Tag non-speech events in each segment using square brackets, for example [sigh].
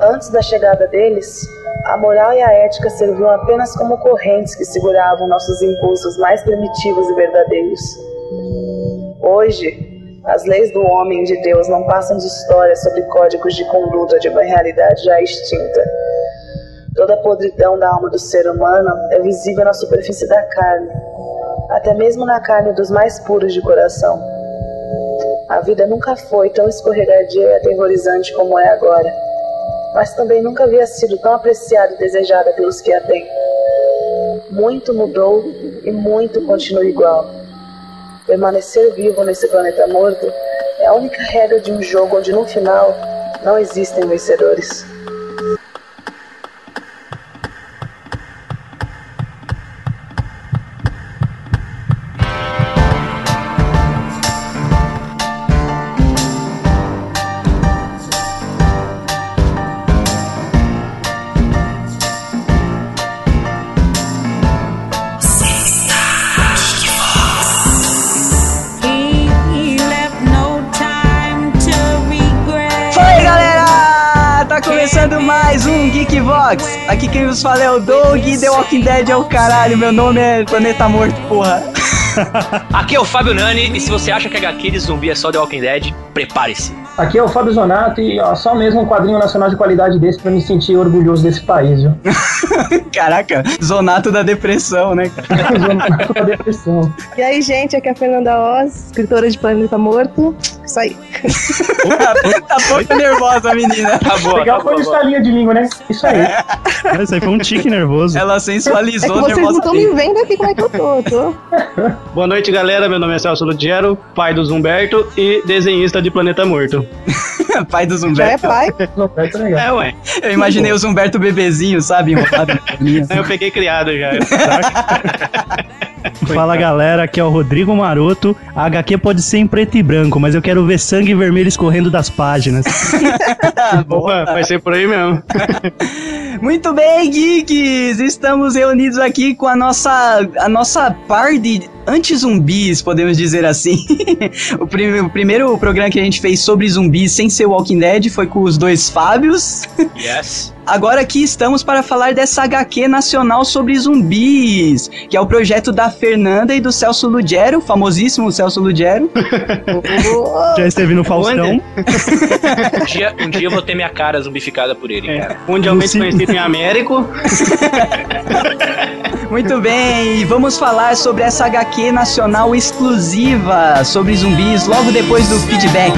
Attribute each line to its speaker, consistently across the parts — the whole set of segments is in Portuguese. Speaker 1: Antes da chegada deles, a moral e a ética serviam apenas como correntes que seguravam nossos impulsos mais primitivos e verdadeiros. Hoje, as leis do homem e de Deus não passam de histórias sobre códigos de conduta de uma realidade já extinta. Toda a podridão da alma do ser humano é visível na superfície da carne, até mesmo na carne dos mais puros de coração. A vida nunca foi tão escorregadia e aterrorizante como é agora, mas também nunca havia sido tão apreciada e desejada pelos que a têm. Muito mudou e muito continua igual. Permanecer vivo nesse planeta morto é a única regra de um jogo onde no final não existem vencedores.
Speaker 2: Tá um Aqui quem vos fala é o Doug e The Walking Dead é o caralho. Meu nome é Planeta Morto, porra. [laughs]
Speaker 3: Aqui é o Fábio Nani e se você acha que HQ de zumbi é só The Walking Dead, prepare-se.
Speaker 4: Aqui é o Fábio Zonato e ó, só mesmo um quadrinho nacional de qualidade desse pra me sentir orgulhoso desse
Speaker 5: [laughs]
Speaker 4: país, viu?
Speaker 2: Caraca, Zonato da depressão, né?
Speaker 4: zonato da depressão.
Speaker 6: E aí, gente, aqui é a Fernanda Oz, escritora de Planeta Tá Morto. Isso aí.
Speaker 2: tá pouco nervosa a menina.
Speaker 4: Tá boa, Legal tá foi boa, estalinha de língua, né? Isso aí.
Speaker 5: É. Cara, isso aí foi um tique nervoso.
Speaker 2: Ela sensualizou
Speaker 6: é que vocês não estão
Speaker 3: assim.
Speaker 6: me vendo aqui como é que eu tô,
Speaker 3: [laughs]
Speaker 6: tô.
Speaker 5: Boa noite, galera. Meu nome é Celso Ludiero, pai do Zumberto e desenhista de Planeta Morto.
Speaker 2: [laughs] pai do Zumberto.
Speaker 6: Já é pai?
Speaker 4: tá
Speaker 5: é, ué.
Speaker 2: Eu imaginei o Zumberto bebezinho, sabe? Enrolado
Speaker 5: [laughs]
Speaker 6: É,
Speaker 5: Eu peguei criado já. [laughs] Fala galera, aqui é o Rodrigo Maroto. A HQ pode ser em preto e branco, mas eu quero ver sangue vermelho escorrendo das páginas.
Speaker 2: Tá
Speaker 3: Boa, vai ser por aí mesmo.
Speaker 2: Muito bem, geeks! Estamos reunidos aqui com a nossa, a nossa par de anti-zumbis, podemos dizer assim. [laughs] o, prim o, primeiro programa que a gente fez sobre zumbis sem ser Walking Dead foi com os dois Fábios.
Speaker 3: Yes.
Speaker 2: Agora aqui estamos para falar dessa HQ nacional sobre zumbis, que é o projeto da Fernanda e do Celso Lugero, famosíssimo Celso Lugero.
Speaker 5: Já esteve no Faustão.
Speaker 3: um, dia, um dia eu vou ter minha cara zumbificada por ele, é.
Speaker 5: Mundialmente conhecido em Américo.
Speaker 2: Muito bem, e vamos falar sobre essa HQ nacional exclusiva sobre zumbis logo depois do feedback.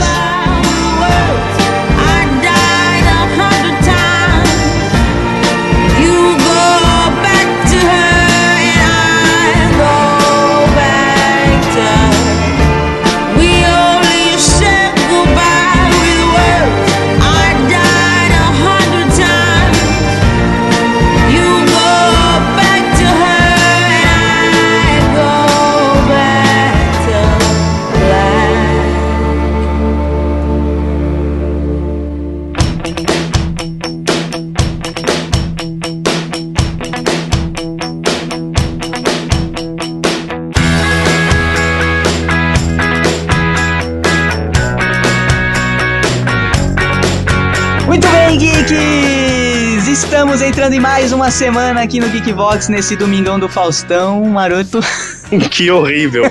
Speaker 2: Estamos entrando em mais uma semana aqui no Geekbox nesse domingão do Faustão, maroto.
Speaker 3: [laughs]
Speaker 5: [laughs]
Speaker 3: que horrível.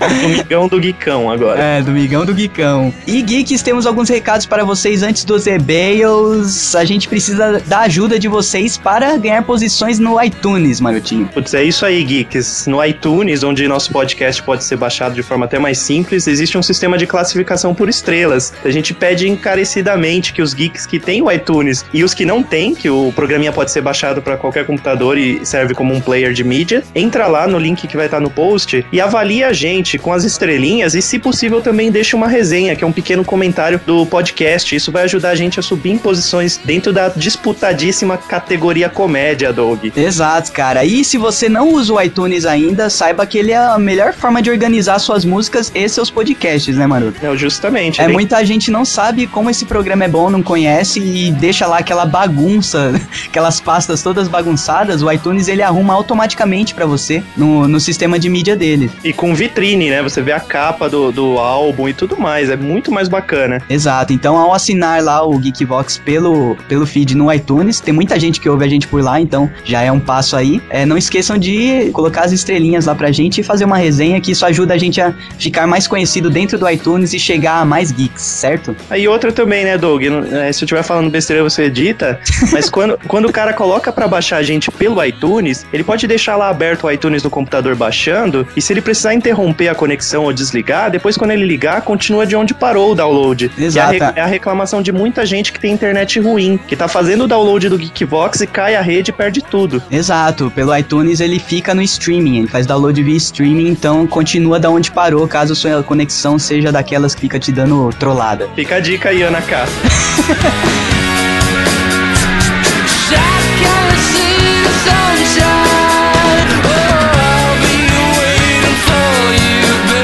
Speaker 3: domingão do Geekão agora.
Speaker 2: É, domingão do Geekão. E geeks, temos alguns recados para vocês antes dos e-mails. A gente precisa da ajuda de vocês para ganhar posições no iTunes, marotinho.
Speaker 3: Putz, é isso aí, geeks. No iTunes, onde nosso podcast pode ser baixado de forma até mais simples, existe um sistema de classificação por estrelas. A gente pede encarecidamente que os geeks que têm o iTunes e os que não têm, que o programinha pode ser baixado para qualquer computador e serve como um player de mídia, entra lá no link que vai estar no post e avalia a gente com as estrelinhas e, se possível, também deixe uma resenha, que é um pequeno comentário do podcast. Isso vai ajudar a gente a subir em posições dentro da disputadíssima categoria comédia, Doug.
Speaker 2: Exato, cara. E se você não usa o iTunes ainda, saiba que ele é a melhor forma de organizar suas músicas e seus podcasts, né, Maroto?
Speaker 3: É, justamente.
Speaker 2: É, né? muita gente não sabe como esse programa é bom, não conhece e deixa lá aquela bagunça, [laughs] aquelas pastas todas bagunçadas. O iTunes ele arruma automaticamente para você no, no sistema de mídia dele.
Speaker 3: E com vitrine vitrine, né? Você vê a capa do, do álbum e tudo mais. É muito mais bacana.
Speaker 2: Exato. Então, ao assinar lá o Geekbox pelo, pelo feed no iTunes, tem muita gente que ouve a gente por lá, então já é um passo aí. É, não esqueçam de colocar as estrelinhas lá pra gente e fazer uma resenha, que isso ajuda a gente a ficar mais conhecido dentro do iTunes e chegar a mais geeks, certo?
Speaker 3: Aí outra também, né, Doug? Não- é, Se eu estiver falando besteira, você edita. Mas quando, quando o cara coloca pra baixar a gente pelo iTunes, ele pode deixar lá aberto o iTunes no computador baixando. E se ele precisar interromper a conexão ou desligar, depois quando ele ligar, continua de onde parou o download. Que
Speaker 2: Exato.
Speaker 3: É a, re- é a reclamação de muita gente que tem internet ruim, que tá fazendo o download do Geekvox e cai a rede e perde tudo.
Speaker 2: Exato. Pelo iTunes ele fica no streaming, ele faz download via streaming, então continua da onde parou, caso sua conexão seja daquelas que fica te dando trollada.
Speaker 3: Fica a dica aí, Ana K.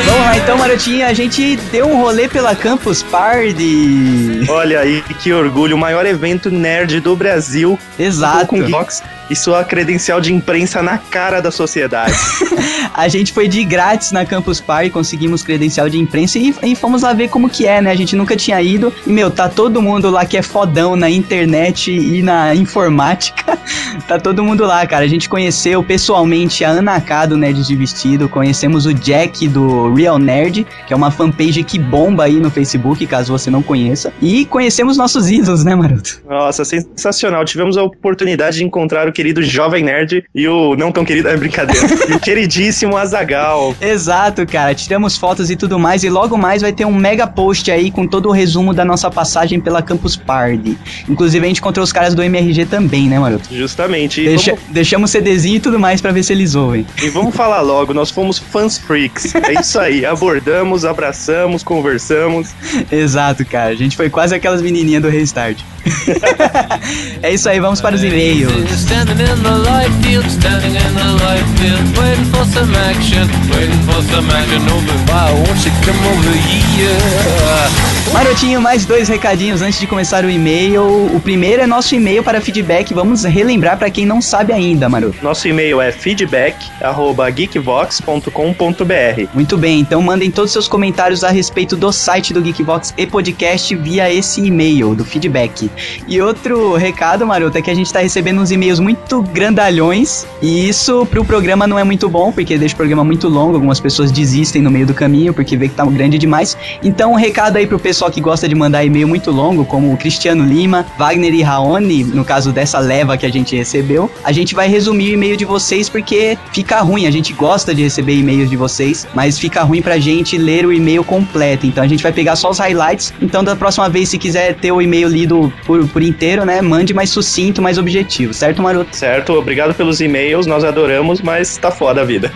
Speaker 2: Vamos lá então, Marotinha, a gente deu um rolê pela Campus Party. [laughs]
Speaker 3: Olha aí, que orgulho. O maior evento nerd do Brasil
Speaker 2: Exato.
Speaker 3: com o Geekbox e sua credencial de imprensa na cara da sociedade.
Speaker 2: A gente foi de grátis na Campus Party, conseguimos credencial de imprensa e, e fomos lá ver como que é, né? A gente nunca tinha ido. E, meu, tá todo mundo lá que é fodão na internet e na informática. [laughs] tá todo mundo lá, cara. A gente conheceu pessoalmente a Ana K do Nerd de Vestido, conhecemos o Jack do Real Nerd, que é uma fanpage que bomba aí no Facebook, caso você não conheça. E conhecemos nossos ídolos, né, Maroto?
Speaker 3: Nossa, sensacional. Tivemos a oportunidade de encontrar o querido Jovem Nerd e o não tão querido, é brincadeira, e o queridíssimo Azagal.
Speaker 2: Exato, cara. Tiramos fotos e tudo mais. E logo mais vai ter um mega post aí com todo o resumo da nossa passagem pela Campus Party. Inclusive, a gente encontrou os caras do MRG também, né, Maroto?
Speaker 3: Justamente. E,
Speaker 2: Deixa, Deixamos CDzinho e tudo mais pra ver se eles ouvem.
Speaker 3: vamos, e vamos falar logo, nós fomos fans freaks. É isso aí. Abordamos, abraçamos, conversamos.
Speaker 2: [laughs] Exato, cara. A gente foi quase aquelas menininhas do Restart. [laughs] é isso aí, vamos para os e-mails.
Speaker 7: Standing in the light field, standing in the light field, waiting for some action, waiting for some action over. Why won't you come over here?
Speaker 2: Marotinho, mais dois recadinhos antes de começar o e-mail. O primeiro é nosso e-mail para feedback. Vamos relembrar pra quem não sabe ainda, Maroto.
Speaker 3: Nosso e-mail é feedback@geekvox.com.br.
Speaker 2: Muito bem, então mandem todos os seus comentários a respeito do site do Geekbox e podcast via esse e-mail, do feedback. E outro recado, Maroto, é que a gente tá recebendo uns e-mails muito grandalhões, e isso pro programa não é muito bom, porque deixa o programa muito longo, algumas pessoas desistem no meio do caminho, porque vê que tá grande demais. Então, um recado aí pro pessoal que gosta de mandar e-mail muito longo, como o Cristiano Lima, Wagner e Raoni, no caso dessa leva que a gente recebeu, a gente vai resumir o e-mail de vocês porque fica ruim. A gente gosta de receber e-mails de vocês, mas fica ruim pra gente ler o e-mail completo. Então a gente vai pegar só os highlights. Então da próxima vez, se quiser ter o e-mail lido por, por inteiro, né? Mande mais sucinto, mais objetivo, certo, Maroto?
Speaker 3: Certo? Obrigado pelos e-mails, nós adoramos, mas tá foda a vida.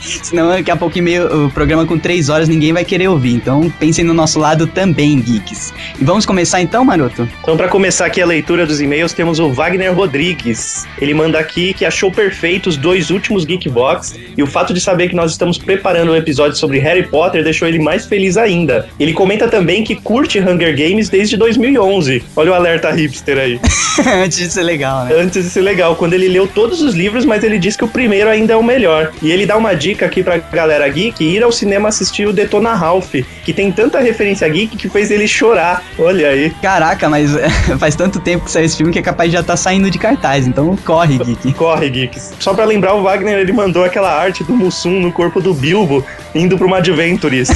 Speaker 2: Senão daqui a pouco e-mail, o programa com três horas ninguém vai querer ouvir. Então pensem no nosso lado também, geeks. E vamos começar então, Maroto?
Speaker 3: Então, para começar aqui a leitura dos e-mails, temos o Wagner Rodrigues. Ele manda aqui que achou perfeito os dois últimos Geekbox e o fato de saber que nós estamos preparando um episódio sobre Harry Potter deixou ele mais feliz ainda. Ele comenta também que curte Hunger Games desde 2011. Olha o alerta hipster aí.
Speaker 2: [laughs] Antes de ser legal, né?
Speaker 3: Antes de ser legal, quando ele leu todos os livros, mas ele diz que o primeiro ainda é o melhor. E ele dá uma dica aqui pra galera geek ir ao cinema assistir o Detona Ralph, que tem tanta referência geek que fez ele chorar. Olha aí.
Speaker 2: Caraca, mas é, [laughs] faz tanto tempo que saiu esse filme que é capaz de já estar saindo de cartaz, então corre, [laughs] Geek.
Speaker 3: Corre, Geeks. Só pra lembrar, o Wagner ele mandou aquela arte do Mussum no corpo do Bilbo indo pra uma Adventures.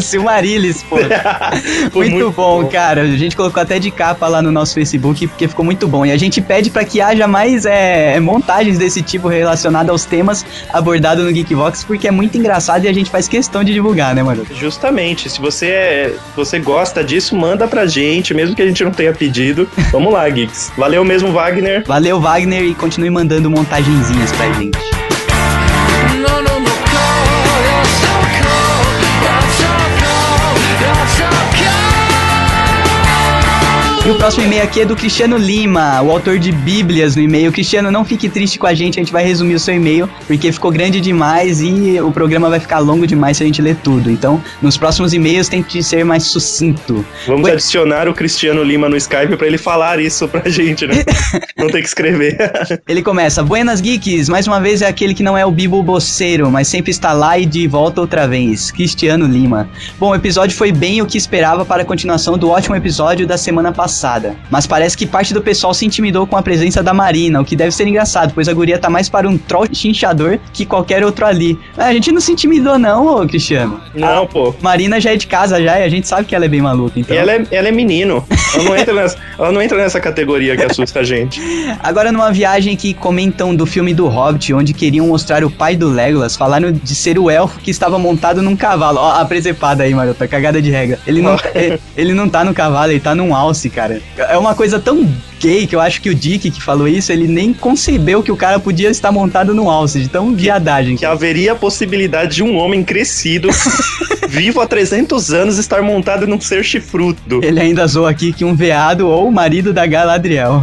Speaker 2: Silmarillion, [laughs] pô.
Speaker 3: Foi
Speaker 2: muito, bom, cara. A gente colocou até de capa lá no nosso Facebook, porque ficou muito bom. E a gente pede pra que haja mais é, montagens desse tipo relacionadas aos temas abordados no Geekvox, porque é muito engraçado e a gente faz questão de divulgar, né, mano?
Speaker 3: Justamente, se você, é- você gosta disso, manda pra gente, mesmo que a gente não tenha pedido. Vamos lá, Geeks. Valeu mesmo, Wagner.
Speaker 2: Valeu, Wagner, e continue mandando montagenzinhas pra gente.
Speaker 7: No, no, no, cold, you're so cold, you're so cold, you're so cold.
Speaker 2: E o próximo e-mail aqui é do Cristiano Lima, o autor de Bíblias no e-mail. Cristiano, não fique triste com a gente, a gente vai resumir o seu e-mail, porque ficou grande demais e o programa vai ficar longo demais se a gente ler tudo. Então, nos próximos e-mails tente ser mais sucinto.
Speaker 3: Vamos
Speaker 2: Oi.
Speaker 3: adicionar o Cristiano Lima no Skype pra ele falar isso pra gente, né? Não tem que escrever.
Speaker 2: Ele começa, Buenas Geeks, mais uma vez é aquele que não é o Bibo Boceiro, mas sempre está lá e de volta outra vez, Cristiano Lima. Bom, o episódio foi bem o que esperava para a continuação do ótimo episódio da semana passada, mas parece que parte do pessoal se intimidou com a presença da Marina, o que deve ser engraçado, pois a guria tá mais para um troll chinchador que qualquer outro ali. Ah, A gente não se intimidou não, ô Cristiano.
Speaker 3: Não, pô.
Speaker 2: Marina já é de casa já e a gente sabe que ela é bem maluca,
Speaker 3: E
Speaker 2: então...
Speaker 3: ela é, ela é menino. Ela não, entra nessa, ela não entra nessa categoria que assusta a gente.
Speaker 2: Agora numa viagem que comentam do filme do Hobbit, onde queriam mostrar o pai do Legolas, falaram de ser o elfo que estava montado num cavalo. Ó, a presepada aí, Maroto, a cagada de regra. Ele não, é- ele não tá no cavalo, ele tá num alce, cara. É uma coisa tão gay que eu acho que o Dick que falou isso, ele nem concebeu que o cara podia estar montado num alce, de tão viadagem.
Speaker 3: Que
Speaker 2: cara.
Speaker 3: haveria a possibilidade de um homem crescido, vivo há 300 anos, estar montado num ser chifrudo.
Speaker 2: Ele ainda zoa aqui que um veado ou o marido da Galadriel.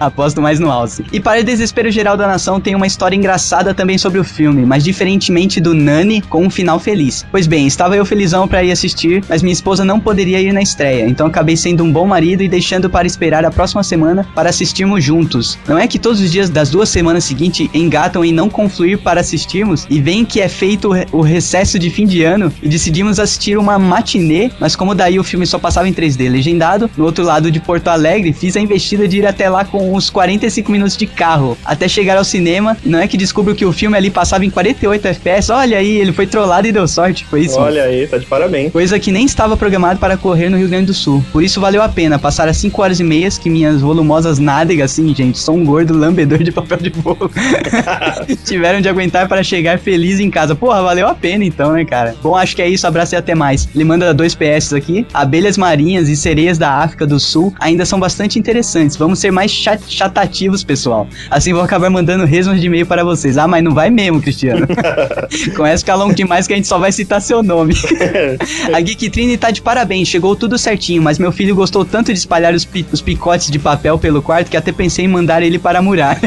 Speaker 2: Aposto mais no Alce. E para o desespero geral da nação, tem uma história engraçada também sobre o filme, mas diferentemente do Nani, com um final feliz. Pois bem, estava eu felizão para ir assistir, mas minha esposa não poderia ir na estreia, então acabei sendo um bom marido e deixando para esperar a próxima semana para assistirmos juntos. Não é que todos os dias das duas semanas seguintes engatam em não confluir para assistirmos e vem que é feito o re- o recesso de fim de ano e decidimos assistir uma matinê, mas como daí o filme só passava em 3D legendado, no outro lado de Porto Alegre, fiz a investida de ir até lá com uns 45 minutos de carro, até chegar ao cinema, não é que descubro que o filme ali passava em 48 FPS, olha aí, ele foi trollado e deu sorte, foi isso.
Speaker 3: Olha aí, tá de parabéns. [laughs]
Speaker 2: Coisa que nem estava programado para correr no Rio Grande do Sul. Por isso valeu a pena passar as 5 horas e meias que minhas volumosas nádegas, assim, gente, sou um gordo lambedor de papel de fogo, [laughs] tiveram de aguentar para chegar feliz em casa. Porra, valeu a pena então, né, cara? Bom, acho que é isso, abraço e até mais. Ele manda dois PS aqui. Abelhas marinhas e sereias da África do Sul ainda são bastante interessantes. Vamos ser mais cha- chatativos, pessoal. Assim vou acabar mandando resmas de e-mail para vocês. Ah, mas não vai mesmo, Cristiano. [laughs] Começa a ficar longo demais que a gente só vai citar seu nome. A Geek Trine tá de parabéns, chegou tudo certinho, mas meu filho gostou tanto de espalhar os, pi- os picotes de papel pelo quarto que até pensei em mandar ele para a muralha.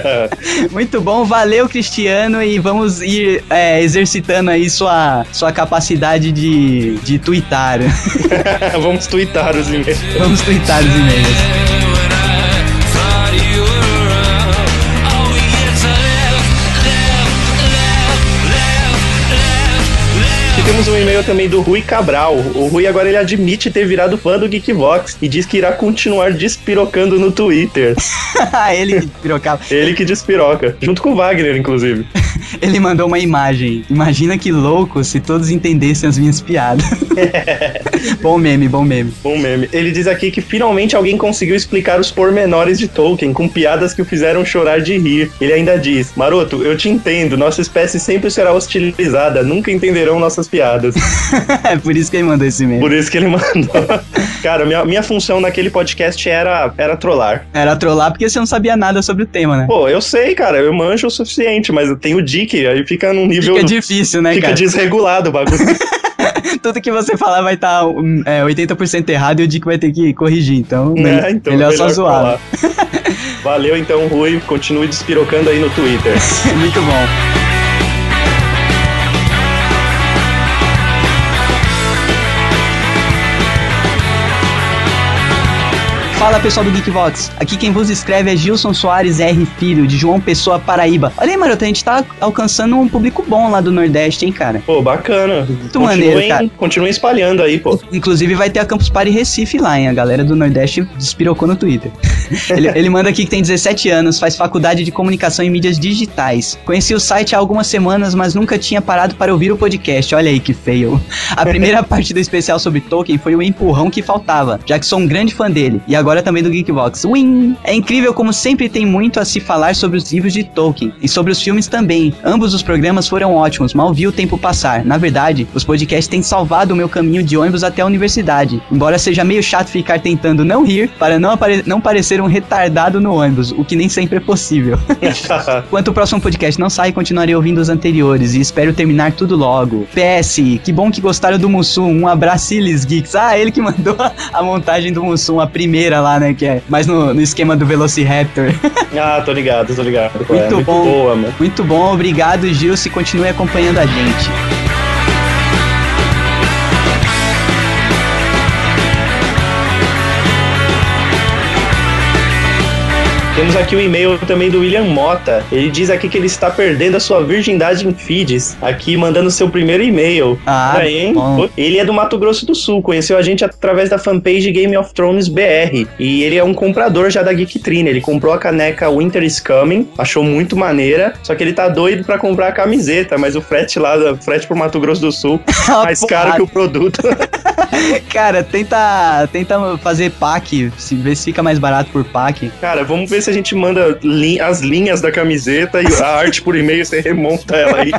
Speaker 2: [laughs] Muito bom, valeu Cristiano e vamos ir é, exercitando aí sua, sua capacidade de, de twittar. [laughs]
Speaker 3: Vamos twittar os e-mails.
Speaker 2: Vamos twittar os e-mails. [laughs]
Speaker 7: When I thought you were around, oh yes, I left, left, left, left, left.
Speaker 3: E temos um e-mail também do Rui Cabral. O Rui agora ele admite ter virado fã do Geekvox e diz que irá continuar despirocando no Twitter.
Speaker 2: Ah, ele que pirocava.
Speaker 3: Ele que despiroca. Junto com o Wagner, inclusive.
Speaker 2: Ele mandou uma imagem. Imagina que louco se todos entendessem as minhas piadas. [laughs] bom meme, bom meme. [laughs]
Speaker 3: Bom meme. Ele diz aqui que finalmente alguém conseguiu explicar os pormenores de Tolkien com piadas que o fizeram chorar de rir. Ele ainda diz: Maroto, eu te entendo. Nossa espécie sempre será hostilizada. Nunca entenderão
Speaker 2: [laughs]
Speaker 3: nossas piadas.
Speaker 2: É por isso que ele mandou esse meme.
Speaker 3: Por isso que ele mandou. [laughs] Cara, minha, minha função naquele podcast era, era trollar.
Speaker 2: Era trollar porque você não sabia nada sobre o tema, né?
Speaker 3: Pô, eu sei, cara, eu manjo o suficiente, mas eu tenho dick, aí fica num nível.
Speaker 2: Fica difícil, né,
Speaker 3: fica
Speaker 2: cara?
Speaker 3: desregulado o
Speaker 2: [laughs]
Speaker 3: bagulho.
Speaker 2: Tudo que você falar vai tá, hum, é, estar 80% errado e o Dick vai ter que corrigir. Então,
Speaker 3: né?
Speaker 2: melhor,
Speaker 3: Então,
Speaker 2: melhor só [laughs] zoar.
Speaker 3: falar. Valeu então, Rui. Continue despirocando aí no Twitter.
Speaker 2: [laughs] Muito bom. Fala pessoal do Geekvox, aqui quem vos escreve é Gilson Soares R. Filho, de João Pessoa, Paraíba. Olha aí, Maroto, a gente tá alcançando um público bom lá do Nordeste, hein, cara?
Speaker 3: Pô, bacana.
Speaker 2: Muito maneiro, cara.
Speaker 3: continuem espalhando aí, pô. [laughs]
Speaker 2: Inclusive vai ter a Campus Party Recife lá, hein? A galera do Nordeste despirocou no Twitter. ele, ele manda aqui que tem 17 anos, faz faculdade de comunicação e mídias digitais. Conheci o site há algumas semanas, mas nunca tinha parado para ouvir o podcast. Olha aí que fail. A primeira parte do especial sobre Tolkien foi o empurrão que faltava, já que sou um grande fã dele. E agora agora também do Geekbox. Win! É incrível como sempre tem muito a se falar sobre os livros de Tolkien e sobre os filmes também. Ambos os programas foram ótimos, mal vi o tempo passar. Na verdade, os podcasts têm salvado o meu caminho de ônibus até a universidade. Embora seja meio chato ficar tentando não rir para não, apare- não parecer um retardado no ônibus, o que nem sempre é possível.
Speaker 3: Ah,
Speaker 2: Enquanto o próximo podcast não sai, continuarei ouvindo os anteriores e espero terminar tudo logo. PS, que bom que gostaram do Mussum. Um abraço, Ilis Geeks. Ah, ele que [laughs] mandou a- a montagem do Mussum, a primeira lá, né? Que é mais no, no esquema do Velociraptor.
Speaker 3: ah, tô ligado, tô ligado. Muito,
Speaker 2: Muito
Speaker 3: muito
Speaker 2: bom.
Speaker 3: boa, mano.
Speaker 2: Muito bom, obrigado, Gil. Se continue acompanhando a gente.
Speaker 3: Temos aqui o e-mail também do William Mota. Ele diz aqui que ele está perdendo a sua virgindade em feeds. Aqui mandando seu primeiro e-mail.
Speaker 2: Ah, [laughs]
Speaker 3: Olha aí, hein?
Speaker 2: bom.
Speaker 3: Ele é do Mato Grosso do Sul, conheceu a gente através da fanpage Game of Thrones BR. E ele é um comprador já da Geek Trina. Ele comprou a caneca Winter is Coming, achou muito maneira. Só que ele tá doido pra comprar a camiseta, mas o frete lá, o frete pro Mato Grosso do Sul, mais caro que o produto.
Speaker 2: tá Cara, tenta, tenta fazer pack, se, ver se fica mais barato por pack.
Speaker 3: Cara, vamos ver se a gente manda lin- as linhas da camiseta e a arte por e-mail, você remonta ela aí.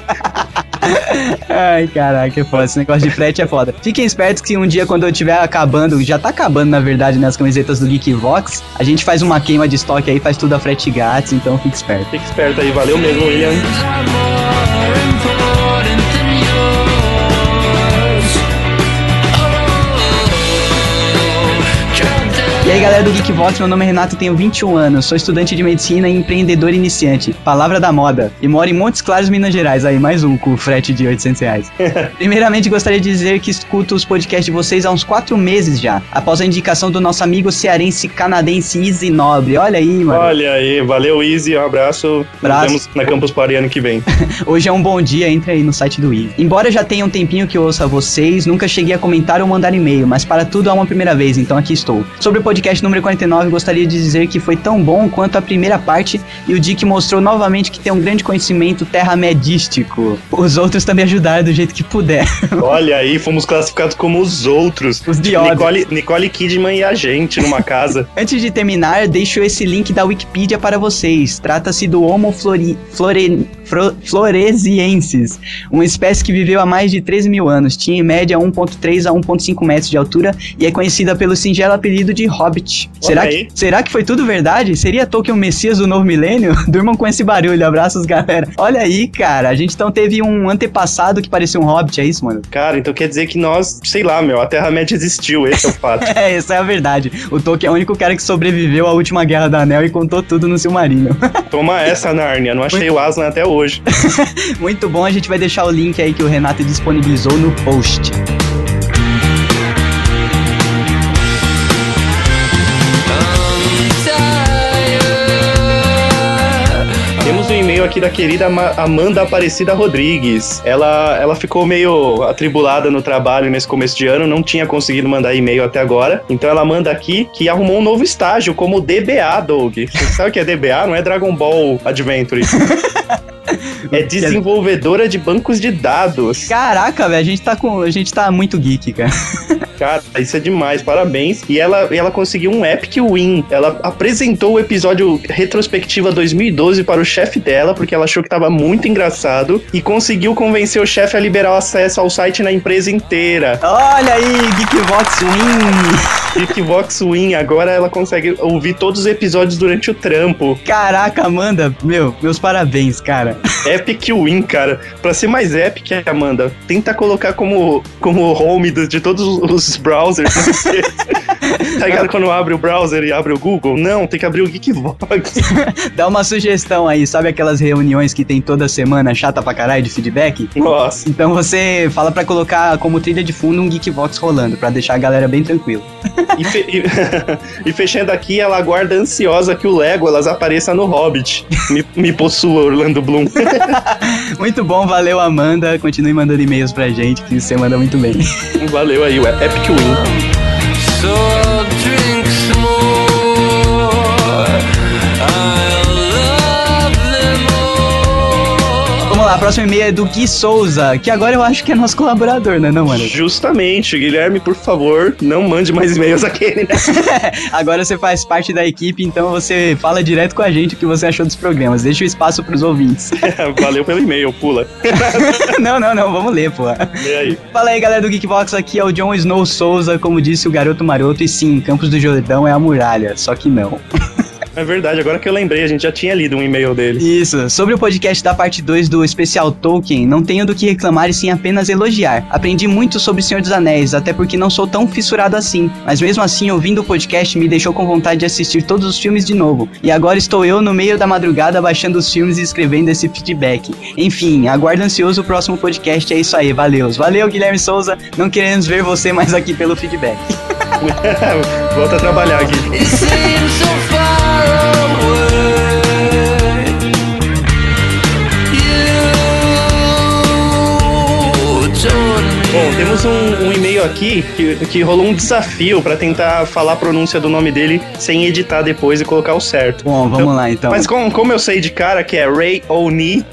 Speaker 2: Ai, caraca, que foda. Esse negócio de frete é foda. Fiquem espertos que um dia, quando eu tiver acabando, já tá acabando, na verdade, né, as camisetas do Geekvox, a gente faz uma queima de estoque aí, faz tudo a frete grátis, então fique esperto.
Speaker 3: Fica esperto aí, valeu mesmo, William.
Speaker 7: are more important than yours. Oh, count down.
Speaker 2: E aí galera do Geekbox, meu nome é Renato, tenho 21 anos, sou estudante de medicina e empreendedor iniciante, palavra da moda, e moro em Montes Claros, Minas Gerais, aí mais um com frete de 800 reais. Primeiramente gostaria de dizer que escuto os podcasts de vocês há uns 4 meses já, após a indicação do nosso amigo cearense canadense Izzy Nobre, olha aí mano,
Speaker 3: Olha aí, valeu, Easy, um abraço.
Speaker 2: Abraço.
Speaker 3: Nos vemos na Campus Party ano
Speaker 2: [laughs]
Speaker 3: que vem.
Speaker 2: hoje é um bom dia, entre aí no site do Izzy. Embora já tenha um tempinho que eu ouça vocês, nunca cheguei a comentar ou mandar e-mail, mas para tudo há uma primeira vez, então aqui estou. Sobre o podcast número 49, gostaria de dizer que foi tão bom quanto a primeira parte e o Dick mostrou novamente que tem um grande conhecimento terramedístico. Os outros também ajudaram do jeito que puder.
Speaker 3: Olha aí, fomos classificados como os outros.
Speaker 2: Os de ódio.
Speaker 3: Nicole, Nicole Kidman e a gente numa casa.
Speaker 2: Antes de terminar, deixo esse link da Wikipedia para vocês. Trata-se do Homo flori, flore, fro- floresiensis, uma espécie que viveu há mais de 13 mil anos, tinha em média 1.3 a 1.5 metros de altura e é conhecida pelo singelo apelido de Hobbit.
Speaker 3: Olha
Speaker 2: Será
Speaker 3: aí.
Speaker 2: que, será que foi tudo verdade? Seria Tolkien o Messias do novo milênio? [laughs] Durmam com esse barulho, abraços galera. Olha aí, cara, a gente então teve um antepassado que parecia um Hobbit, é isso, mano? [laughs]
Speaker 3: Cara, então quer dizer que nós, sei lá, meu, a Terra-média existiu, esse é o fato.
Speaker 2: É, essa é a verdade. O Tolkien é o único cara que sobreviveu à última Guerra do Anel e contou tudo no Silmarillion.
Speaker 3: Toma essa, Narnia, não achei o Aslan até hoje.
Speaker 2: Muito bom, a gente vai deixar o link aí que o Renato disponibilizou no post.
Speaker 3: Temos um e-mail aqui da querida Ma- Amanda Aparecida Rodrigues. Ela, ela ficou meio atribulada no trabalho nesse começo de ano, não tinha conseguido mandar e-mail até agora. Então ela manda aqui que arrumou um novo estágio como DBA, Doug. Você [laughs] sabe o que é DBA? Não é Dragon Ball Adventure. É desenvolvedora de bancos de dados.
Speaker 2: Caraca, velho, a gente tá com. A gente tá muito geek, cara.
Speaker 3: Cara, isso é demais, parabéns. E ela, e ela conseguiu um epic win. Ela apresentou o episódio retrospectiva 2012 para o chefe dela, porque ela achou que tava muito engraçado, e conseguiu convencer o chefe a liberar o acesso ao site na empresa inteira.
Speaker 2: Olha aí, Geekbox Win!
Speaker 3: Geekbox Win, agora ela consegue ouvir todos os episódios durante o trampo.
Speaker 2: Caraca, Amanda, meu, meus parabéns, cara.
Speaker 3: Epic Win, cara. Pra ser mais epic, Amanda, tenta colocar como, como home do- de todos os browsers. né? Porque- tá ligado quando abre o browser e abre o Google? Não, tem que abrir o Geekbox.
Speaker 2: Dá uma sugestão aí, sabe aquelas reuniões que tem toda semana, chata pra caralho, de feedback?
Speaker 3: Nossa.
Speaker 2: Então você fala pra colocar como trilha de fundo um Geekbox rolando, pra deixar a galera bem tranquila.
Speaker 3: E, fe- e- [laughs] e fechando aqui, ela aguarda ansiosa que o Legolas apareça no Hobbit. Me, me possua, Orlando Bloom. [laughs]
Speaker 2: Muito bom, valeu, Amanda. Continue mandando e-mails pra gente, que você manda muito bem.
Speaker 3: Valeu aí, o Epic Win.
Speaker 7: So I'll drink some more. I love them all.
Speaker 2: Vamos lá, próximo e-mail é do Gui Souza, que agora eu acho que é nosso colaborador, né, não, mano?
Speaker 3: Justamente, Guilherme, por favor, não mande mais e-mails aquele, né?
Speaker 2: Agora você faz parte da equipe, então você fala direto com a gente o que você achou dos programas. Deixa o espaço pros ouvintes. [laughs]
Speaker 3: Valeu pelo e-mail, pula.
Speaker 2: não, não, não, vamos ler, pô.
Speaker 3: E aí?
Speaker 2: Fala aí, galera do Geekbox, aqui é o John Snow Souza, como disse o garoto maroto, e sim, Campos do Jordão é a muralha, só que não.
Speaker 3: É verdade, agora que eu lembrei, a gente já tinha lido um e-mail dele. [laughs]
Speaker 2: Isso, sobre o podcast da parte 2 do especial Tolkien, não tenho do que reclamar e sim apenas elogiar. Aprendi muito sobre Senhor dos Anéis, até porque não sou tão fissurado assim. Mas mesmo assim, ouvindo o podcast me deixou com vontade de assistir todos os filmes de novo. E agora estou eu no meio da madrugada baixando os filmes e escrevendo esse feedback. Enfim, aguardo ansioso o próximo podcast, é isso aí, valeu. Valeu, Guilherme Souza, não queremos ver você mais aqui pelo feedback.
Speaker 3: Volta a trabalhar aqui.
Speaker 7: It seems so far away. You told me.
Speaker 3: Bom, temos um, um e-mail aqui que, que rolou um desafio pra tentar falar a pronúncia do nome dele sem editar depois e colocar o certo.
Speaker 2: Bom, vamos lá então.
Speaker 3: Mas com- como eu sei de cara que é Ray Oni,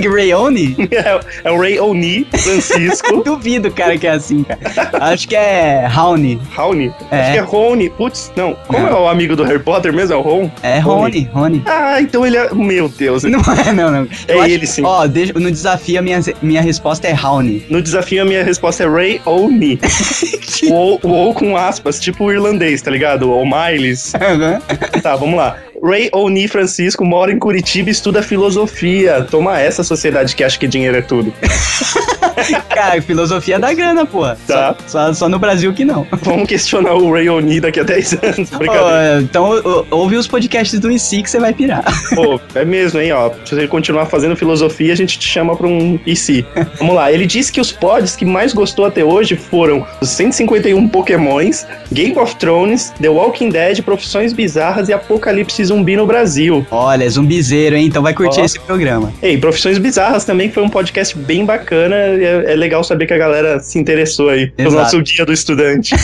Speaker 2: Grayone?
Speaker 3: [laughs] é, é o Ray Oni Francisco.
Speaker 2: [laughs] Duvido, cara, que é assim, cara. Acho que é Raoni.
Speaker 3: Raoni?
Speaker 2: É.
Speaker 3: Acho que é Rony. Putz, não. Como é o amigo do Harry Potter mesmo? É o Ron?
Speaker 2: É Rony, Rony. [laughs]
Speaker 3: Ah, então ele é. Meu Deus.
Speaker 2: Não é, não, não.
Speaker 3: É
Speaker 2: acho-
Speaker 3: ele, sim.
Speaker 2: Ó, deixa- no desafio, a minha, minha resposta é [laughs] Raoni.
Speaker 3: No desafio, a minha resposta é Ray
Speaker 2: [laughs]
Speaker 3: Oni. o, ou- o ou com aspas, tipo o irlandês, tá ligado? Ou Miles. Tá, vamos lá. Ray Oni Francisco mora em Curitiba e estuda filosofia. Toma essa sociedade que acha que dinheiro
Speaker 2: [laughs]
Speaker 3: é tudo.
Speaker 2: cara, filosofia da grana, pô.
Speaker 3: Tá.
Speaker 2: Só, só, só no Brasil que não.
Speaker 3: Vamos questionar o Ray Oni daqui a 10 anos. Brincadeira.
Speaker 2: Ó, então, ó, ouve os podcasts do IC que você vai pirar.
Speaker 3: Pô, é mesmo, hein, ó. Se você continuar fazendo filosofia, a gente te chama pra um IC. Vamos lá. Ele disse que os pods que mais gostou até hoje foram os 151 Pokémons, Game of Thrones, The Walking Dead, Profissões Bizarras e Apocalipse Zumbi no Brasil.
Speaker 2: Olha, é zumbizeiro, hein? Então vai curtir
Speaker 3: Ó.
Speaker 2: esse programa.
Speaker 3: Ei, Profissões Bizarras também foi um podcast bem bacana. É, é legal saber que a galera se interessou aí pelo
Speaker 2: Exato.
Speaker 3: nosso dia do estudante.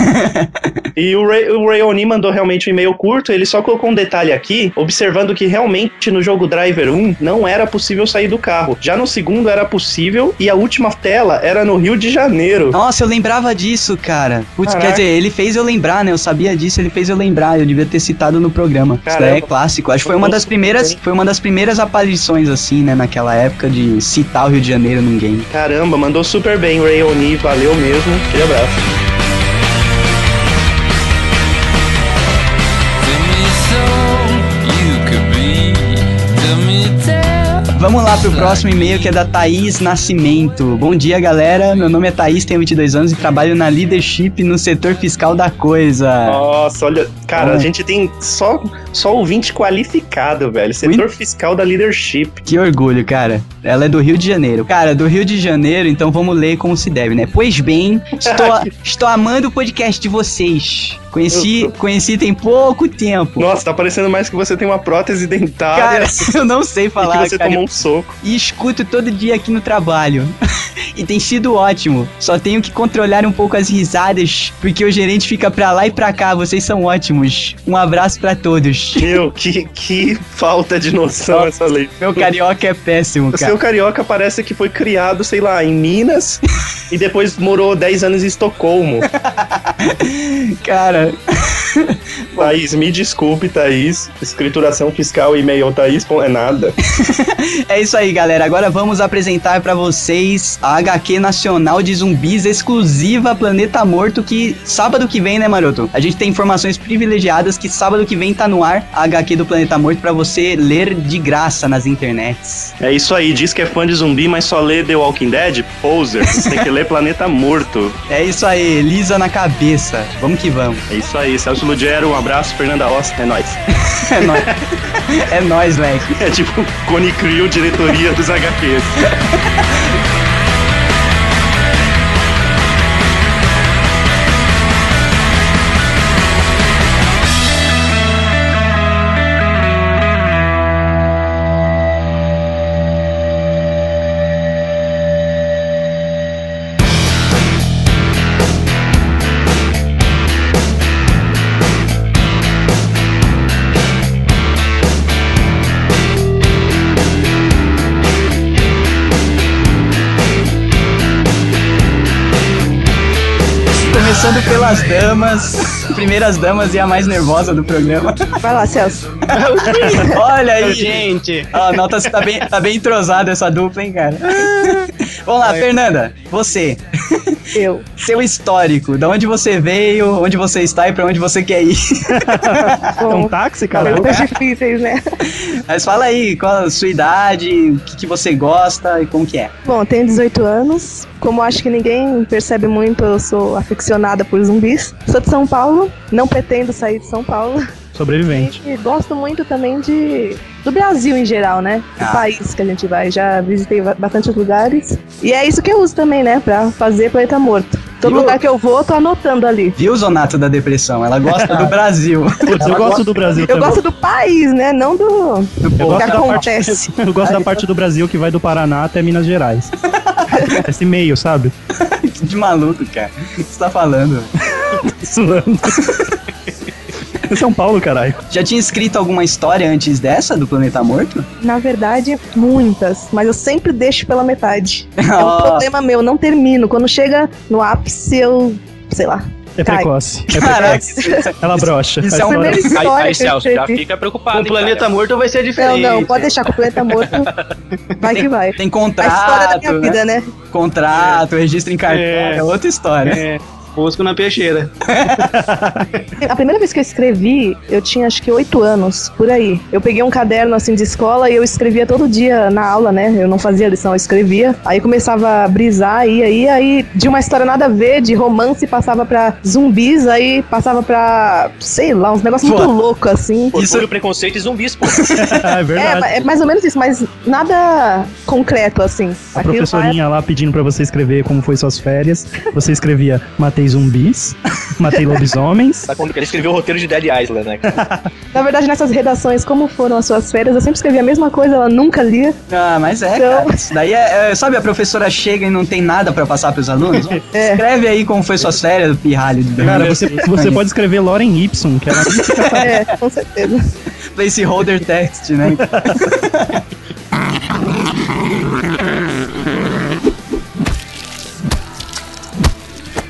Speaker 3: e o Ray, o Ray Oni mandou realmente um e-mail curto. Ele só colocou um detalhe aqui, observando que realmente no jogo Driver 1 não era possível sair do carro. Já no segundo era possível e a última tela era no Rio de Janeiro.
Speaker 2: Nossa, eu lembrava disso, cara. Putz, quer
Speaker 3: Caraca.
Speaker 2: dizer, ele fez eu lembrar, né? Eu sabia disso, ele fez eu lembrar. Eu devia ter citado no programa. Isso daí é
Speaker 3: Caramba.
Speaker 2: clássico. Acho que foi uma das primeiras, foi uma das primeiras aparições assim, né, naquela época de citar o Rio de Janeiro num game.
Speaker 3: Caramba, mandou super bem, Ray Oni. Valeu mesmo. Aquele abraço.
Speaker 7: Tell me some you could be. Tell me tell.
Speaker 2: Vamos lá pro próximo e-mail que é da Thaís Nascimento. Bom dia, galera. Meu nome é Thaís, tenho 22 anos e trabalho na leadership no setor fiscal da coisa.
Speaker 3: Nossa, olha, cara,
Speaker 2: Ah.
Speaker 3: a gente tem só só ouvinte qualificado, velho. Setor fiscal da leadership.
Speaker 2: Que orgulho, cara. Ela é do Rio de Janeiro. Cara, do Rio de Janeiro, então vamos ler como se deve, né? Pois bem, estou,
Speaker 3: [laughs]
Speaker 2: estou amando o podcast de vocês. Conheci,
Speaker 3: Eu
Speaker 2: conheci tem pouco tempo.
Speaker 3: Nossa, tá parecendo mais que você tem uma prótese
Speaker 2: Cara, [laughs]
Speaker 3: dentária
Speaker 2: eu não sei
Speaker 3: e
Speaker 2: falar,
Speaker 3: que você
Speaker 2: cara.
Speaker 3: tomou um soco.
Speaker 2: e escuto todo dia aqui no trabalho. [laughs] e tem sido ótimo. Só tenho que controlar um pouco as risadas, porque o gerente fica pra lá e pra cá. Vocês são ótimos. Um abraço pra todos. [laughs]
Speaker 3: Meu, que, que falta de noção essa lei.
Speaker 2: Meu carioca é péssimo,
Speaker 3: O
Speaker 2: cara.
Speaker 3: seu carioca parece que foi criado, sei lá, em Minas e depois morou 10 anos em
Speaker 2: [laughs]
Speaker 3: Estocolmo.
Speaker 2: Cara,
Speaker 3: Thaís, me desculpe, Thaís. Escrituração fiscal, e-mail, Thaís, pô, é nada.
Speaker 2: é isso aí, galera. Agora vamos apresentar pra vocês a HQ Nacional de Zumbis exclusiva Planeta Morto, que sábado que vem, né, Maroto? A gente tem informações privilegiadas que sábado que vem tá no ar a HQ do Planeta Morto pra você ler de graça nas internets.
Speaker 3: É isso aí, diz que é fã de zumbi, mas só lê The Walking Dead? Poser. Você tem que ler Planeta Morto.
Speaker 2: É isso aí, lisa na cabeça. Vamos que vamos. [laughs]
Speaker 3: É isso aí, Celso Lugero, um abraço, Fernanda Osta, é nóis. [laughs]
Speaker 2: É nóis. é nóis, moleque.
Speaker 3: É tipo Cone Crew, diretoria dos HQs.
Speaker 2: começando pelas damas, primeiras damas e a mais nervosa do programa. [laughs]
Speaker 6: Vai lá, Celso.
Speaker 2: Olha aí, gente. A nota tá bem, tá bem entrosada essa dupla, hein, cara. Vamos lá, Fernanda, você,
Speaker 6: Eu.
Speaker 2: seu histórico, da onde você veio, onde você está e pra onde você quer ir. [laughs]
Speaker 3: É um
Speaker 6: Bom,
Speaker 3: táxi, cara?
Speaker 6: perguntas difíceis, né?
Speaker 2: Mas fala aí, qual a sua idade, o que, que você gosta e como que é.
Speaker 6: Bom, tenho 18 anos. Como acho que ninguém percebe muito, eu sou aficionada por zumbis. Sou de São Paulo, não pretendo sair de São Paulo.
Speaker 3: Sobrevivente.
Speaker 6: E gosto muito também de do Brasil em geral, né? Do
Speaker 2: Ah.
Speaker 6: país que a gente vai. Já visitei ba- bastante lugares. E é isso que eu uso também, né? Pra fazer Planeta Morto. Todo
Speaker 2: Viu?
Speaker 6: lugar que eu vou, tô anotando ali.
Speaker 2: Viu, Zonato da Depressão? Ela gosta do Brasil.
Speaker 3: Putz, eu gosto do Brasil
Speaker 6: Eu
Speaker 3: também.
Speaker 6: gosto do país, né? Não do
Speaker 3: Eu
Speaker 6: que
Speaker 3: gosto da parte-
Speaker 6: acontece.
Speaker 3: [laughs] Eu gosto da parte do Brasil que vai do Paraná até
Speaker 6: [laughs]
Speaker 3: Minas Gerais. Esse meio, sabe?
Speaker 2: [laughs] De maluco, cara. O que você tá falando?
Speaker 6: [laughs]
Speaker 3: Suando. São Paulo, caralho.
Speaker 2: Já tinha escrito alguma história antes dessa, do Planeta Morto?
Speaker 6: Na verdade, muitas, mas eu sempre deixo pela metade. É um
Speaker 2: Ó,
Speaker 6: problema meu, não termino. Quando chega no ápice, eu. sei lá.
Speaker 3: É
Speaker 6: Cai.
Speaker 3: precoce. É
Speaker 2: Caraca,
Speaker 3: precoce. Ela brocha.
Speaker 2: isso é
Speaker 3: A
Speaker 2: um
Speaker 3: história-
Speaker 6: Primeira
Speaker 8: Aí,
Speaker 6: [laughs] história
Speaker 8: aí
Speaker 6: que eu
Speaker 8: Celso, já
Speaker 6: escrevi.
Speaker 8: fica
Speaker 9: Com
Speaker 8: preocupado.
Speaker 9: o
Speaker 8: hein,
Speaker 9: planeta
Speaker 8: cara?
Speaker 9: morto vai ser
Speaker 6: Não,
Speaker 9: diferente.
Speaker 6: não, pode deixar com o
Speaker 8: [laughs]
Speaker 6: planeta morto. Vai que vai.
Speaker 2: tem
Speaker 6: A história da minha
Speaker 2: contrato, né?
Speaker 6: vida, né?
Speaker 2: Contrato, registro em cartório,
Speaker 9: É.
Speaker 2: é outra história.
Speaker 9: É, Busco na peixeira.
Speaker 6: A primeira vez que eu escrevi, eu tinha acho que oito anos, por aí. Eu peguei um caderno assim de escola e eu escrevia todo dia na aula, né? Eu não fazia lição, eu escrevia. Aí começava a brisar, ia, ia, aí de uma história nada a ver, de romance, passava pra zumbis, aí passava pra, sei lá, uns negócios muito
Speaker 2: Pô.
Speaker 6: loucos assim.
Speaker 8: Pô,
Speaker 2: Isso-
Speaker 8: puro preconceito e zumbis, pô.
Speaker 3: Ah, é verdade.
Speaker 6: É, é mais ou menos isso, mas nada concreto assim.
Speaker 3: A
Speaker 6: Aquilo vai-
Speaker 3: professorinha lá pedindo pra você escrever como foi suas férias. Você escrevia matei zumbis, matei lobisomens.
Speaker 8: Sabe quando Tá ele escreveu o roteiro de Dead Island, né? cara?
Speaker 6: "Ah, Na verdade, nessas redações, como foram as suas férias, eu sempre escrevia a mesma coisa, ela nunca lia. [laughs]
Speaker 2: Ah, mas é,
Speaker 6: Então-
Speaker 2: cara. Isso daí é, é- Sabe, a professora chega e não tem nada pra passar pros alunos?
Speaker 6: [laughs] É.
Speaker 2: Escreve aí como foi suas férias, pirralho. do-
Speaker 3: Cara, você, você pode escrever Lauren Y, que ela
Speaker 6: É, com certeza.
Speaker 2: Placeholder text, né?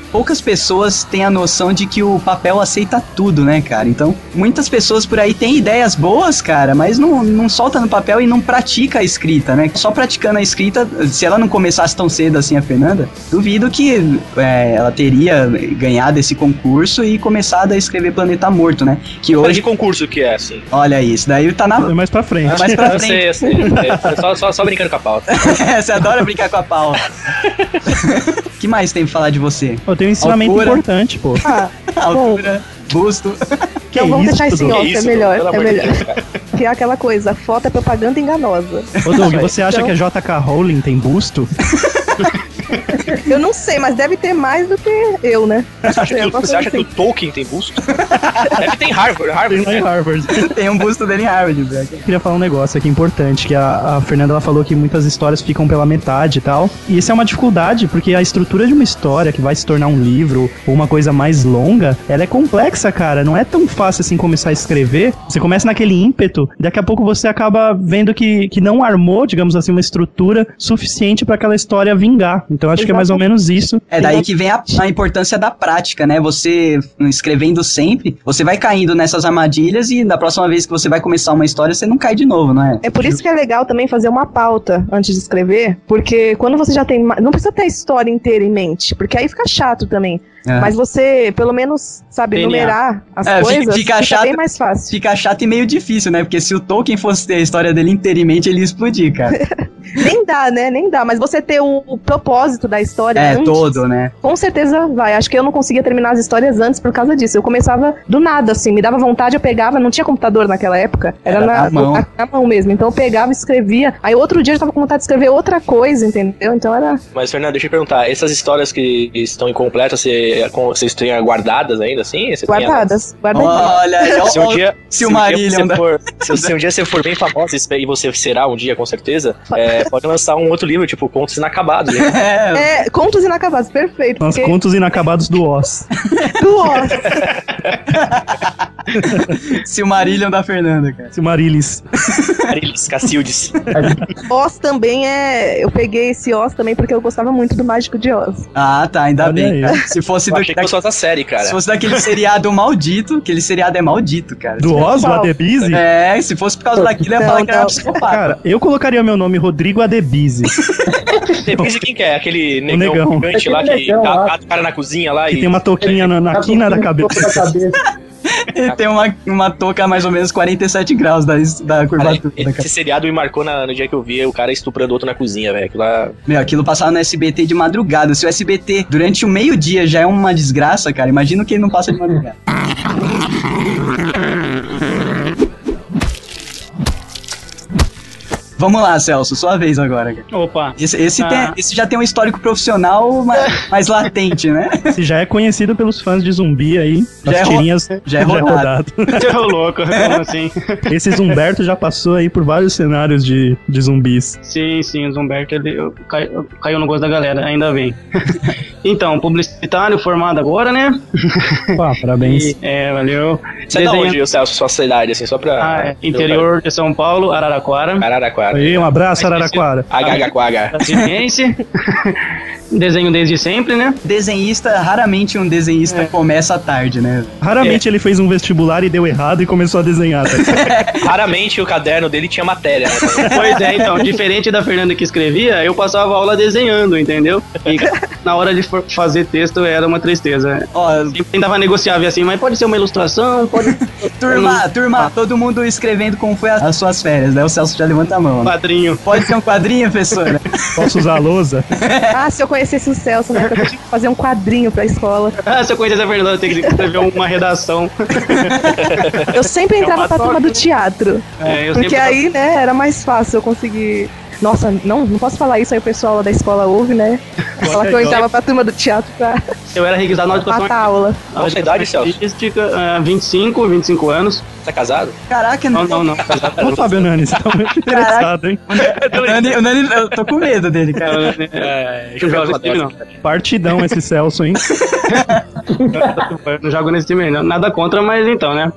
Speaker 2: Poucas pessoas têm a noção de que o papel aceita tudo, né, cara? Então, muitas pessoas por aí têm ideias boas, cara, mas não, não solta no papel e não pratica a escrita, né? Só praticando a escrita, se ela não começasse tão cedo assim, a Fernanda, duvido que é, ela teria ganhado esse concurso e começado a escrever Planeta Morto, né? Que
Speaker 8: Olha
Speaker 2: hoje
Speaker 8: que concurso que é, assim.
Speaker 2: Olha isso, daí tá na.
Speaker 3: é mais pra frente.
Speaker 2: Mais pra
Speaker 8: Eu
Speaker 2: frente.
Speaker 8: sei, eu sei. É, Só, só, só brincando com a pauta.
Speaker 2: [laughs] você adora brincar com a
Speaker 8: [laughs]
Speaker 2: pau. que mais tem pra falar de você?
Speaker 3: Eu tenho um ensinamento
Speaker 2: Altura.
Speaker 3: importante, pô.
Speaker 6: Ah,
Speaker 2: [laughs] Altura, busto. [laughs]
Speaker 3: Que
Speaker 6: então vamos
Speaker 3: isso,
Speaker 6: deixar isso em
Speaker 3: Doug?
Speaker 6: off,
Speaker 8: Que
Speaker 6: é
Speaker 8: isso,
Speaker 6: melhor,
Speaker 8: pelo
Speaker 6: é
Speaker 8: amor de
Speaker 6: melhor.
Speaker 8: Deus, cara.
Speaker 6: [laughs] Que é aquela coisa, foto é propaganda enganosa.
Speaker 3: Ô, Doug,
Speaker 6: Então,
Speaker 3: você acha que a JK Rowling tem busto?
Speaker 6: Eu não sei, mas deve ter mais do que eu, né?
Speaker 8: Você acha, que,
Speaker 6: Eu gosto
Speaker 8: Tipo, você acha que
Speaker 6: assim.
Speaker 8: o Tolkien tem busto? Deve ter em Harvard,
Speaker 3: Tem
Speaker 8: Harvard.
Speaker 3: lá em
Speaker 8: né?
Speaker 3: Harvard.
Speaker 2: Tem um busto dele em Harvard, velho.
Speaker 3: Eu queria falar um negócio aqui importante, que a, a Fernanda ela falou que muitas histórias ficam pela metade e tal. E isso é uma dificuldade, porque a estrutura de uma história que vai se tornar um livro ou uma coisa mais longa, ela é complexa, cara. Não é tão fácil assim começar a escrever. Você começa naquele ímpeto, daqui a pouco você acaba vendo que, que não armou, digamos assim, uma estrutura suficiente pra aquela história vingar. Então acho que é mais ou menos isso.
Speaker 2: É daí que vem a, a importância da prática, né? Você escrevendo sempre, você vai caindo nessas armadilhas e da próxima vez que você vai começar uma história, você não cai de novo, não é?
Speaker 6: É por isso que é legal também fazer uma pauta antes de escrever, porque quando você já tem. ma- Não precisa ter a história inteira em mente, porque aí fica chato também.
Speaker 2: É.
Speaker 6: Mas você, pelo menos, sabe,
Speaker 9: DNA.
Speaker 6: numerar as
Speaker 2: É, fica-
Speaker 6: coisas,
Speaker 2: fica chato.
Speaker 6: bem mais fácil.
Speaker 2: Fica chato e meio difícil, né? Porque se o Tolkien fosse ter a história dele inteiramente, ele ia explodir, cara.
Speaker 6: Nem dá, né? Nem dá. Mas você ter o, o propósito da história
Speaker 2: É,
Speaker 6: antes,
Speaker 2: todo, né?
Speaker 6: Com certeza vai. Acho que eu não conseguia terminar as histórias antes por causa disso. Eu começava do nada, assim, me dava vontade, eu pegava, não tinha computador naquela época. Era,
Speaker 2: Era
Speaker 6: na,
Speaker 2: na mão.
Speaker 6: na mão mesmo. Então eu pegava, escrevia. Aí outro dia eu tava com vontade de escrever outra coisa, entendeu? Então era.
Speaker 8: Mas, Fernando, deixa eu perguntar. Essas histórias que estão incompletas, você- com- vocês têm guardadas ainda, assim? Você tem elas?
Speaker 6: Guardadas. Guardadas.
Speaker 2: Olha, é aí, ó,
Speaker 8: Se um
Speaker 2: Então, ó,
Speaker 8: dia, se um dia
Speaker 2: Silmarillion
Speaker 8: você
Speaker 2: da-
Speaker 8: for, se, se um dia você for bem famoso e você será um dia com certeza, é, pode lançar um outro livro, tipo Contos Inacabados. Né?
Speaker 2: [laughs] é,
Speaker 6: É, contos inacabados, perfeito.
Speaker 3: Nós
Speaker 6: porque-
Speaker 3: contos inacabados
Speaker 2: [laughs]
Speaker 3: do Oz.
Speaker 6: Nossa,
Speaker 2: Silmarillion da Fernanda, cara.
Speaker 3: Marilis.
Speaker 8: Marilis Cacildes.
Speaker 6: Oz também é. Eu peguei esse Oz também porque eu gostava muito do Mágico de Oz.
Speaker 2: Ah, tá, ainda
Speaker 3: Olha
Speaker 2: bem,
Speaker 3: aí.
Speaker 2: cara. Se fosse fosse
Speaker 8: Eu
Speaker 2: do
Speaker 8: achei que fosse outra série, cara.
Speaker 2: Se fosse daquele seriado maldito, aquele seriado é maldito, cara.
Speaker 5: Do
Speaker 2: Se-
Speaker 5: Oz, do Adebise?
Speaker 2: É, se fosse por causa daquilo, eu ia
Speaker 6: Não,
Speaker 2: falar que era um
Speaker 6: não.
Speaker 2: psicopata.
Speaker 5: Cara, eu colocaria meu nome Rodrigo Adebise,
Speaker 8: Depende de quem quer, aquele negão,
Speaker 5: negão.
Speaker 8: gigante lá
Speaker 4: Aquele
Speaker 8: que
Speaker 4: negão lá.
Speaker 8: cata o cara na cozinha lá
Speaker 5: que
Speaker 8: e.
Speaker 5: tem uma touquinha na,
Speaker 4: Tá
Speaker 2: Tá
Speaker 5: na quina da
Speaker 4: um
Speaker 2: [laughs]
Speaker 4: Da
Speaker 5: cabeça.
Speaker 4: cabeça.
Speaker 2: Ele tem uma, uma touca a mais ou menos 47 graus da, da
Speaker 8: Cara,
Speaker 2: curvatura. da
Speaker 8: esse
Speaker 2: né, cara.
Speaker 8: seriado me marcou na- no dia que eu vi o cara estuprando outro na cozinha, velho. Aquilo lá.
Speaker 2: Meu, aquilo passava no SBT de madrugada. Se o SBT durante o meio-dia já é uma desgraça, cara, imagina que ele não passa de madrugada. Vamos lá, Celso, sua vez agora. cara.
Speaker 10: Opa.
Speaker 2: Esse, esse
Speaker 10: Ah.
Speaker 2: tem- esse já tem um histórico profissional
Speaker 10: [laughs]
Speaker 2: mais, mais latente, né?
Speaker 5: Esse já é conhecido pelos fãs de zumbi aí.
Speaker 2: Já é
Speaker 5: as
Speaker 2: ro-
Speaker 5: tirinhas
Speaker 2: já é rodado. [laughs]
Speaker 10: [laughs] Tô louco, como assim?
Speaker 5: [laughs] Esse Zumberto já passou aí por vários cenários de, de zumbis.
Speaker 10: Sim, sim, o Zumberto ele, eu- cai- eu- caiu no gosto da galera, ainda bem. [laughs] então, publicitário formado agora, né?
Speaker 5: [laughs] Pá, parabéns.
Speaker 10: E- é, valeu.
Speaker 8: Você é da
Speaker 10: Desenha-
Speaker 8: onde, Celso, sua cidade, assim, só pra.
Speaker 10: Ah, é, interior de São Paulo, Araraquara.
Speaker 8: Araraquara.
Speaker 5: Aí, um abraço, Araraquara.
Speaker 8: HHQH.
Speaker 10: Brasiliense. Desenho desde sempre, né?
Speaker 2: Desenhista, raramente um desenhista
Speaker 10: É.
Speaker 2: começa à tarde, né?
Speaker 5: Raramente ele fez um vestibular e deu errado e começou a desenhar. tá?
Speaker 10: [laughs]
Speaker 8: Raramente o caderno dele tinha matéria, né?
Speaker 10: Pois é, então, diferente da Fernanda que escrevia, eu passava aula desenhando, entendeu? E na hora de for- fazer texto era uma tristeza.
Speaker 2: Ó,
Speaker 10: Eu tentava negociar, via assim, mas pode ser uma ilustração, pode ser um
Speaker 2: turma, turma, todo mundo escrevendo como foi a- as suas férias, né? O Celso já levanta a mão.
Speaker 10: um
Speaker 2: né?
Speaker 10: quadrinho. [laughs]
Speaker 2: Pode ser um quadrinho, professora?
Speaker 5: Posso usar a lousa?
Speaker 6: Ah, se eu conhecesse o Celso, né? Eu tinha que fazer um quadrinho pra escola.
Speaker 10: Ah, se eu conhecesse a Fernanda, eu tenho que escrever uma redação.
Speaker 6: Eu sempre entrava
Speaker 10: uma
Speaker 6: pra turma do teatro.
Speaker 10: É, eu
Speaker 6: Porque
Speaker 10: sempre-
Speaker 6: aí, né, era mais fácil eu conseguir. Nossa, não, não posso falar isso aí, o pessoal lá da escola ouve, né? Falar que eu entrava pra turma do teatro pra
Speaker 10: Eu era requisado na aula de educação
Speaker 6: matar a aula.
Speaker 8: Qual sua idade, Celso?
Speaker 10: artística, ah, 25, 25 anos.
Speaker 8: Tá casado?
Speaker 2: Caraca,
Speaker 10: [laughs] Não, não, não.
Speaker 5: Ô, Fábio Nunes, tá muito interessado, hein?
Speaker 2: O Nani, o Nani- eu tô com medo dele, cara.
Speaker 10: É, eu jogo nesse time, não.
Speaker 5: Partidão esse Celso, hein?
Speaker 10: Eu não jogo nesse time, ainda. Nada contra, mas então, né?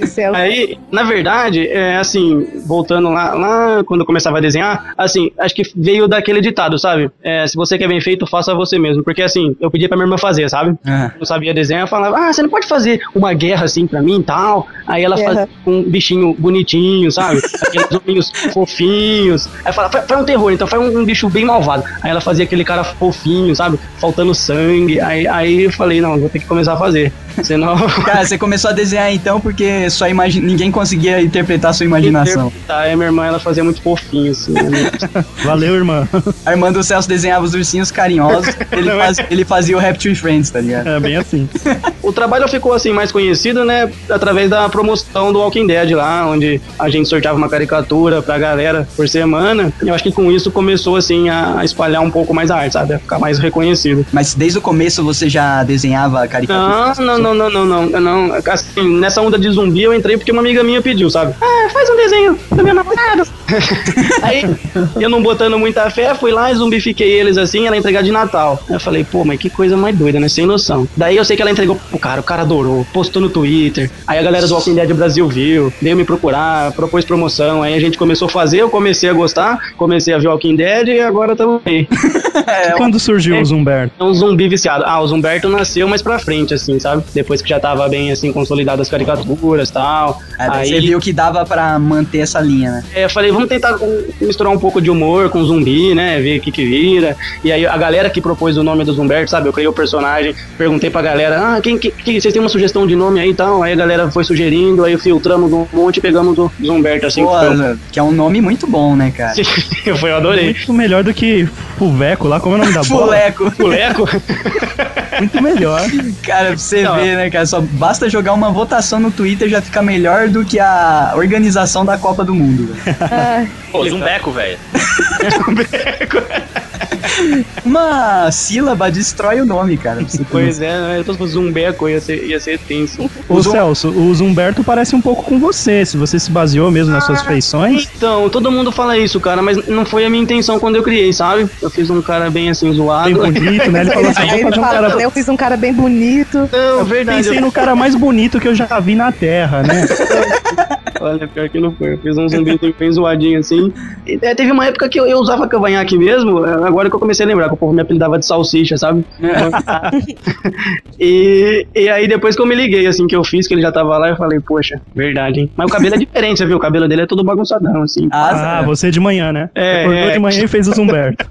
Speaker 6: é O Celso.
Speaker 10: Aí, na verdade, é assim, voltando lá, lá quando eu começava a desenhar, assim, acho que veio daquele ditado, sabe? É, se você quer bem feito, faça você mesmo. Porque assim, eu pedia pra minha irmã fazer, sabe?
Speaker 2: Ah.
Speaker 10: Eu sabia desenhar, eu falava, ah, você não pode fazer uma guerra assim pra mim e tal. Aí ela
Speaker 6: Guerra.
Speaker 10: fazia com um bichinho bonitinho, sabe? Aqueles hominhos fofinhos. Aí eu falava, "Fa- faz um terror, então faz um, um bicho bem malvado. Aí ela fazia aquele cara fofinho, sabe? Faltando sangue. Aí, aí eu falei, não, vou ter que começar a fazer. Senão.
Speaker 2: Cara, você começou a desenhar então porque sua imagi- ninguém conseguia interpretar sua imaginação.
Speaker 10: Tá, e minha irmã ela fazia muito fofinho, assim. né?
Speaker 5: [laughs] Valeu, irmã.
Speaker 2: A irmã do Celso desenhava os ursinhos carinhosos, ele, faz- ele fazia o Rapture Friends, tá ligado?
Speaker 5: É bem assim.
Speaker 10: o trabalho ficou assim mais conhecido, né? Através da promoção do Walking Dead lá, onde a gente sorteava uma caricatura pra galera por semana. E eu acho que com isso começou assim a espalhar um pouco mais a arte, sabe? A ficar mais reconhecido.
Speaker 2: Mas desde o começo você já desenhava caricatura?
Speaker 10: Não, não, não, não, não, não, não. Assim, nessa onda de zumbi eu entrei porque uma amiga minha pediu, sabe? Ah, faz um desenho do meu [laughs] namorado. Aí, eu não botando muita fé, fui lá e zumbifiquei eles assim, ela entregar de Natal. Aí Eu falei, pô, mas que coisa mais doida, né? Sem noção. Daí eu sei que ela entregou pro cara, o cara adorou, postou no Twitter. Aí a galera do Walking Dead Brasil viu, veio me procurar, propôs promoção. Aí a gente começou a fazer, eu comecei a gostar, comecei a ver Walking Dead e agora estamos aí.
Speaker 5: Quando surgiu o Zumberto?
Speaker 10: É um zumbi viciado. Ah, o Zumberto nasceu mais pra frente, assim, sabe? Depois que já tava bem, assim, consolidado as caricaturas e tal.
Speaker 2: É, daí Você
Speaker 10: Aí
Speaker 2: viu que dava pra manter essa linha, né?
Speaker 10: é, eu falei, vamos tentar um- misturar um pouco de humor com zumbi, né? Ver o que que vira. E aí a galera que propôs o nome do Zumberto, sabe? Eu criei o personagem, perguntei pra galera, ah, quem, que, que- vocês têm uma sugestão de nome aí e tal? Aí a galera foi sugerindo, aí filtramos um monte e pegamos o Zumberto, assim.
Speaker 2: Pô,
Speaker 10: foi-
Speaker 2: que é um nome muito bom, né, cara?
Speaker 10: foi, [laughs] eu adorei.
Speaker 5: Muito melhor do que Fuveco lá, como é o nome da bola?
Speaker 2: Fuleco.
Speaker 10: Fuleco?
Speaker 5: Muito melhor.
Speaker 2: [laughs] Cara, pra você
Speaker 10: Não,
Speaker 2: ver, né, cara? Só basta jogar uma votação no Twitter já fica melhor do que a organização da Copa do Mundo. velho.
Speaker 6: Ah,
Speaker 8: Pô, Zumbeco, velho.
Speaker 2: Uma sílaba destrói o nome, cara. pra você ter
Speaker 10: [laughs] pois é, né? eu tô com Zumbeco, ia ser, ia ser tenso.
Speaker 2: um-
Speaker 5: Ô, Celso, o Zumberto parece um pouco com você. Se você se baseou mesmo nas suas feições,
Speaker 10: Então, todo mundo fala isso, cara, mas não foi a minha intenção quando eu criei, sabe? Eu fiz um cara bem assim
Speaker 5: bem
Speaker 10: zoado.
Speaker 5: bonito,
Speaker 6: [laughs]
Speaker 5: né? Ele falou assim,
Speaker 6: aí
Speaker 5: vou
Speaker 6: ele
Speaker 5: fazer um
Speaker 6: fala,
Speaker 5: cara
Speaker 6: né, eu fiz um cara bem bonito.
Speaker 10: [laughs] Não,
Speaker 5: Pensei
Speaker 2: [laughs]
Speaker 10: Eu-
Speaker 5: no cara mais bonito que eu já vi na Terra, né?
Speaker 10: Olha, pior que não foi. Eu fiz um zumbizinho bem zoadinho assim. E, é, teve uma época que eu, eu usava cavanhaque mesmo, é, agora que eu comecei a lembrar, que o povo me apelidava de salsicha, sabe? e, e aí depois que eu me liguei, assim, que eu fiz, que ele já tava lá, eu falei, poxa, verdade, hein? Mas o cabelo é [laughs] diferente, você viu? O cabelo dele é todo bagunçadão, assim.
Speaker 5: Ah, você de manhã, né?
Speaker 10: É,
Speaker 5: Acordou
Speaker 10: é.
Speaker 5: de manhã e fez o Zumberto. [laughs]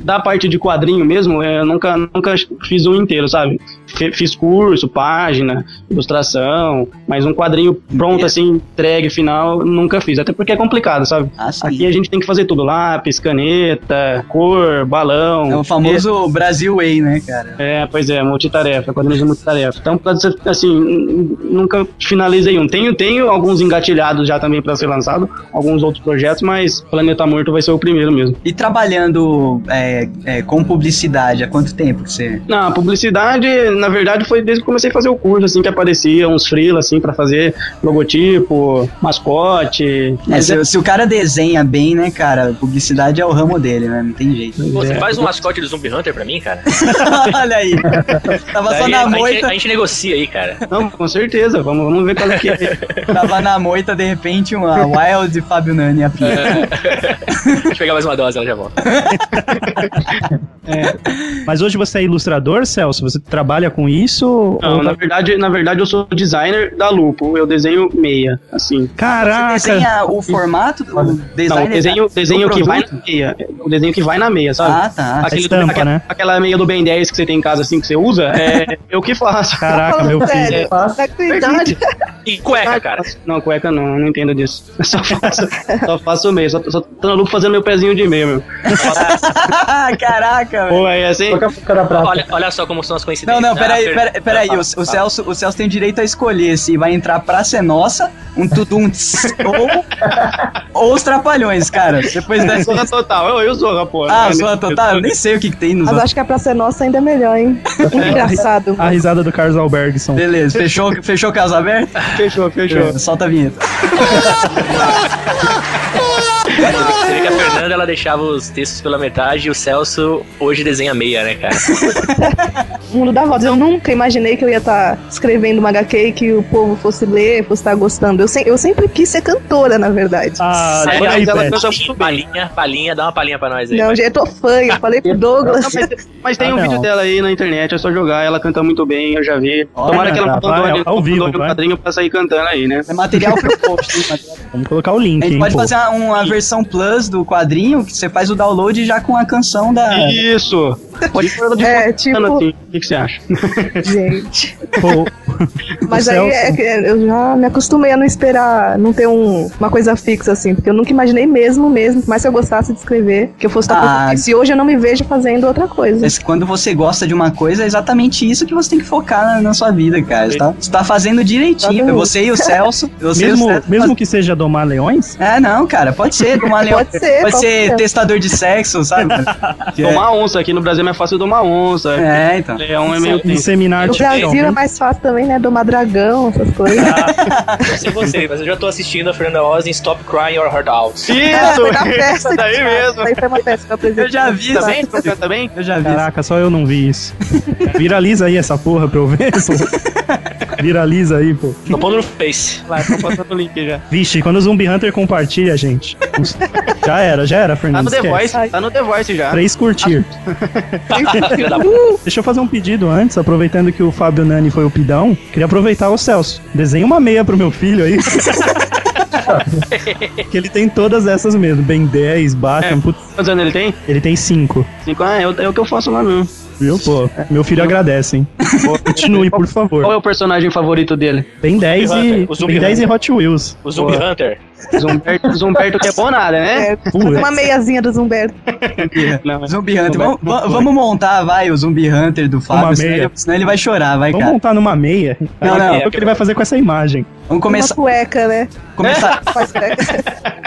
Speaker 10: da parte de quadrinho mesmo, é, eu nunca, nunca fiz um inteiro, sabe? Fe- Fiz curso, página, ilustração, mas um quadrinho pronto, assim, entregue, final, nunca fiz. Até porque é complicado, sabe?
Speaker 2: Ah, sim.
Speaker 10: Aqui a gente tem que fazer tudo: lápis, caneta, cor, balão.
Speaker 5: um
Speaker 2: É o famoso Brasil Way, né, cara?
Speaker 10: É, pois é, multitarefa, quadrinhos de multitarefa. Então, pode ser, assim, n- nunca finalizei um. Tenho, tenho alguns engatilhados já também pra ser lançado, alguns outros projetos, mas Planeta Morto vai ser o primeiro mesmo.
Speaker 2: E trabalhando é, é, com publicidade, há quanto tempo que você. é?
Speaker 10: Não, a publicidade, na verdade, foi desde que comecei a fazer o curso, assim, que aparecia uns freela, assim, pra fazer logotipo, mascote.
Speaker 2: É,
Speaker 10: Mas
Speaker 2: se, se o cara desenha bem, né, cara? Publicidade é o ramo dele, né? Não tem jeito. [laughs]
Speaker 8: Pô, você faz um mascote do Zumbi Hunter pra mim, cara?
Speaker 2: Olha aí. Tava só
Speaker 8: Daí
Speaker 2: na
Speaker 8: a, gente,
Speaker 2: moita.
Speaker 8: a gente negocia aí, cara.
Speaker 10: Não, com certeza, vamos, vamos ver qual é que é.
Speaker 2: Tava na moita, de repente, uma Wild Fábio Nani a pia.
Speaker 8: Deixa eu pegar mais uma dose, ela já volta.
Speaker 5: Mas hoje você é ilustrador, Celso? Você trabalha com isso?
Speaker 10: Não,
Speaker 5: Ou-
Speaker 10: na verdade, na verdade, eu sou designer da Lupo, eu desenho meia, assim.
Speaker 5: tá- Caraca!
Speaker 2: Você desenha o formato, o é design.
Speaker 10: Não, o desenho,
Speaker 2: do
Speaker 10: desenho que vai
Speaker 2: produto?
Speaker 10: na meia, o desenho que vai na meia, sabe?
Speaker 2: Ah, tá.
Speaker 5: A estampa,
Speaker 10: aquela,
Speaker 5: né?
Speaker 10: aquela meia do Ben 10 que você tem em casa, assim, que você usa, é eu que faço. [laughs]
Speaker 5: Caraca, meu filho.
Speaker 6: Sério,
Speaker 4: Faço.
Speaker 6: tá com idade.
Speaker 8: E cueca, cara.
Speaker 10: Não, cueca não, eu não entendo disso. Eu só faço, só faço meio, só, só tô na lupa fazendo meu pezinho de meio, meu.
Speaker 2: [laughs] Caraca, velho.
Speaker 10: Pô, é assim.
Speaker 4: Qual que é a boca da prata?
Speaker 8: Olha, olha só como são as
Speaker 2: Não,
Speaker 8: coincidências.
Speaker 2: não,
Speaker 8: Ah,
Speaker 2: peraí,
Speaker 8: per-
Speaker 2: peraí, peraí. O,
Speaker 8: Fala,
Speaker 2: o
Speaker 8: fala.
Speaker 2: Celso, o Celso tem direito a escolher se vai entrar Praça é Nossa, um Tuduntz ou, ou os Trapalhões, cara. Depois [laughs] dessa.
Speaker 10: Zorra total, eu, eu zorra, pô.
Speaker 2: Ah,
Speaker 10: Eu
Speaker 2: sua
Speaker 10: nem-
Speaker 2: total, eu nem sei o que, que tem nos
Speaker 6: Mas
Speaker 2: outros.
Speaker 6: acho que a Praça é Nossa ainda é melhor, hein? Que engraçado.
Speaker 5: A risada do Carlos Albergson.
Speaker 2: Beleza, fechou, fechou o caso aberto?
Speaker 10: Fechou, fechou.
Speaker 2: Solta a vinheta.
Speaker 8: Você vê que a Fernanda ela deixava os textos pela metade e o Celso hoje desenha meia, né, cara?
Speaker 6: O mundo dá voltas. Eu nunca imaginei que eu ia estar escrevendo uma HQ e que o povo fosse ler, fosse estar gostando. Eu, se- eu sempre quis ser cantora, na verdade.
Speaker 5: Ah,
Speaker 8: Sai,
Speaker 5: olha aí,
Speaker 10: ela-
Speaker 5: Pet.
Speaker 10: Canta muito bem.
Speaker 8: Palinha, palinha, dá uma palinha pra nós aí.
Speaker 6: não,
Speaker 8: vai.
Speaker 6: gente, eu tô fã. Eu falei pro Douglas.
Speaker 10: Não, mas, mas tem
Speaker 5: Ah,
Speaker 10: um
Speaker 5: não.
Speaker 10: vídeo dela aí na internet, é só jogar, ela canta muito bem, eu já vi. Tomara que ela
Speaker 5: rapaz,
Speaker 10: abandone-
Speaker 5: ao vivo,
Speaker 10: abandone o
Speaker 5: vai.
Speaker 10: quadrinho pra sair cantando aí, né?
Speaker 2: É material pro post, hein, material
Speaker 5: Vamos colocar o link,
Speaker 2: A gente
Speaker 5: hein?
Speaker 2: pode
Speaker 5: pô.
Speaker 2: fazer uma, uma versão plus do quadrinho, que você faz o download já com a canção da.
Speaker 10: Isso! Pode pôr ela de
Speaker 6: É,
Speaker 10: fundo,
Speaker 6: tipo,
Speaker 10: assim. O que, que você acha?
Speaker 6: gente.
Speaker 10: [laughs]
Speaker 5: Pô,
Speaker 6: Mas
Speaker 5: O
Speaker 6: aí
Speaker 5: Celso.
Speaker 6: é que eu já me acostumei a não esperar, não ter um- uma coisa fixa, assim, porque eu nunca imaginei mesmo, mesmo, por mais que eu gostasse de escrever, que eu fosse estar
Speaker 2: Ah.
Speaker 6: ah. Se hoje eu não me vejo fazendo outra coisa.
Speaker 2: Mas Quando você gosta de uma coisa, é exatamente isso que você tem que focar na, na sua vida, cara. Você tá, você tá fazendo direitinho.
Speaker 6: Exatamente.
Speaker 2: Você
Speaker 6: [laughs]
Speaker 2: e o Celso. é Você
Speaker 5: mesmo,
Speaker 2: e o Celso.
Speaker 5: mesmo que seja domar leões,
Speaker 2: É, não, cara, pode ser. Uma leão,
Speaker 6: Pode ser,
Speaker 2: Pode
Speaker 6: pode
Speaker 2: ser
Speaker 6: ser.
Speaker 2: testador de
Speaker 5: [laughs]
Speaker 2: sexo, sabe? Que é-
Speaker 10: Tomar onça, aqui no Brasil é mais fácil domar
Speaker 6: [laughs]
Speaker 10: onça.
Speaker 2: É, então.
Speaker 10: Leão é meio tenso.
Speaker 5: inseminar
Speaker 6: No
Speaker 5: artificial,
Speaker 6: Brasil é
Speaker 5: viu?
Speaker 6: mais fácil também, né? Domar dragão, essas coisas.
Speaker 8: Não sei você, mas eu já tô assistindo a Fernanda Oz em Stop Crying Your Heart Out.
Speaker 6: Ah,
Speaker 10: Isso!
Speaker 6: [laughs] foi na festa.
Speaker 10: Daí
Speaker 6: cara.
Speaker 10: mesmo.
Speaker 6: Daí foi uma festa que eu apresentei.
Speaker 2: Eu já vi,
Speaker 10: Tá
Speaker 2: isso,
Speaker 10: bem? Tá tá bem?
Speaker 2: Eu já vi. isso.
Speaker 5: Caraca, só eu não vi
Speaker 10: [laughs]
Speaker 5: isso. Viraliza aí essa porra pra eu ver.
Speaker 10: [laughs]
Speaker 5: pô. Viraliza aí, pô.
Speaker 8: Tô pondo no Face.
Speaker 10: Lá, tô passando o link já.
Speaker 5: Vixe, quando o Zumbi Hunter compartilha, gente. Já era, já era,
Speaker 10: Tá
Speaker 5: Fernando.
Speaker 10: no The
Speaker 5: esquece.
Speaker 10: Voice, tá no The Voice já.
Speaker 5: Três curtir.
Speaker 8: Filha da
Speaker 5: Deixa eu fazer um pedido antes, aproveitando que o Fábio Nani foi o pidão. Queria aproveitar o Celso. Desenha uma meia pro meu filho aí. que ele tem todas essas mesmo. Ben 10, Batman. putz,
Speaker 10: Quantos anos ele tem?
Speaker 5: ele tem cinco.
Speaker 10: Cinco. Ah, é, o- é o que eu faço lá mesmo.
Speaker 5: Viu, pô? Meu filho agradece, hein? Continue, por
Speaker 10: Qual
Speaker 5: favor.
Speaker 10: é o personagem favorito dele?
Speaker 5: Ben 10 e,
Speaker 8: Hunter, o Zumbi
Speaker 5: ben 10 e Hot Wheels.
Speaker 8: O Zumbi Hunter.
Speaker 10: Zumberto, Zumberto que é bom nada, né?
Speaker 6: É, fazer uma meiazinha do Zumberto.
Speaker 10: Não, é.
Speaker 2: Zumbi Hunter. Vamos, vamos- vamos montar, vai, o Zumbi Hunter do Fábio.
Speaker 5: Uma
Speaker 2: Senão
Speaker 5: meia.
Speaker 2: ele, senão ele vai chorar, vai,
Speaker 5: Vamos
Speaker 2: cara.
Speaker 5: montar numa meia.
Speaker 2: Não, não.
Speaker 5: É o que ele vai fazer com essa imagem.
Speaker 2: Vamos
Speaker 6: Uma
Speaker 2: começar.
Speaker 6: cueca, né?
Speaker 5: [laughs]
Speaker 2: começar
Speaker 6: Faz cueca.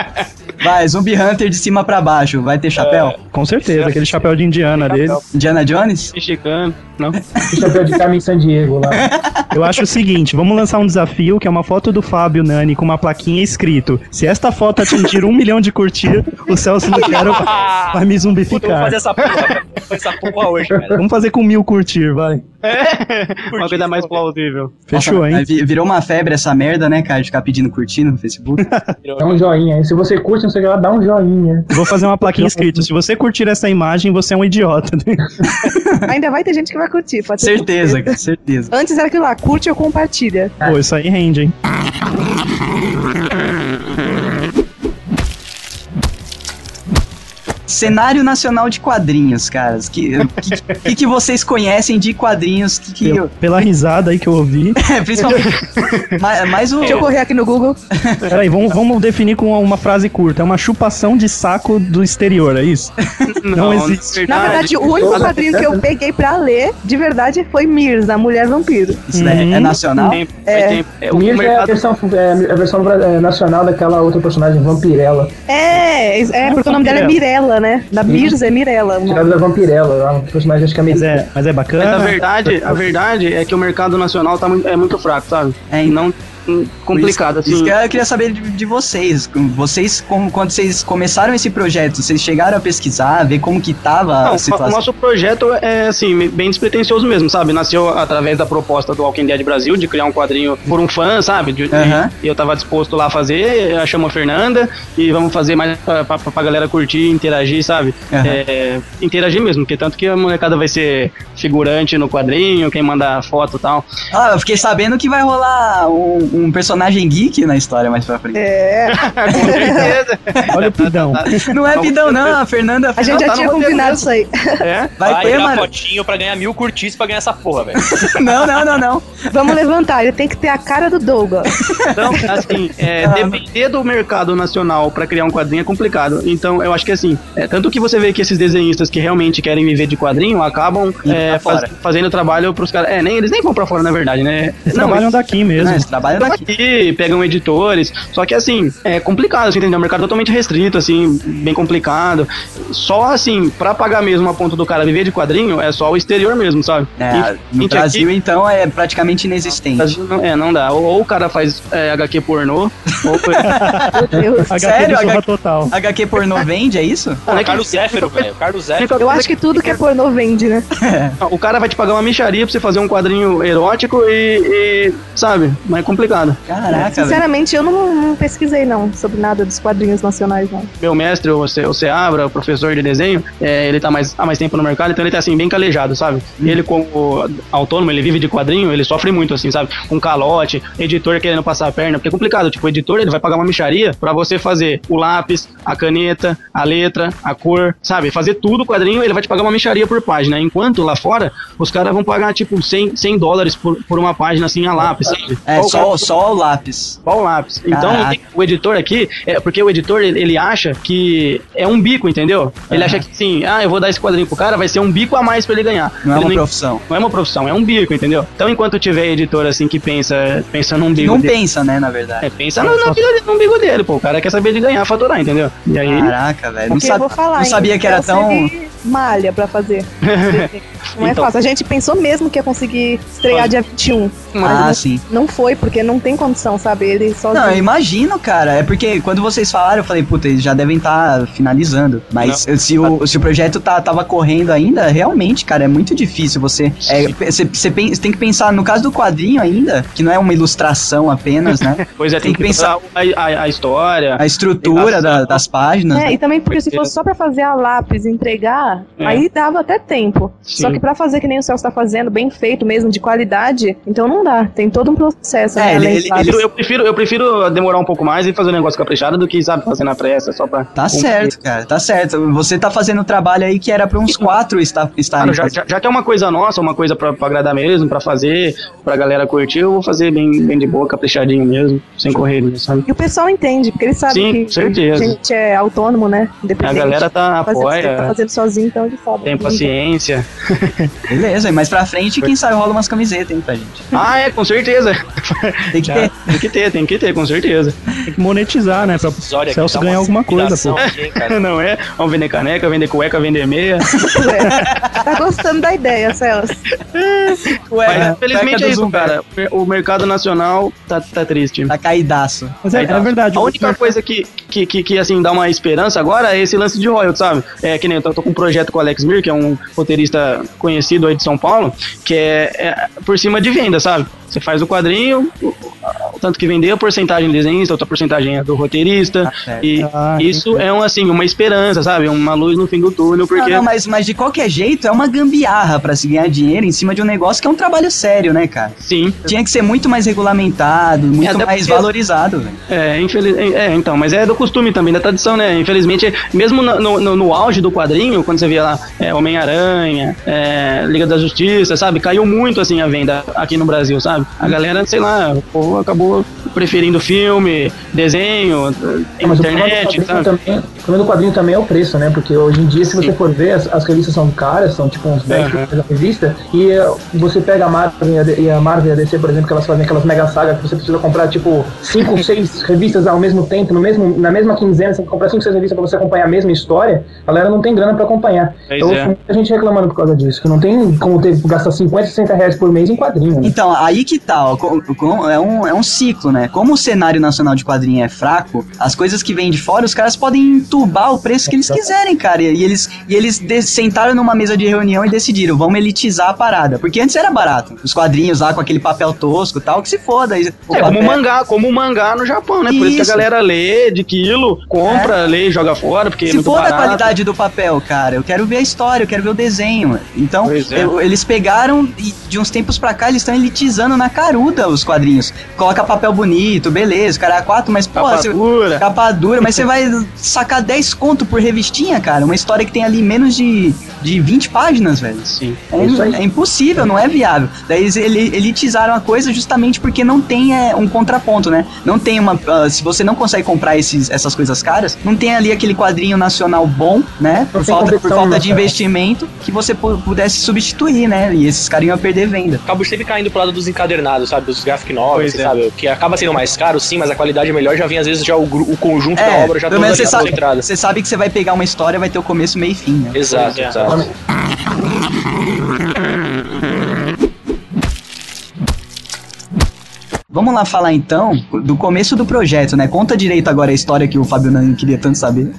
Speaker 6: [laughs]
Speaker 2: vai, Zumbi Hunter de cima pra baixo. Vai ter chapéu?
Speaker 5: Com certeza, aquele é assim. chapéu de indiana dele.
Speaker 2: Indiana Jones?
Speaker 10: [laughs] Mexicano. Não.
Speaker 4: O chapéu de Carmen San Diego lá.
Speaker 5: Eu acho o seguinte, vamos lançar um desafio que é uma foto do Fábio Nani com uma plaquinha escrito se esta foto atingir um milhão de curtir, o Celso Lucero vai, vai me
Speaker 8: Puta, eu vou
Speaker 5: zumbificar.
Speaker 8: fazer essa porra. cara. Vou fazer essa É. porra hoje, velho.
Speaker 5: Vamos fazer com mil curtir, vai.
Speaker 10: Uma vida mais plausível.
Speaker 5: Fechou, hein?
Speaker 2: Mas vi- Virou uma febre essa merda, né, cara, de ficar pedindo curtindo no Facebook.
Speaker 4: Dá um joinha. E se você curte, não sei o que lá, dá um joinha.
Speaker 5: Vou fazer uma plaquinha escrito. Se você curtir essa imagem, você é um idiota.
Speaker 6: Ainda vai ter gente que vai curtir, pode ter
Speaker 2: certeza, cara, certeza.
Speaker 6: Antes era aquilo lá, curte ou compartilha.
Speaker 5: Pô, isso aí rende, hein?
Speaker 2: Cenário nacional de quadrinhos, caras. Que que, que, que vocês conhecem de quadrinhos? Que, que
Speaker 5: Eu- pela risada aí que eu ouvi.
Speaker 2: [laughs] é, principalmente. mais, mais um o.
Speaker 6: Deixa eu correr aqui no Google.
Speaker 5: Peraí, vamos, vamos definir com uma frase curta. É uma chupação de saco do exterior, é isso? Não existe.
Speaker 10: é
Speaker 6: Na verdade, o único quadrinho que eu peguei pra ler, de verdade, foi Mirza, a Mulher Vampiro.
Speaker 2: Isso daí é
Speaker 5: Hum.
Speaker 2: nacional?
Speaker 10: Tem-
Speaker 6: É.
Speaker 10: tem- é, o
Speaker 4: Mirja é a
Speaker 10: mercado
Speaker 4: versão, é, a versão bra- é, nacional daquela outra personagem, Vampirella.
Speaker 6: É, é porque o nome dela é Mirella, né? Da Mirza é Mirella. o nome.
Speaker 4: Tirada da Vampirella, lá, um personagem acho que é meio...
Speaker 5: Mas é, mas é
Speaker 10: Mas a
Speaker 5: bacana.
Speaker 10: verdade, a verdade é que o mercado nacional tá muito, é muito fraco, sabe?
Speaker 2: É,
Speaker 10: E
Speaker 6: então.
Speaker 10: não hum, complicado,
Speaker 2: Isso- isso
Speaker 10: assim.
Speaker 2: que eu queria saber de, de vocês. Com- Vocês, como- quando vocês começaram esse projeto, vocês chegaram a pesquisar, ver como que tava a
Speaker 10: Não, o
Speaker 2: situação?
Speaker 10: nosso projeto é, assim, bem despretensioso mesmo, sabe? Nasceu através da proposta do Walking Dead Brasil de criar um quadrinho por um fã, sabe? De-
Speaker 2: Aham.
Speaker 10: E eu tava disposto lá a fazer, a chama a Fernanda e vamos fazer mais pra, pra, pra galera curtir, interagir, sabe?
Speaker 2: Aham.
Speaker 10: É, interagir mesmo, porque tanto que a molecada vai ser figurante no quadrinho, quem manda foto e tal.
Speaker 2: Ah, eu fiquei sabendo que vai rolar um, um personagem geek na história mais pra frente.
Speaker 6: É,
Speaker 10: Com [laughs] certeza.
Speaker 5: Olha o pidão.
Speaker 2: Não é pidão, não, a Fernanda.
Speaker 6: a gente já
Speaker 10: tá
Speaker 6: tinha
Speaker 10: no roteiro
Speaker 6: combinado
Speaker 10: mesmo.
Speaker 6: isso aí.
Speaker 10: É.
Speaker 2: Vai, ter,
Speaker 8: tirar
Speaker 2: mano.
Speaker 8: fotinho pra ganhar mil curtis pra ganhar essa porra, velho.
Speaker 2: [laughs] Não, não, não, não.
Speaker 6: Vamos levantar, ele tem que ter a cara do Douglas.
Speaker 10: Então, assim,
Speaker 2: Ah.
Speaker 10: é, depender do mercado nacional pra criar um quadrinho é complicado. Então, eu acho que assim, é, tanto que você vê que esses desenhistas que realmente querem viver de quadrinho acabam
Speaker 2: Indo
Speaker 10: é,
Speaker 2: pra
Speaker 10: faz-
Speaker 2: fora.
Speaker 10: fazendo trabalho pros caras. É, nem, eles nem vão pra fora, na verdade, né?
Speaker 5: Eles
Speaker 10: Não,
Speaker 5: trabalham daqui [laughs] mesmo.
Speaker 2: Não, eles trabalham
Speaker 10: Então,
Speaker 2: daqui.
Speaker 10: aqui, pegam editores. Só que assim, é complicado, assim, entendeu? É um mercado totalmente restrito, assim, bem complicado. Só assim, pra pagar mesmo a ponta do cara viver de quadrinho, é só o exterior mesmo, sabe?
Speaker 2: É,
Speaker 10: E,
Speaker 2: no
Speaker 10: gente,
Speaker 2: Brasil, então, é praticamente inexistente.
Speaker 10: Brasil não- é, não dá. Ou, ou o cara faz é, HQ pornô, ou
Speaker 6: Meu Deus.
Speaker 5: HQ
Speaker 2: Sério,
Speaker 5: de
Speaker 2: HQ?
Speaker 5: Zorra Total.
Speaker 2: HQ pornô vende, é isso?
Speaker 10: Não, é que-
Speaker 8: Carlos Zéfero, velho. Carlos Zéfero.
Speaker 6: Eu acho que tudo que é pornô vende, né?
Speaker 10: É. O cara vai te pagar uma micharia pra você fazer um quadrinho erótico e. e, sabe? Mas é complicado.
Speaker 2: Caraca, velho.
Speaker 6: Sinceramente, eu não, não pesquisei, não, sobre nada dos quadrinhos nacionais, não.
Speaker 10: Meu mestre, o, Ce, o Seabra, o professor de desenho, é, ele tá mais, há mais tempo no mercado, então ele tá assim, bem calejado, sabe?
Speaker 2: Hum.
Speaker 10: E Ele, como autônomo, ele vive de quadrinho, ele sofre muito, assim, sabe? Com calote, editor querendo passar a perna, porque é complicado. Tipo, o editor, ele vai pagar uma micharia pra você fazer o lápis, a caneta, a letra, a cor, sabe? Fazer tudo o quadrinho, ele vai te pagar uma micharia por página. Enquanto lá fora, os caras vão pagar, tipo, 100, 100 dólares por, por uma página, assim, a lápis, sabe?
Speaker 2: É
Speaker 10: Ou o cara-
Speaker 2: só, só o lápis.
Speaker 10: Só o lápis. Então,
Speaker 2: Caraca.
Speaker 10: tem- o editor aqui, é porque o editor, ele, ele acha que é um bico, entendeu? Ele acha que, sim, ah, eu vou dar esse quadrinho pro cara, vai ser um bico a mais pra ele ganhar.
Speaker 2: Não é
Speaker 10: Ele
Speaker 2: uma profissão.
Speaker 10: não é uma profissão, é um bico, entendeu? Então, enquanto tiver editor, assim, que pensa, pensa num bico
Speaker 2: Não
Speaker 10: dele,
Speaker 2: pensa, né, na verdade.
Speaker 10: é, pensa no, na vida, num bico dele, pô. O cara quer saber de ganhar, faturar, entendeu? E
Speaker 5: é
Speaker 10: aí,
Speaker 2: Caraca, velho. Não,
Speaker 6: Porque eu
Speaker 2: sabe,
Speaker 6: vou falar,
Speaker 2: não
Speaker 6: hein,
Speaker 2: sabia que era
Speaker 6: eu
Speaker 2: tão.
Speaker 6: servi malha pra fazer. Não é
Speaker 10: Então.
Speaker 6: fácil. A gente pensou mesmo que ia conseguir estrear dia 21.
Speaker 2: Ah, sim.
Speaker 6: Não foi, porque não tem condição, sabe? Ele sozinho.
Speaker 2: Não, eu imagino, cara. É porque quando vocês falaram, eu falei, puta, eles já devem estar finalizando. Mas se o, se o projeto tá, tava correndo ainda, realmente, cara, é muito difícil você. é, você- você pen- tem que pensar, no caso do quadrinho ainda, que não é uma ilustração apenas, né?
Speaker 10: pois é, tem,
Speaker 2: Tem
Speaker 10: que
Speaker 2: que
Speaker 10: pensar a, a- a história.
Speaker 2: A estrutura da- das páginas. né?
Speaker 6: É, e também porque se
Speaker 10: Certeza.
Speaker 6: fosse só pra fazer a lápis e entregar,
Speaker 10: Uhum. É.
Speaker 6: aí dava até tempo.
Speaker 10: Sim.
Speaker 6: Só que pra fazer que nem o Celso tá fazendo, bem feito mesmo, de qualidade, então não dá. Tem todo um processo.
Speaker 2: É,
Speaker 6: né,
Speaker 2: ele-
Speaker 6: além
Speaker 2: ele-
Speaker 6: de lápis.
Speaker 10: Eu, eu prefiro, eu prefiro demorar um pouco mais e fazer um negócio caprichado do que, sabe, fazer na pressa, só pra.
Speaker 2: Tá certo, cara, tá certo. Você tá fazendo um trabalho aí que era pra uns quatro estar, estarem
Speaker 10: Claro, já, já, já que é uma coisa nossa, uma coisa pra, pra agradar mesmo, pra fazer, pra galera curtir, eu vou fazer bem, bem de boa, caprichadinho mesmo, sem correr, sabe?
Speaker 6: E o pessoal entende, porque ele sabe
Speaker 10: Sim, com
Speaker 6: que a
Speaker 10: certeza.
Speaker 6: gente é autônomo, né? Independente.
Speaker 10: A galera tá
Speaker 6: Fazer- tá
Speaker 10: apoia,
Speaker 6: fazendo sozinho, então ele sabe.
Speaker 10: tem paciência.
Speaker 2: Beleza, e mais pra frente, quem sabe rola umas camisetas, hein, pra gente.
Speaker 10: Ah, é,
Speaker 2: [laughs]
Speaker 10: com certeza.
Speaker 2: Tem que ter.
Speaker 10: Tem que ter, tem que ter, com certeza.
Speaker 5: Tem que monetizar, né? Pra
Speaker 8: Olha,
Speaker 5: Celso
Speaker 8: dá uma
Speaker 5: ganhar alguma coisa, pô.
Speaker 8: inspiração aqui, hein, cara.
Speaker 10: Não é? Vamos vender caneca, vender cueca, vender
Speaker 2: [laughs]
Speaker 10: meia.
Speaker 6: Tá gostando da ideia, Celso.
Speaker 2: Ué,
Speaker 10: Mas, infelizmente
Speaker 2: cueca
Speaker 10: é
Speaker 2: do
Speaker 10: isso,
Speaker 2: Zumbi.
Speaker 10: cara. O mercado nacional tá, tá triste.
Speaker 2: Tá caidaço.
Speaker 5: Mas é, é verdade.
Speaker 10: A única coisa que, que, que, que, assim, dá uma esperança agora é esse lance de royalties, sabe? É que nem eu tô, tô com um projeto com o Alex Mir, que é um roteirista conhecido aí de São Paulo, que é, é por cima de venda, sabe? Você faz o quadrinho, o, o tanto que vendeu, a porcentagem do desenhista, outra porcentagem é do roteirista.
Speaker 2: certo.
Speaker 10: e
Speaker 5: Ah,
Speaker 10: isso é um, assim, uma esperança, sabe? Uma luz no fim do túnel, porque.
Speaker 2: Não, não, mas, mas de qualquer jeito é uma gambiarra pra se ganhar dinheiro em cima de um negócio que é um trabalho sério, né, cara?
Speaker 10: Sim,
Speaker 2: Tinha que ser muito mais regulamentado, muito
Speaker 10: até
Speaker 2: mais
Speaker 10: porque-
Speaker 2: valorizado, velho.
Speaker 10: é, infeliz... é, então, mas é do costume também, da tradição, né? Infelizmente, mesmo no, no- no, no auge do quadrinho, quando você via lá é, Homem-Aranha, é, Liga da Justiça, sabe? Caiu muito, assim, a venda aqui no Brasil, sabe? A galera, sei lá, o povo acabou preferindo filme, desenho,
Speaker 4: É, mas o problema do
Speaker 10: internet,
Speaker 4: quadrinho
Speaker 10: sabe?
Speaker 4: também- o problema do quadrinho também é o preço, né? Porque hoje em dia, se você for ver, as, as revistas são caras, são tipo uns 10 reais a revista, e eh, você pega a Marvel e a D- e a Marvel e a DC, por exemplo, que elas fazem aquelas mega sagas que você precisa comprar tipo 5
Speaker 10: [laughs]
Speaker 4: ou 6 revistas ao mesmo tempo, no mesmo, na mesma quinzena, você tem que comprar 5 6 revistas pra você acompanhar a mesma história, a galera não tem grana pra acompanhar.
Speaker 10: Pois
Speaker 4: eu
Speaker 10: é.
Speaker 4: ouço muita gente reclamando por causa disso, que não tem como ter, gastar 50, 60 reais por mês em quadrinho. né?
Speaker 2: Então, aí que tal? é, um, é um ciclo, né? Como o cenário nacional de quadrinho é fraco, as coisas que vêm de fora, os caras podem entubar o preço que eles quiserem, cara. E eles, e eles de- sentaram numa mesa de reunião e decidiram, vamos elitizar a parada. Porque antes era barato. Os quadrinhos lá com aquele papel tosco e tal, que se foda. aí o
Speaker 10: É,
Speaker 2: papel-
Speaker 10: como o mangá, como o mangá no Japão, né? Por isso que a
Speaker 2: Isso.
Speaker 10: galera lê de quilo, compra, lê e joga fora, porque é
Speaker 2: Se
Speaker 10: muito
Speaker 2: for da
Speaker 10: barato.
Speaker 2: qualidade do papel, cara, eu quero ver a história, eu quero ver o desenho. Então,
Speaker 10: Pois é.
Speaker 2: eu- eles pegaram e de uns tempos pra cá eles estão elitizando na caruda os quadrinhos. Coloca papel bonito, beleza, cara, é quatro, mas pô,
Speaker 10: Capa
Speaker 2: você-
Speaker 10: dura.
Speaker 2: Capa dura, mas você vai sacar 10 conto por revistinha, cara. Uma história que tem ali menos de, de 20 páginas, velho.
Speaker 10: Sim.
Speaker 2: É, é impossível, não é viável. Daí eles ele- elitizaram a coisa justamente porque não tem é, um contraponto, né? Não tem uma. ah, se você não consegue comprar esses, essas coisas caras, não tem ali aquele quadrinho nacional bom, né? Por
Speaker 4: tem
Speaker 2: falta, por
Speaker 4: competição,
Speaker 2: falta
Speaker 4: né,
Speaker 2: de
Speaker 4: cara?
Speaker 2: investimento que você pu- pudesse substituir, né? E esses caras iam perder venda.
Speaker 8: Acabo sempre caindo pro lado dos encadernados, sabe? Dos graphic novels, assim,
Speaker 10: Pois é.
Speaker 8: sabe? Que acaba sendo mais caro, sim, mas a qualidade é melhor. Já vem, às vezes, já o, gru- o conjunto da
Speaker 2: É,
Speaker 8: Então, obra já
Speaker 2: pelo menos você
Speaker 8: toda
Speaker 2: sabe,
Speaker 8: concentrada.
Speaker 2: você sabe que você vai pegar uma história, vai ter o começo, meio e fim, né?
Speaker 8: Exato, exato.
Speaker 2: Vamos lá falar então do começo do projeto, né? Conta direito agora a história que o Fábio Nani queria tanto saber.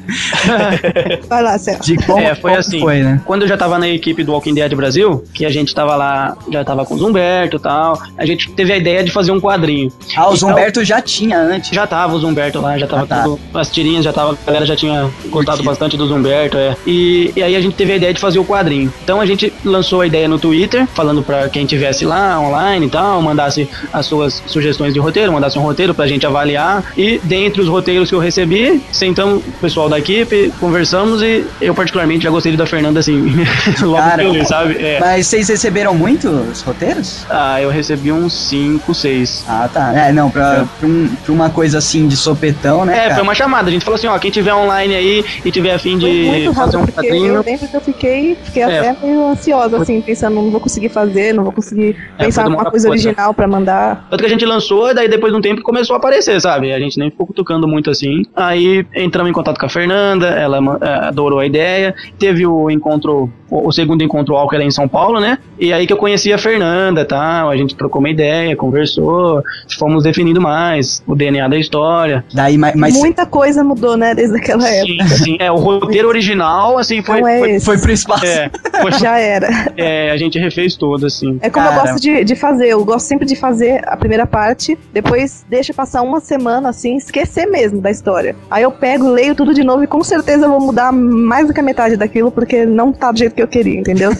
Speaker 6: Vai lá, Celso.
Speaker 10: [laughs]
Speaker 2: De como,
Speaker 10: É, foi
Speaker 2: como
Speaker 10: assim.
Speaker 2: foi, né?
Speaker 10: Quando eu já tava na equipe do Walking Dead Brasil, que a gente tava lá, já tava com o Zumberto e tal, a gente teve a ideia de fazer um quadrinho.
Speaker 2: Ah, o
Speaker 10: Então-
Speaker 2: Zumberto já tinha antes.
Speaker 10: Já tava o Zumberto lá, já tava
Speaker 2: Ah, tá.
Speaker 10: tudo, as tirinhas, já tava, a galera já tinha gostado bastante do Zumberto, é. E, e aí a gente teve a ideia de fazer o quadrinho. Então a gente lançou a ideia no Twitter, falando pra quem tivesse lá online e tal, mandasse as suas sugestões de roteiro, mandasse um roteiro pra gente avaliar. E dentre os roteiros que eu recebi, sentamos o pessoal da equipe, conversamos e eu particularmente já gostei do da Fernanda assim, [laughs] logo
Speaker 2: Cara.
Speaker 10: que eu li, sabe? É.
Speaker 2: Mas vocês receberam muito os roteiros?
Speaker 10: Ah, eu recebi uns 5, 6.
Speaker 2: Ah, tá. É, não, pra, pra um- pra uma coisa assim de sopetão, né,
Speaker 10: É,
Speaker 2: cara?
Speaker 10: foi uma chamada. A gente falou assim, ó, quem tiver online aí e tiver afim
Speaker 6: Foi
Speaker 10: de
Speaker 6: muito
Speaker 10: fazer
Speaker 6: rápido,
Speaker 10: um
Speaker 6: porque eu
Speaker 10: quadrinho,
Speaker 6: lembro que eu fiquei, fiquei
Speaker 10: É.
Speaker 6: até meio ansiosa, assim, pensando, não vou conseguir fazer, não vou conseguir
Speaker 10: É,
Speaker 6: pensar
Speaker 10: foi
Speaker 6: numa
Speaker 10: demora
Speaker 6: coisa
Speaker 10: coisa.
Speaker 6: original pra mandar.
Speaker 10: Tanto que a gente lançou, e daí depois de um tempo começou a aparecer, sabe? A gente nem ficou cutucando muito assim. Aí entramos em contato com a Fernanda, ela ma- eh, adorou a ideia. Teve o encontro, o o segundo encontro Walker lá em São Paulo, né? E aí que eu conheci a Fernanda e tal. A gente trocou uma ideia, conversou, fomos definindo mais o DNA da história.
Speaker 2: Daí, ma- mas,
Speaker 6: Muita coisa mudou, né, desde aquela época.
Speaker 10: Sim, sim. É, o roteiro original, assim, foi.
Speaker 6: não é
Speaker 10: foi-
Speaker 6: esse.
Speaker 2: foi pro espaço.
Speaker 10: é, foi-
Speaker 6: [laughs] Já era.
Speaker 10: é, a gente refez todo, assim.
Speaker 6: É como
Speaker 2: Cara.
Speaker 6: eu gosto de, de fazer. Eu gosto sempre de fazer a primeira parte, depois deixo passar uma semana assim, esquecer mesmo da história. Aí eu pego, leio tudo de novo e com certeza eu vou mudar mais do que a metade daquilo, porque não tá do jeito que eu queria,
Speaker 10: [laughs]
Speaker 6: entendeu?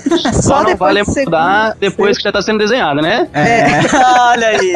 Speaker 10: Só, não vale
Speaker 6: do segundo-
Speaker 10: mudar depois que já tá sendo desenhada, né?
Speaker 2: É. [laughs] Olha
Speaker 10: [laughs]
Speaker 2: aí.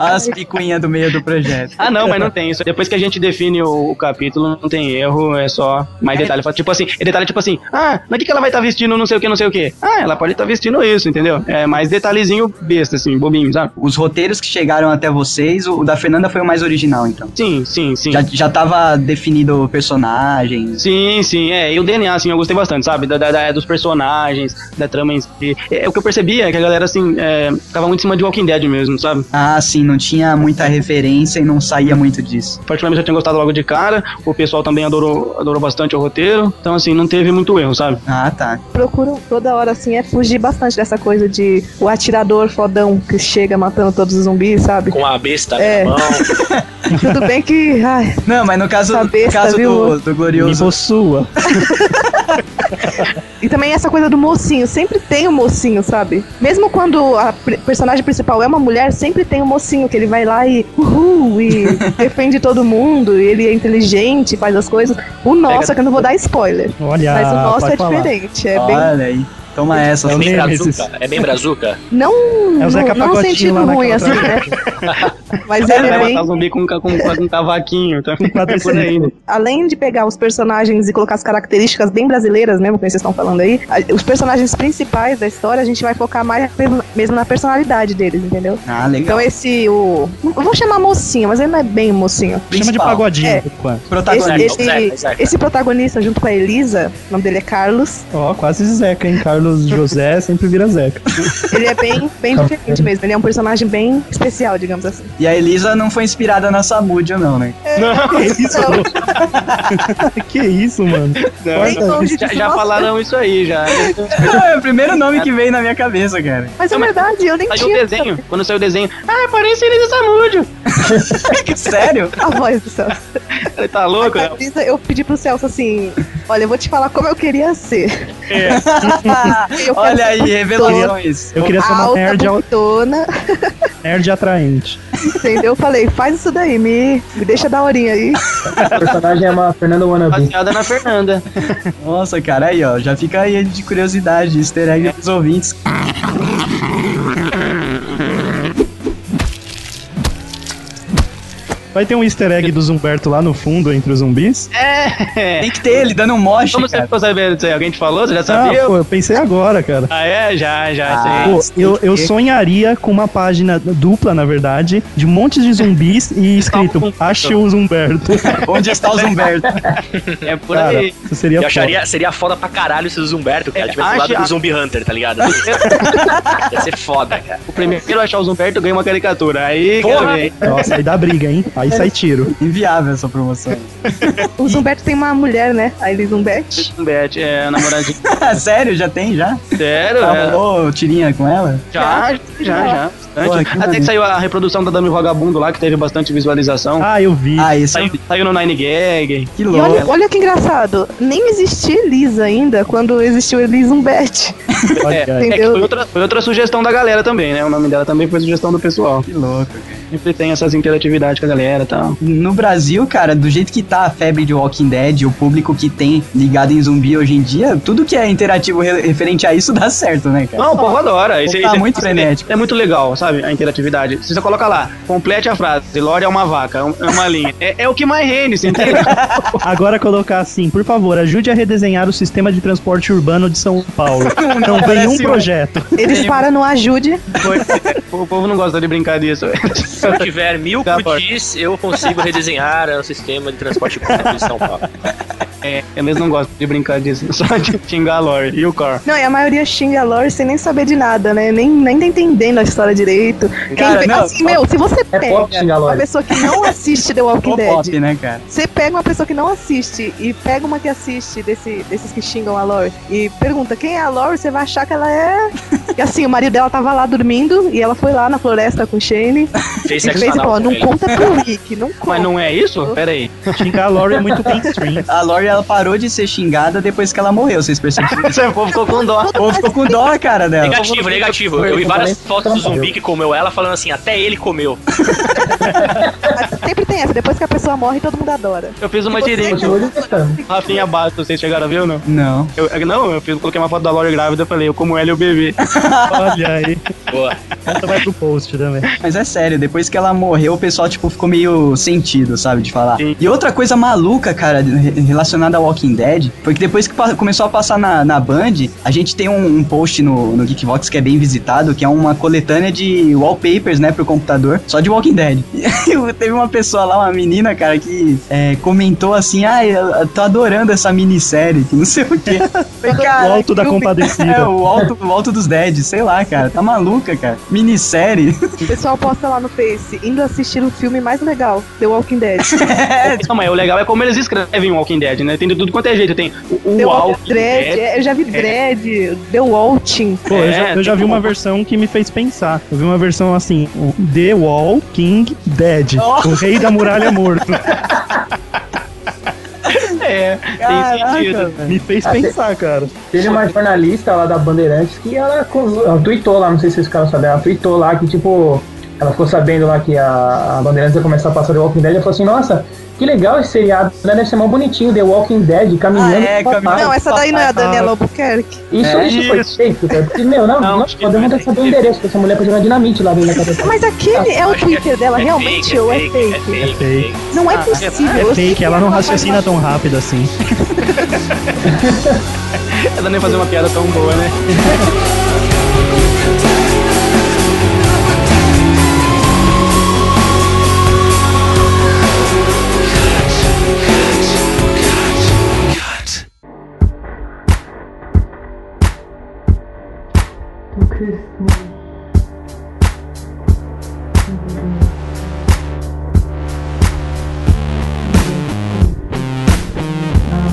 Speaker 2: As picuinhas do meio do projeto.
Speaker 10: Ah, não, mas não tem isso. Depois que a gente define o, o capítulo, não tem erro, é só mais detalhe. Fala, Tipo assim, é detalhe tipo assim, ah, mas o que, que ela vai estar vestindo não sei o que, não sei o que? Ah, ela pode estar vestindo isso, entendeu? É mais detalhezinho besta, assim, bobinho, sabe?
Speaker 2: Os roteiros que chegaram até vocês, o, o da Fernanda foi o mais original, então.
Speaker 10: Sim, sim, sim.
Speaker 2: Já, já tava definido personagens.
Speaker 10: Sim, sim, é. E o DNA, assim, eu gostei bastante, sabe? Da, da- da- dos personagens, da trama em si. É, o que eu percebia é que a galera, assim, é, tava muito em cima de Walking Dead mesmo, sabe?
Speaker 2: Ah, sim, não tinha muita referência e não saía muito disso.
Speaker 10: Particularmente eu tinha gostado logo de cara, o pessoal também adorou, adorou bastante o roteiro, então, assim, não teve muito erro, sabe?
Speaker 2: Ah, tá.
Speaker 6: Procuro toda hora, assim, é fugir bastante dessa coisa de o atirador fodão que chega matando todos os zumbis, sabe?
Speaker 8: Com a besta
Speaker 5: [laughs]
Speaker 6: É.
Speaker 8: na mão.
Speaker 6: Tudo bem que. Ai,
Speaker 2: Não, mas no caso,
Speaker 6: Essa
Speaker 2: no
Speaker 6: Tá besta,
Speaker 2: caso do,
Speaker 6: viu?
Speaker 2: do
Speaker 5: Me
Speaker 2: Glorioso.
Speaker 5: possua.
Speaker 6: E também essa coisa do mocinho, sempre tem o mocinho, sabe? Mesmo quando a pr- personagem principal é uma mulher, sempre tem o mocinho, que ele vai lá e
Speaker 5: [laughs]
Speaker 6: uhul, e defende todo mundo, e ele é inteligente, faz as coisas. O nosso, é que eu não vou dar spoiler.
Speaker 5: Olha,
Speaker 6: Mas o nosso
Speaker 5: Ah, pode
Speaker 6: é
Speaker 5: falar.
Speaker 6: diferente, é bem...
Speaker 2: Olha aí. Toma essa,
Speaker 8: É
Speaker 5: Eu
Speaker 8: bem
Speaker 5: lembro
Speaker 8: brazuca? É bem brazuca?
Speaker 6: Não,
Speaker 5: É o Zeca
Speaker 6: não, não
Speaker 5: Pagodinho
Speaker 6: sentido
Speaker 5: lá naquela
Speaker 6: ruim, assim, né? [laughs]
Speaker 5: [laughs]
Speaker 6: Mas ele
Speaker 5: né?
Speaker 6: é
Speaker 10: Vai
Speaker 6: bem...
Speaker 10: matar zumbi com, ca- com, com um cavaquinho, tá? Por aí, né?
Speaker 6: Além de pegar os personagens e colocar as características bem brasileiras mesmo, que vocês estão falando aí, a- os personagens principais da história, a gente vai focar mais mesmo na personalidade deles, entendeu?
Speaker 2: Ah, legal.
Speaker 6: Então esse, o... Eu vou chamar mocinho, mas ele não é bem mocinho.
Speaker 5: Chama de
Speaker 2: Principal.
Speaker 5: pagodinho,
Speaker 6: É.
Speaker 5: por enquanto.
Speaker 6: Esse,
Speaker 2: Protagonista.
Speaker 6: esse-
Speaker 8: certo, certo.
Speaker 6: esse protagonista, junto com a Elisa, o nome dele é Carlos,
Speaker 5: Ó, quase Zeca, hein? Carlos
Speaker 6: [laughs]
Speaker 5: José sempre vira Zeca.
Speaker 6: ele é bem, bem diferente mesmo. Ele é um personagem bem especial, digamos assim.
Speaker 2: E a Elisa não foi inspirada na Samúdia, não,
Speaker 6: [laughs]
Speaker 2: né?
Speaker 6: Então-
Speaker 5: que isso, mano?
Speaker 6: Bem
Speaker 5: Corta.
Speaker 6: longe
Speaker 10: Já,
Speaker 6: disso,
Speaker 10: já
Speaker 6: nossa,
Speaker 10: falaram isso aí, já.
Speaker 2: Ah, é o primeiro nome que veio na minha cabeça, cara.
Speaker 6: Mas é verdade, eu nem
Speaker 10: Saiu o
Speaker 6: tinha
Speaker 10: desenho, quando saiu o desenho, ah, parece Elisa Samúdio.
Speaker 2: Sério?
Speaker 6: a voz do Celso.
Speaker 10: Ele tá louco?
Speaker 6: A Elisa, eu pedi pro Celso assim, olha, eu vou te falar como eu queria ser.
Speaker 10: É.
Speaker 6: [laughs] Eu quero
Speaker 2: Olha aí,
Speaker 6: ser
Speaker 2: revelações.
Speaker 5: Eu queria ser uma
Speaker 6: Alta,
Speaker 5: nerd,
Speaker 6: bonitona,
Speaker 5: nerd atraente.
Speaker 6: entendeu? Eu falei, faz isso daí, me, me deixa daorinha aí.
Speaker 4: O personagem é uma Fernanda Wannabe.
Speaker 10: Baseada na Fernanda.
Speaker 2: Nossa, cara, aí, ó. Já fica aí de curiosidade, easter egg pros ouvintes.
Speaker 5: Vai ter um easter egg do Zumberto lá no fundo entre os zumbis?
Speaker 10: É.
Speaker 2: Tem que ter ele dando um moche,
Speaker 10: Como você
Speaker 2: cara.
Speaker 10: ficou sabendo disso aí? Alguém te falou? Você já
Speaker 5: Ah,
Speaker 10: sabia?
Speaker 5: pô, eu pensei agora, cara.
Speaker 10: Ah, é? Já, já. sei.
Speaker 8: Ah,
Speaker 3: Ah,
Speaker 5: Pô, eu, eu sonharia com uma página dupla, na verdade, de um monte de zumbis e escrito Ache o Zumberto.
Speaker 2: Onde está o Zumberto?
Speaker 10: É por
Speaker 5: Cara,
Speaker 10: aí.
Speaker 5: isso seria
Speaker 8: Eu
Speaker 5: é foda.
Speaker 8: acharia, seria foda pra caralho se o Zumberto, cara,
Speaker 10: É,
Speaker 8: tivesse do lado
Speaker 10: acha-
Speaker 8: do Zumbi Hunter,
Speaker 2: [laughs]
Speaker 8: tá ligado? Ia ser foda, cara.
Speaker 10: O primeiro a achar o Zumberto ganha uma caricatura. Aí,
Speaker 8: Porra!
Speaker 10: quero ver.
Speaker 5: Nossa, aí dá briga, hein? Aí sai tiro.
Speaker 2: Inviável essa promoção. [laughs]
Speaker 6: O Zumberto tem uma mulher, né? A Elisa Zumbete.
Speaker 10: Zumbert, é, a namoradinha.
Speaker 2: Sério, já tem já?
Speaker 10: Sério?
Speaker 2: Tá,
Speaker 10: é.
Speaker 2: rolou tirinha com ela?
Speaker 10: Já, já, já. bastante.
Speaker 2: Porra, que
Speaker 10: Até
Speaker 2: maneiro.
Speaker 10: que saiu a reprodução da Dami Vagabundo lá, que teve bastante visualização.
Speaker 5: Ah, eu vi.
Speaker 2: Ah, isso
Speaker 10: saiu,
Speaker 2: é
Speaker 10: saiu no Nine Gag.
Speaker 2: que
Speaker 6: E olha,
Speaker 2: louco.
Speaker 6: olha que engraçado, nem existia Elisa ainda quando existiu Elisa Zumbete.
Speaker 5: Olha aí.
Speaker 10: é. É que
Speaker 6: Entendeu?
Speaker 10: foi outra, foi outra sugestão da galera também, né? O nome dela também foi sugestão do pessoal.
Speaker 2: Que louco, cara.
Speaker 10: Sempre tem essas interatividades com a galera e tal.
Speaker 2: No Brasil, cara, do jeito que tá a febre de Walking Dead, o público que tem ligado em zumbi hoje em dia, tudo que é interativo re- referente a isso dá certo, né, cara?
Speaker 10: Não, o povo adora. Isso,
Speaker 2: Tá
Speaker 10: isso é-
Speaker 2: muito
Speaker 10: isso é-
Speaker 2: frenético.
Speaker 10: É muito legal, sabe? A interatividade. Se você coloca lá, complete a frase, Lore é uma vaca, é um- é uma linha. É, é o que mais rende, você entende?
Speaker 5: Agora colocar assim, por favor, ajude a redesenhar o sistema de transporte urbano de São Paulo. Não vem um
Speaker 2: parece um-
Speaker 5: projeto.
Speaker 6: Eles param no ajude.
Speaker 10: o povo não gosta de brincar disso. [laughs]
Speaker 8: Se eu tiver mil
Speaker 10: Tá, porra.
Speaker 8: cutis, eu consigo redesenhar o sistema de transporte público de São Paulo.
Speaker 10: É, eles não gostam de brincar [laughs] disso. Só de xingar a Lore e o Car.
Speaker 6: Não, e a maioria xinga a Lori sem nem saber de nada, né? Nem, nem tá entendendo a história direito.
Speaker 2: Cara,
Speaker 6: Quem-
Speaker 2: não,
Speaker 6: assim, meu, se você
Speaker 4: pop
Speaker 6: pega
Speaker 4: xingar a
Speaker 6: uma
Speaker 4: Lori.
Speaker 6: pessoa que não assiste The Walking
Speaker 2: Pop,
Speaker 6: Dead,
Speaker 2: né, cara?
Speaker 6: você pega uma pessoa que não assiste e pega uma que assiste desse, desses que xingam a Lori e pergunta quem é a Lori, você vai achar que
Speaker 8: [laughs]
Speaker 6: ela é. E assim, o marido dela tava lá dormindo e ela foi lá na floresta com o Shane
Speaker 8: Fez
Speaker 6: e
Speaker 8: sexo
Speaker 6: fez,
Speaker 8: anal
Speaker 6: pô,
Speaker 8: com
Speaker 6: não
Speaker 8: ele.
Speaker 6: conta
Speaker 8: [laughs]
Speaker 6: pro Rick, não
Speaker 10: Mas
Speaker 6: conta.
Speaker 10: não é isso? Pera aí.
Speaker 5: Xingar a Lore é muito mainstream.
Speaker 2: [laughs] A Lori, ela parou de ser xingada depois que ela morreu, vocês
Speaker 5: [laughs]
Speaker 2: perceberam?
Speaker 10: O povo ficou com dó.
Speaker 2: Ou ficou com dó, cara, dela.
Speaker 8: Negativo, negativo. Eu vi várias fotos do zumbi que comeu ela falando assim, até ele comeu. [laughs]
Speaker 6: Mas sempre tem essa, depois que a pessoa morre, todo mundo adora.
Speaker 10: Eu fiz uma
Speaker 6: Você
Speaker 10: tirinha.
Speaker 6: não-
Speaker 4: Continua existindo.
Speaker 10: Rafinha Bastos, vocês chegaram a ver ou não?
Speaker 2: Não.
Speaker 10: Eu- é que não, eu fiz- coloquei uma foto da Lore grávida e falei, eu como ela e o bebê.
Speaker 5: Olha aí.
Speaker 8: Boa.
Speaker 5: Essa vai pro post também.
Speaker 2: Mas é sério, depois que ela morreu, o pessoal, tipo, ficou meio sentido, sabe? De falar.
Speaker 10: Sim.
Speaker 2: E outra coisa maluca, cara, re- relacionada ao Walking Dead foi que depois que pa- começou a passar na, na Band, a gente tem um, um post no, no Geekvox que é bem visitado, que é uma coletânea de wallpapers, né, pro computador, só de Walking Dead. [laughs] Eu- Teve uma pessoa lá, uma menina, cara, que é, comentou assim, ah, eu eu tô adorando essa minissérie, que não sei o quê. Falei, "Cara,
Speaker 5: O alto da
Speaker 2: eu-
Speaker 5: compadecida."
Speaker 2: É, o alto, o alto dos Dead, sei lá, cara, tá maluca, cara. Minissérie.
Speaker 6: O pessoal posta lá no Face, indo assistir o filme mais legal, The
Speaker 8: [laughs]
Speaker 6: Walking Dead.
Speaker 10: Não, mas o legal [laughs] é como eles escrevem o Walking Dead, né? Tem de tudo quanto é jeito. Tem o,
Speaker 6: The
Speaker 10: o
Speaker 6: Walking
Speaker 10: Walking
Speaker 6: Dread,
Speaker 10: Dead.
Speaker 6: é, eu já vi Dread,
Speaker 8: É.
Speaker 6: The Walking.
Speaker 5: Pô, eu já,
Speaker 10: É,
Speaker 5: eu já
Speaker 10: tem
Speaker 5: vi uma
Speaker 10: como-
Speaker 5: versão que me fez pensar. Eu vi uma versão assim, o The Walking
Speaker 10: [laughs]
Speaker 5: Dead, o rei da muralha morto.
Speaker 10: É, tem sentido.
Speaker 5: me fez pensar, cara.
Speaker 4: Teve uma jornalista lá da Bandeirantes que ela, co- ela tweetou lá, não sei se vocês ficaram sabendo, ela tweetou lá que tipo, ela ficou sabendo lá que a, a Bandeirantes ia começar a passar The Walking Dead e falou assim, nossa, que legal esse seriado, né? Deve ser mó bonitinho, The Walking Dead, caminhando.
Speaker 2: Ah, é,
Speaker 4: com a
Speaker 8: Tá,
Speaker 2: caminhando.
Speaker 4: paz."
Speaker 6: Não, essa daí não é a Daniela Albuquerque.
Speaker 4: Isso,
Speaker 10: É
Speaker 4: isso, foi
Speaker 10: isso.
Speaker 4: feito, cara. Porque, meu, não,
Speaker 10: Não,
Speaker 4: não,
Speaker 10: acho que
Speaker 4: podemos
Speaker 10: não é
Speaker 4: até saber o
Speaker 10: feito.
Speaker 4: endereço, essa mulher pode jogar dinamite lá dentro da cabeça.
Speaker 6: Mas aquele é o Twitter dela, realmente, ou é fake?
Speaker 5: É fake.
Speaker 6: Não é possível.
Speaker 5: É
Speaker 6: eu
Speaker 5: fake,
Speaker 6: sei
Speaker 5: ela não
Speaker 6: que faz
Speaker 5: raciocina tão rápido assim.
Speaker 10: Ela nem fazer uma piada tão boa, né?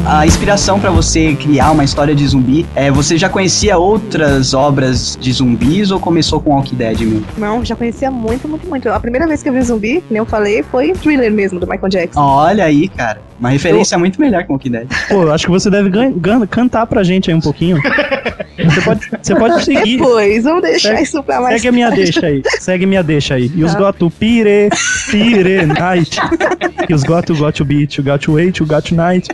Speaker 2: A inspiração pra você criar uma história de zumbi, é, você já conhecia outras obras de zumbis ou começou com Walking Dead mesmo?
Speaker 6: Não, já conhecia muito, muito, muito. A primeira vez que eu vi zumbi, que nem eu falei, foi em thriller mesmo, do Michael Jackson.
Speaker 2: Olha aí, cara. Uma referência muito melhor com Walking Dead. [laughs]
Speaker 5: Pô, acho que você deve gan- gan- cantar pra gente aí um
Speaker 10: [laughs]
Speaker 5: pouquinho. Você pode, você pode
Speaker 6: Ah,
Speaker 5: seguir.
Speaker 6: Depois, vamos deixar
Speaker 5: Segue-
Speaker 6: isso pra mais.
Speaker 5: Segue a minha deixa aí. Segue a minha deixa aí. E os
Speaker 6: Tá.
Speaker 5: got to pire, pire, night. E os got to, got to beat, you got to wait, you got to night.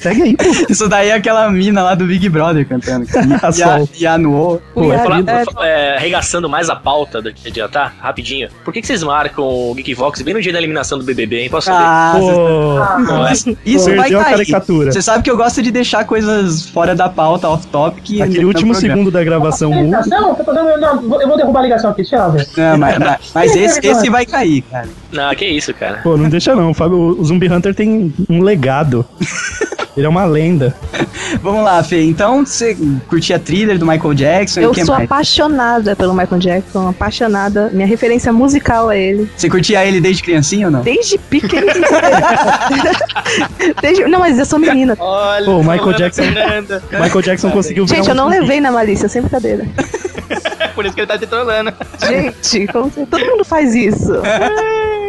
Speaker 5: Segue aí, pô.
Speaker 2: Isso daí é aquela mina lá do Big Brother cantando.
Speaker 5: [laughs] A Sol.
Speaker 2: E a Nuo.
Speaker 5: Pô, é
Speaker 6: Cuidado,
Speaker 5: falido.
Speaker 6: é,
Speaker 8: É, arregaçando mais a pauta do que adiantar, rapidinho. Por que, que vocês marcam o Geekvox bem no dia da eliminação do BBB, hein? Posso saber?
Speaker 2: Ah,
Speaker 5: Pô,
Speaker 8: Não, é-
Speaker 2: isso- isso vai
Speaker 5: perdeu a
Speaker 2: cair.
Speaker 5: caricatura.
Speaker 2: Você sabe que eu gosto de deixar coisas fora da pauta, off topic. e
Speaker 5: Aquele
Speaker 2: no
Speaker 5: último
Speaker 2: programa.
Speaker 5: segundo da gravação. o-
Speaker 4: Não, tá fazendo- não, vou- eu vou derrubar a ligação aqui, tchau, velho.
Speaker 2: Não,
Speaker 5: [laughs]
Speaker 2: mas, mas- mas esse, esse vai cair, cara.
Speaker 8: Não, que isso, cara.
Speaker 5: Pô, não deixa não, Fábio. O Zumbi Hunter tem um legado. Ele é uma lenda.
Speaker 2: Vamos lá, Fê. Então, você curtia thriller do Michael Jackson e o
Speaker 6: Eu
Speaker 2: que
Speaker 6: sou
Speaker 2: mais?
Speaker 6: apaixonada pelo Michael Jackson, apaixonada. Minha referência musical é ele.
Speaker 2: Você curtia ele desde criancinha ou não?
Speaker 6: Desde pequenininha. [laughs] Desde- Não, mas eu sou menina.
Speaker 10: Olha,
Speaker 5: Pô, o Michael Jackson- O Michael Jackson conseguiu virar
Speaker 6: Gente, eu
Speaker 5: um
Speaker 6: não
Speaker 5: zumbi.
Speaker 6: levei na malícia, sem brincadeira.
Speaker 10: É por isso que ele tá te trolando.
Speaker 6: Gente, como você- todo mundo faz isso.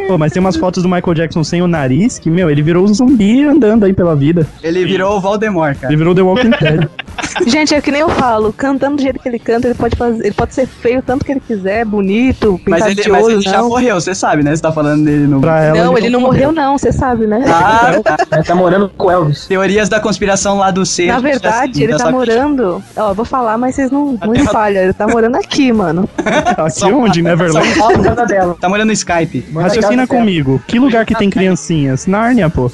Speaker 5: Pô, mas tem umas fotos do Michael Jackson sem o nariz que, meu, ele virou um zumbi andando aí pela vida.
Speaker 2: Ele virou o Voldemort, cara.
Speaker 5: Ele virou The Walking
Speaker 8: [laughs]
Speaker 5: Dead.
Speaker 6: Gente, é que nem eu falo, cantando do jeito que ele canta, ele pode fazer, ele pode ser feio tanto que ele quiser, bonito,
Speaker 2: Mas
Speaker 6: pintado
Speaker 2: ele,
Speaker 6: de
Speaker 2: mas
Speaker 6: olho,
Speaker 2: ele já
Speaker 6: não.
Speaker 2: morreu, você sabe, né? Você tá falando dele no.
Speaker 5: Pra ela,
Speaker 6: Não, ele não morreu não, você sabe, né? [laughs]
Speaker 2: Ah, [laughs] tá.
Speaker 4: Ele tá morando com o Elvis.
Speaker 2: teorias da conspiração lá do C.
Speaker 6: Na verdade, ele tá morando. Ó, eu vou falar, mas vocês não, não espalham. Ele tá
Speaker 2: [laughs]
Speaker 6: morando aqui, mano.
Speaker 5: Aqui onde? em Neverland.
Speaker 4: Casa dela.
Speaker 2: Tá [laughs] morando no Skype.
Speaker 4: Manda a
Speaker 5: Raciocina
Speaker 4: casa dela.
Speaker 5: comigo. Que lugar que tem criancinhas? Nárnia, pô.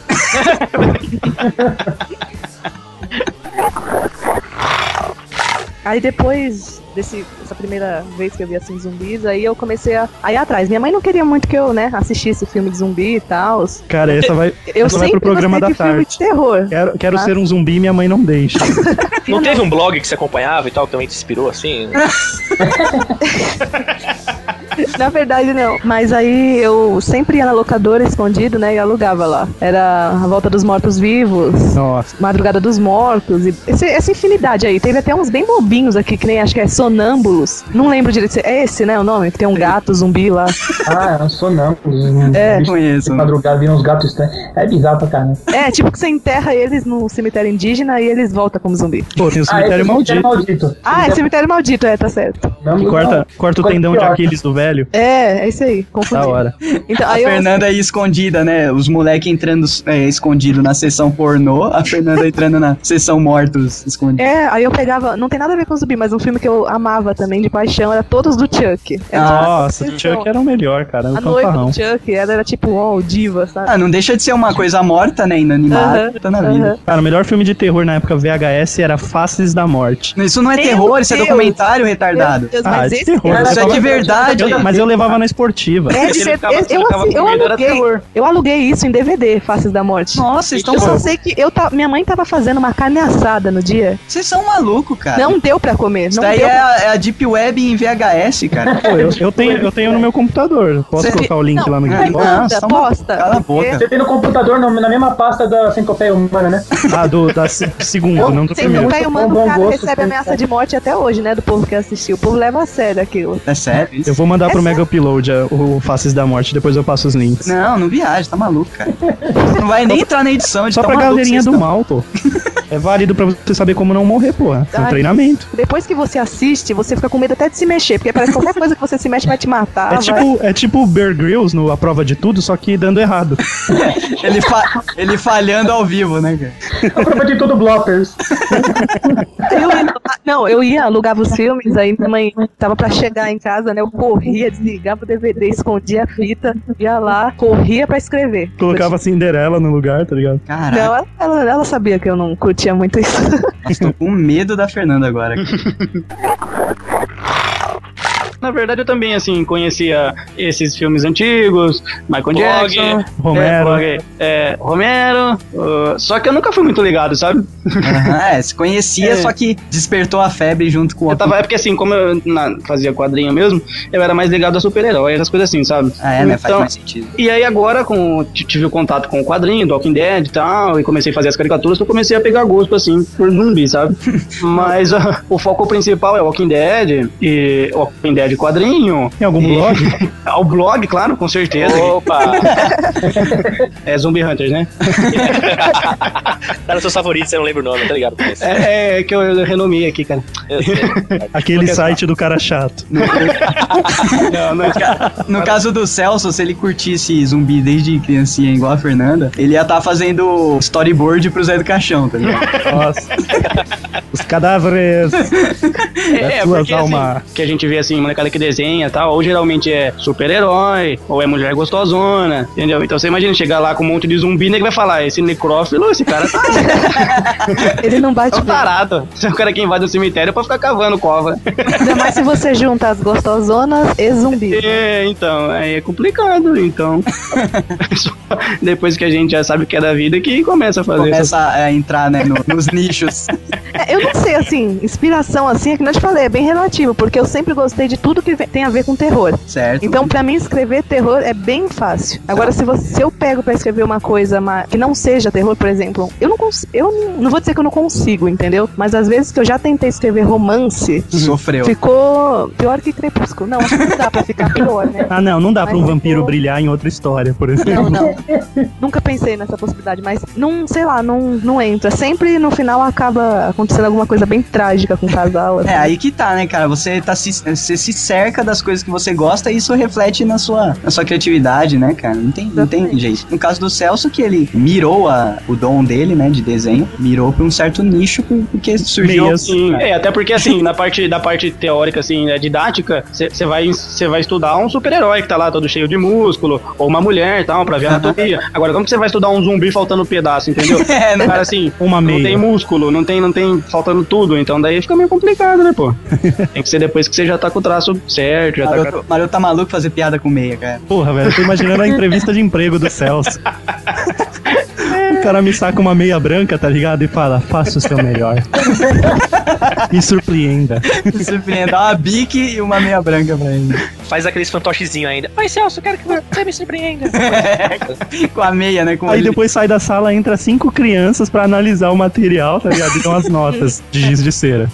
Speaker 6: Aí depois desse, dessa primeira vez que eu vi assim zumbis, aí eu comecei a, a ir atrás. Minha mãe não queria muito que eu, né, assistisse filme de zumbi e tal.
Speaker 5: Cara, essa vai.
Speaker 6: Eu
Speaker 5: Essa vai
Speaker 6: sempre
Speaker 5: pro programa
Speaker 6: gostei
Speaker 5: da
Speaker 6: de filme
Speaker 5: tarde.
Speaker 6: de terror.
Speaker 5: Quero, quero
Speaker 6: Ah.
Speaker 5: ser um zumbi e minha mãe não deixa.
Speaker 8: Não teve um blog que você acompanhava e tal, que também te inspirou assim?
Speaker 6: Na verdade, não. Mas aí eu sempre ia na locadora escondido, né, e alugava lá. Era A Volta dos Mortos Vivos.
Speaker 5: Nossa.
Speaker 6: Madrugada dos Mortos, e esse- essa infinidade aí. Teve até uns bem bobinhos aqui, que nem acho que é Sonâmbulos. Não lembro direito. se- É esse, né? O nome? Que tem um gato zumbi lá.
Speaker 4: Ah, eu sou não. Os
Speaker 6: É,
Speaker 4: bichos
Speaker 2: Conheço.
Speaker 4: de madrugada viram uns gatos estranhos. É bizarro pra caramba.
Speaker 6: É, tipo que você enterra eles num cemitério indígena e eles voltam como zumbi.
Speaker 5: Pô, tem o
Speaker 4: Ah, esse
Speaker 5: um cemitério
Speaker 4: é o
Speaker 5: maldito.
Speaker 4: maldito.
Speaker 6: Ah, é cemitério maldito, é, tá certo.
Speaker 4: Não,
Speaker 5: Que
Speaker 4: não.
Speaker 5: corta, corta o
Speaker 4: Corta
Speaker 5: tendão de
Speaker 4: pior.
Speaker 5: Aquiles do velho.
Speaker 6: É, é isso aí, confundi.
Speaker 5: Da hora.
Speaker 6: Então,
Speaker 2: A
Speaker 6: aí eu,
Speaker 2: Fernanda aí escondida, né? Os moleque entrando é, escondido na sessão pornô, a Fernanda entrando na sessão mortos escondida.
Speaker 6: é, aí eu pegava, não tem nada a ver com zumbi, mas um filme que eu amava também, de paixão, era todos do Chuck. Era
Speaker 5: Nossa, o
Speaker 6: então,
Speaker 5: Chuck era o melhor, cara.
Speaker 6: A
Speaker 5: O
Speaker 6: noiva
Speaker 5: fanfarrão.
Speaker 6: do Chuck, ela era tipo, ó, diva, sabe?
Speaker 2: Ah, não deixa de ser uma coisa morta, né? Inanimada,
Speaker 6: Aham,
Speaker 2: tá na vida.
Speaker 6: aham.
Speaker 5: Cara, o melhor filme de terror na época VHS era Faces da Morte.
Speaker 2: Isso não é
Speaker 6: Meu
Speaker 2: terror, isso é
Speaker 6: Deus.
Speaker 2: documentário
Speaker 6: Meu
Speaker 2: retardado.
Speaker 6: Deus,
Speaker 5: Ah,
Speaker 6: mas
Speaker 5: de
Speaker 6: esse
Speaker 5: terror.
Speaker 6: cara-
Speaker 2: Isso é de verdade.
Speaker 5: Eu- mas eu levava na esportiva.
Speaker 6: É, de
Speaker 10: Ele
Speaker 6: ser-
Speaker 10: ficava-
Speaker 6: eu,
Speaker 10: ele ficava
Speaker 6: assim, eu
Speaker 10: com medo, era
Speaker 6: aluguei,
Speaker 10: terror.
Speaker 6: eu aluguei isso em DVD, Faces da Morte.
Speaker 2: Nossa, vocês tão-
Speaker 6: eu só sei que eu ta- minha mãe tava fazendo uma carne assada no dia.
Speaker 2: vocês são malucos, cara.
Speaker 6: Não deu pra comer.
Speaker 2: Isso
Speaker 6: Não
Speaker 2: daí
Speaker 6: deu
Speaker 2: é a, é a Deep Web em VHS, cara.
Speaker 5: Pô, eu, eu tenho, eu tenho no meu computador. [laughs] Posso
Speaker 2: Você-
Speaker 5: colocar o link
Speaker 6: não,
Speaker 5: lá no
Speaker 2: não,
Speaker 5: Geekbox?
Speaker 2: não.
Speaker 6: Posta,
Speaker 2: só uma-
Speaker 6: posta.
Speaker 2: Cala a boca.
Speaker 6: porque-
Speaker 4: Você tem no computador no- na mesma pasta da Sincopeia Humana, né?
Speaker 5: Ah, do, da se- segundo, não do
Speaker 6: Sem
Speaker 5: primeiro.
Speaker 6: tocar humano,
Speaker 4: Bom
Speaker 6: o cara
Speaker 4: gosto,
Speaker 6: recebe
Speaker 4: sim,
Speaker 6: ameaça
Speaker 4: cara.
Speaker 6: de morte até hoje, né? Do povo que assistiu. O povo leva a sério aquilo.
Speaker 2: É sério isso?
Speaker 5: Eu vou mandar pro Mega Upload é, o Faces da Morte, depois eu passo os links.
Speaker 2: Não, não viaja, tá maluco, cara. Não vai nem entrar na edição de
Speaker 5: Só
Speaker 2: tão
Speaker 10: Então,
Speaker 5: pra
Speaker 2: maluco
Speaker 5: galerinha
Speaker 2: vocês
Speaker 5: do
Speaker 2: tão.
Speaker 5: mal, pô. É válido pra você saber como não morrer, pô. É um
Speaker 10: Tá.
Speaker 6: Ai.
Speaker 5: treinamento.
Speaker 6: Depois que você assiste, você fica com medo até de se mexer, porque parece que qualquer coisa que você se mexe vai te matar.
Speaker 5: É
Speaker 6: Ah, vai-
Speaker 5: tipo, é tipo o Bear Grylls no A Prova de Tudo, só que dando errado.
Speaker 2: Ele, fa- ele falhando ao vivo, né, cara?
Speaker 4: A prova de tudo blockers.
Speaker 6: Eu ia- Ah, não, eu ia, alugava os filmes, aí minha mãe tava pra chegar em casa, né? Eu corria, desligava o DVD, escondia a fita, ia lá, corria pra escrever.
Speaker 5: Colocava Cinderela no lugar, tá ligado?
Speaker 2: Caraca,
Speaker 6: Não, ela, ela- ela sabia que eu não curtia muito isso. [laughs]
Speaker 2: nossa, tô com medo da Fernanda agora. cara.
Speaker 5: [laughs]
Speaker 10: Na verdade, eu também, assim, conhecia esses filmes antigos, Michael
Speaker 8: Blog.
Speaker 10: Jackson, é,
Speaker 5: Romero.
Speaker 10: Blog, é, Romero, uh, só que eu nunca fui muito ligado, sabe?
Speaker 2: Aham, é, se conhecia,
Speaker 10: É.
Speaker 2: só que despertou a febre junto com o
Speaker 10: Eu tava, é porque assim, como eu na- fazia quadrinho mesmo, eu era mais ligado a super-herói, essas coisas assim, sabe?
Speaker 2: Ah, é, né? Faz
Speaker 10: Então-
Speaker 2: mais sentido.
Speaker 10: E aí agora com, t- tive o contato com o quadrinho, do Walking Dead e tal, e comecei a fazer as caricaturas, eu comecei a pegar gosto, assim, por
Speaker 2: [laughs]
Speaker 10: zumbi, sabe? Mas ah, o foco principal é Walking Dead, e Walking Dead quadrinho,
Speaker 5: Tem algum blog?
Speaker 10: [laughs] Ah, o blog, claro, com certeza.
Speaker 8: Opa!
Speaker 10: É Zombie Hunters, né?
Speaker 8: tá nos seus favoritos, eu não lembro o nome, tá ligado? com isso.
Speaker 10: É, é que eu, eu renomei aqui, cara.
Speaker 8: Eu sei.
Speaker 5: Aquele site do cara chato.
Speaker 10: Não, é não,
Speaker 2: No caso do Celso, se ele curtisse zumbi desde criancinha, igual a Fernanda, ele ia estar fazendo storyboard pro Zé do Caixão, tá ligado?
Speaker 5: Nossa. Os cadáveres.
Speaker 10: [laughs] É,
Speaker 5: Das suas
Speaker 10: porque
Speaker 5: almas.
Speaker 10: assim, que a gente vê assim, molecada que desenha e tal, ou geralmente é super-herói, ou é mulher gostosona, entendeu? Então você imagina chegar lá com um monte de zumbi, né, que vai falar, esse necrófilo, esse cara tá [laughs]
Speaker 6: Ele não bate
Speaker 10: um
Speaker 6: bem.
Speaker 10: tarado. Esse é o cara que invade o cemitério pra ficar cavando cova.
Speaker 6: Ainda mais se você junta as gostosonas e zumbi.
Speaker 10: É, então, aí é complicado, [laughs] então. Só Depois que a gente já sabe o que é da vida, que começa a fazer essas...
Speaker 2: Começa a entrar, né, no- nos
Speaker 10: [laughs]
Speaker 2: nichos.
Speaker 6: É, Eu não sei, assim, inspiração assim, é que não te falei, é bem relativo, porque eu sempre gostei de tudo que ve- tem a ver com terror.
Speaker 2: Certo.
Speaker 6: Então, pra mim, escrever terror é bem fácil. Agora, se, você- se eu pego pra escrever uma coisa ma- que não seja terror, por exemplo, eu não consigo. Eu não, não vou dizer que eu não consigo, entendeu? Mas às vezes que eu já tentei escrever romance,
Speaker 2: Sofreu.
Speaker 6: ficou pior que crepúsculo. Não, acho que não dá pra ficar pior, né?
Speaker 5: Ah, não, não dá pra um
Speaker 6: Mas
Speaker 5: vampiro
Speaker 6: eu-
Speaker 5: brilhar em outra história, por exemplo.
Speaker 6: Não, não. Nunca pensei nessa possibilidade, mas não, sei lá, não, não entra. Sempre no final acaba acontecendo alguma coisa bem trágica com o casal. assim.
Speaker 2: É, aí que tá, né, cara? Você, tá se, você se cerca das coisas que você gosta e isso reflete na sua, na sua criatividade, né, cara? Não tem, não tem jeito. No caso do Celso, que ele mirou a- o dom dele, né, de desenho, mirou pra um certo nicho por- porque surgiu.
Speaker 5: Meias.
Speaker 10: Sim, é, até porque assim, na parte da parte teórica, assim, né, didática, você vai, cê vai estudar um super-herói que tá lá todo cheio de músculo, ou uma mulher e tal, pra ver a anatomia. Agora, como que você vai estudar um zumbi faltando pedaço, entendeu?
Speaker 2: [laughs] É, né?
Speaker 10: Cara, assim,
Speaker 5: Uma
Speaker 10: não tem
Speaker 5: meia.
Speaker 10: músculo, não tem, não tem faltando tudo, então daí fica meio complicado,
Speaker 5: [laughs]
Speaker 10: né, pô? Tem que ser depois que você já tá com o traço certo, já tá com
Speaker 2: Maroto, Maroto tá maluco fazer piada com meia,
Speaker 10: [laughs]
Speaker 2: cara.
Speaker 5: Porra, velho, tô imaginando a entrevista de emprego do Celso. O cara me saca uma meia branca, tá ligado? E fala, faça o seu melhor. Me surpreenda.
Speaker 2: Surpreenda uma bique e uma meia branca pra
Speaker 10: [laughs]
Speaker 2: ele.
Speaker 8: Faz aqueles fantochezinhos ainda. Ai, Celso, quero que você me surpreenda.
Speaker 2: com a meia, né? Com
Speaker 5: Aí
Speaker 2: ele-
Speaker 5: depois sai da sala, entra cinco crianças pra analisar o material, tá ligado? E dão as notas de giz de cera.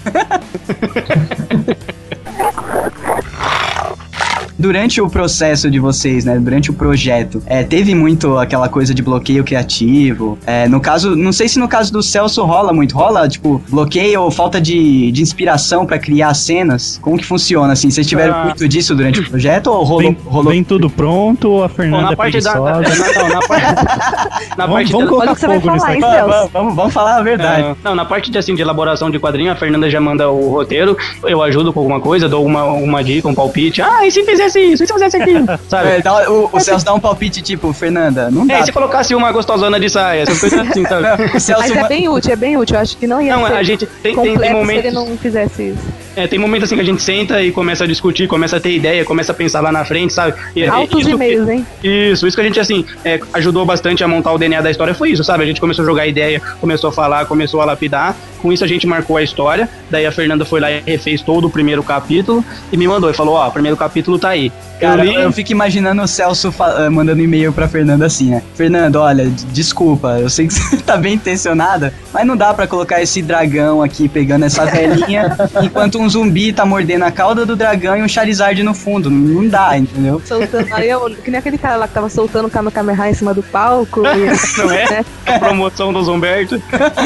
Speaker 2: durante o processo de vocês, né? Durante o projeto, é, teve muito aquela coisa de bloqueio criativo. É, no caso, não sei se no caso do Celso rola muito. Rola, tipo, bloqueio ou falta de, de inspiração pra criar cenas? Como que funciona, assim? Vocês tiveram
Speaker 10: Ah.
Speaker 2: muito disso durante o projeto ou rolou?
Speaker 5: Vem,
Speaker 2: rolou...
Speaker 5: vem tudo pronto, a
Speaker 10: Bom,
Speaker 5: Fernanda
Speaker 10: na
Speaker 5: é
Speaker 10: parte da.
Speaker 5: preguiçosa.
Speaker 10: [laughs] não, na
Speaker 5: [laughs]
Speaker 10: parte.
Speaker 5: Vamos,
Speaker 10: Na parte
Speaker 5: vamos
Speaker 10: da-
Speaker 6: Olha
Speaker 5: colocar
Speaker 6: o que você vai
Speaker 5: fogo nisso
Speaker 6: falar, hein,
Speaker 5: aqui.
Speaker 6: Celso?
Speaker 2: Vamos, vamos, vamos falar a verdade.
Speaker 10: É, Não, na parte de, assim, de elaboração de quadrinho, a Fernanda já manda o roteiro, eu ajudo com alguma coisa, dou uma, uma dica, um palpite. Ah, e se fizesse isso? E se fizesse aquilo? Sabe?
Speaker 2: É, dá- o o Celso dá um palpite tipo, Fernanda, não dá.
Speaker 10: É, e se colocasse uma gostosona de saia, essas coisas assim,
Speaker 2: [laughs]
Speaker 10: sabe?
Speaker 2: Não, [laughs] o Celso
Speaker 6: Mas é
Speaker 2: ma-
Speaker 6: bem útil, é bem útil. Eu acho que não ia
Speaker 10: Não,
Speaker 6: ser
Speaker 10: a gente tem, tem,
Speaker 6: completo
Speaker 10: tem
Speaker 6: se ele
Speaker 10: momentos.
Speaker 6: não fizesse isso.
Speaker 10: é, tem momentos assim que a gente senta e começa a discutir, começa a ter ideia, começa a pensar lá na frente, sabe? E- e-
Speaker 6: Altos
Speaker 10: isso-
Speaker 6: e-mails, hein?
Speaker 10: Isso, isso que a gente, assim, é, ajudou bastante a montar o DNA da história foi isso, sabe? A gente começou a jogar ideia, começou a falar, começou a lapidar. Com isso a gente marcou a história. Daí a Fernanda foi lá e refez todo o primeiro capítulo e me mandou. E falou: Ó, o primeiro capítulo tá aí.
Speaker 2: Cara,
Speaker 10: eu li,
Speaker 2: eu fico imaginando o Celso fa- eh, mandando e-mail pra Fernanda assim, né? Fernando, olha, d- desculpa, eu sei que você [laughs] tá bem intencionada, mas não dá pra colocar esse dragão aqui pegando essa
Speaker 6: [laughs]
Speaker 2: velhinha enquanto um zumbi tá mordendo a cauda do dragão e um Charizard no fundo. Não não dá, entendeu?
Speaker 6: Soltando. Aí eu, que nem aquele cara lá que tava soltando o Kamehameha em cima do palco. e-
Speaker 10: [laughs] não é?
Speaker 6: né?
Speaker 10: A promoção do Zumberto. [laughs]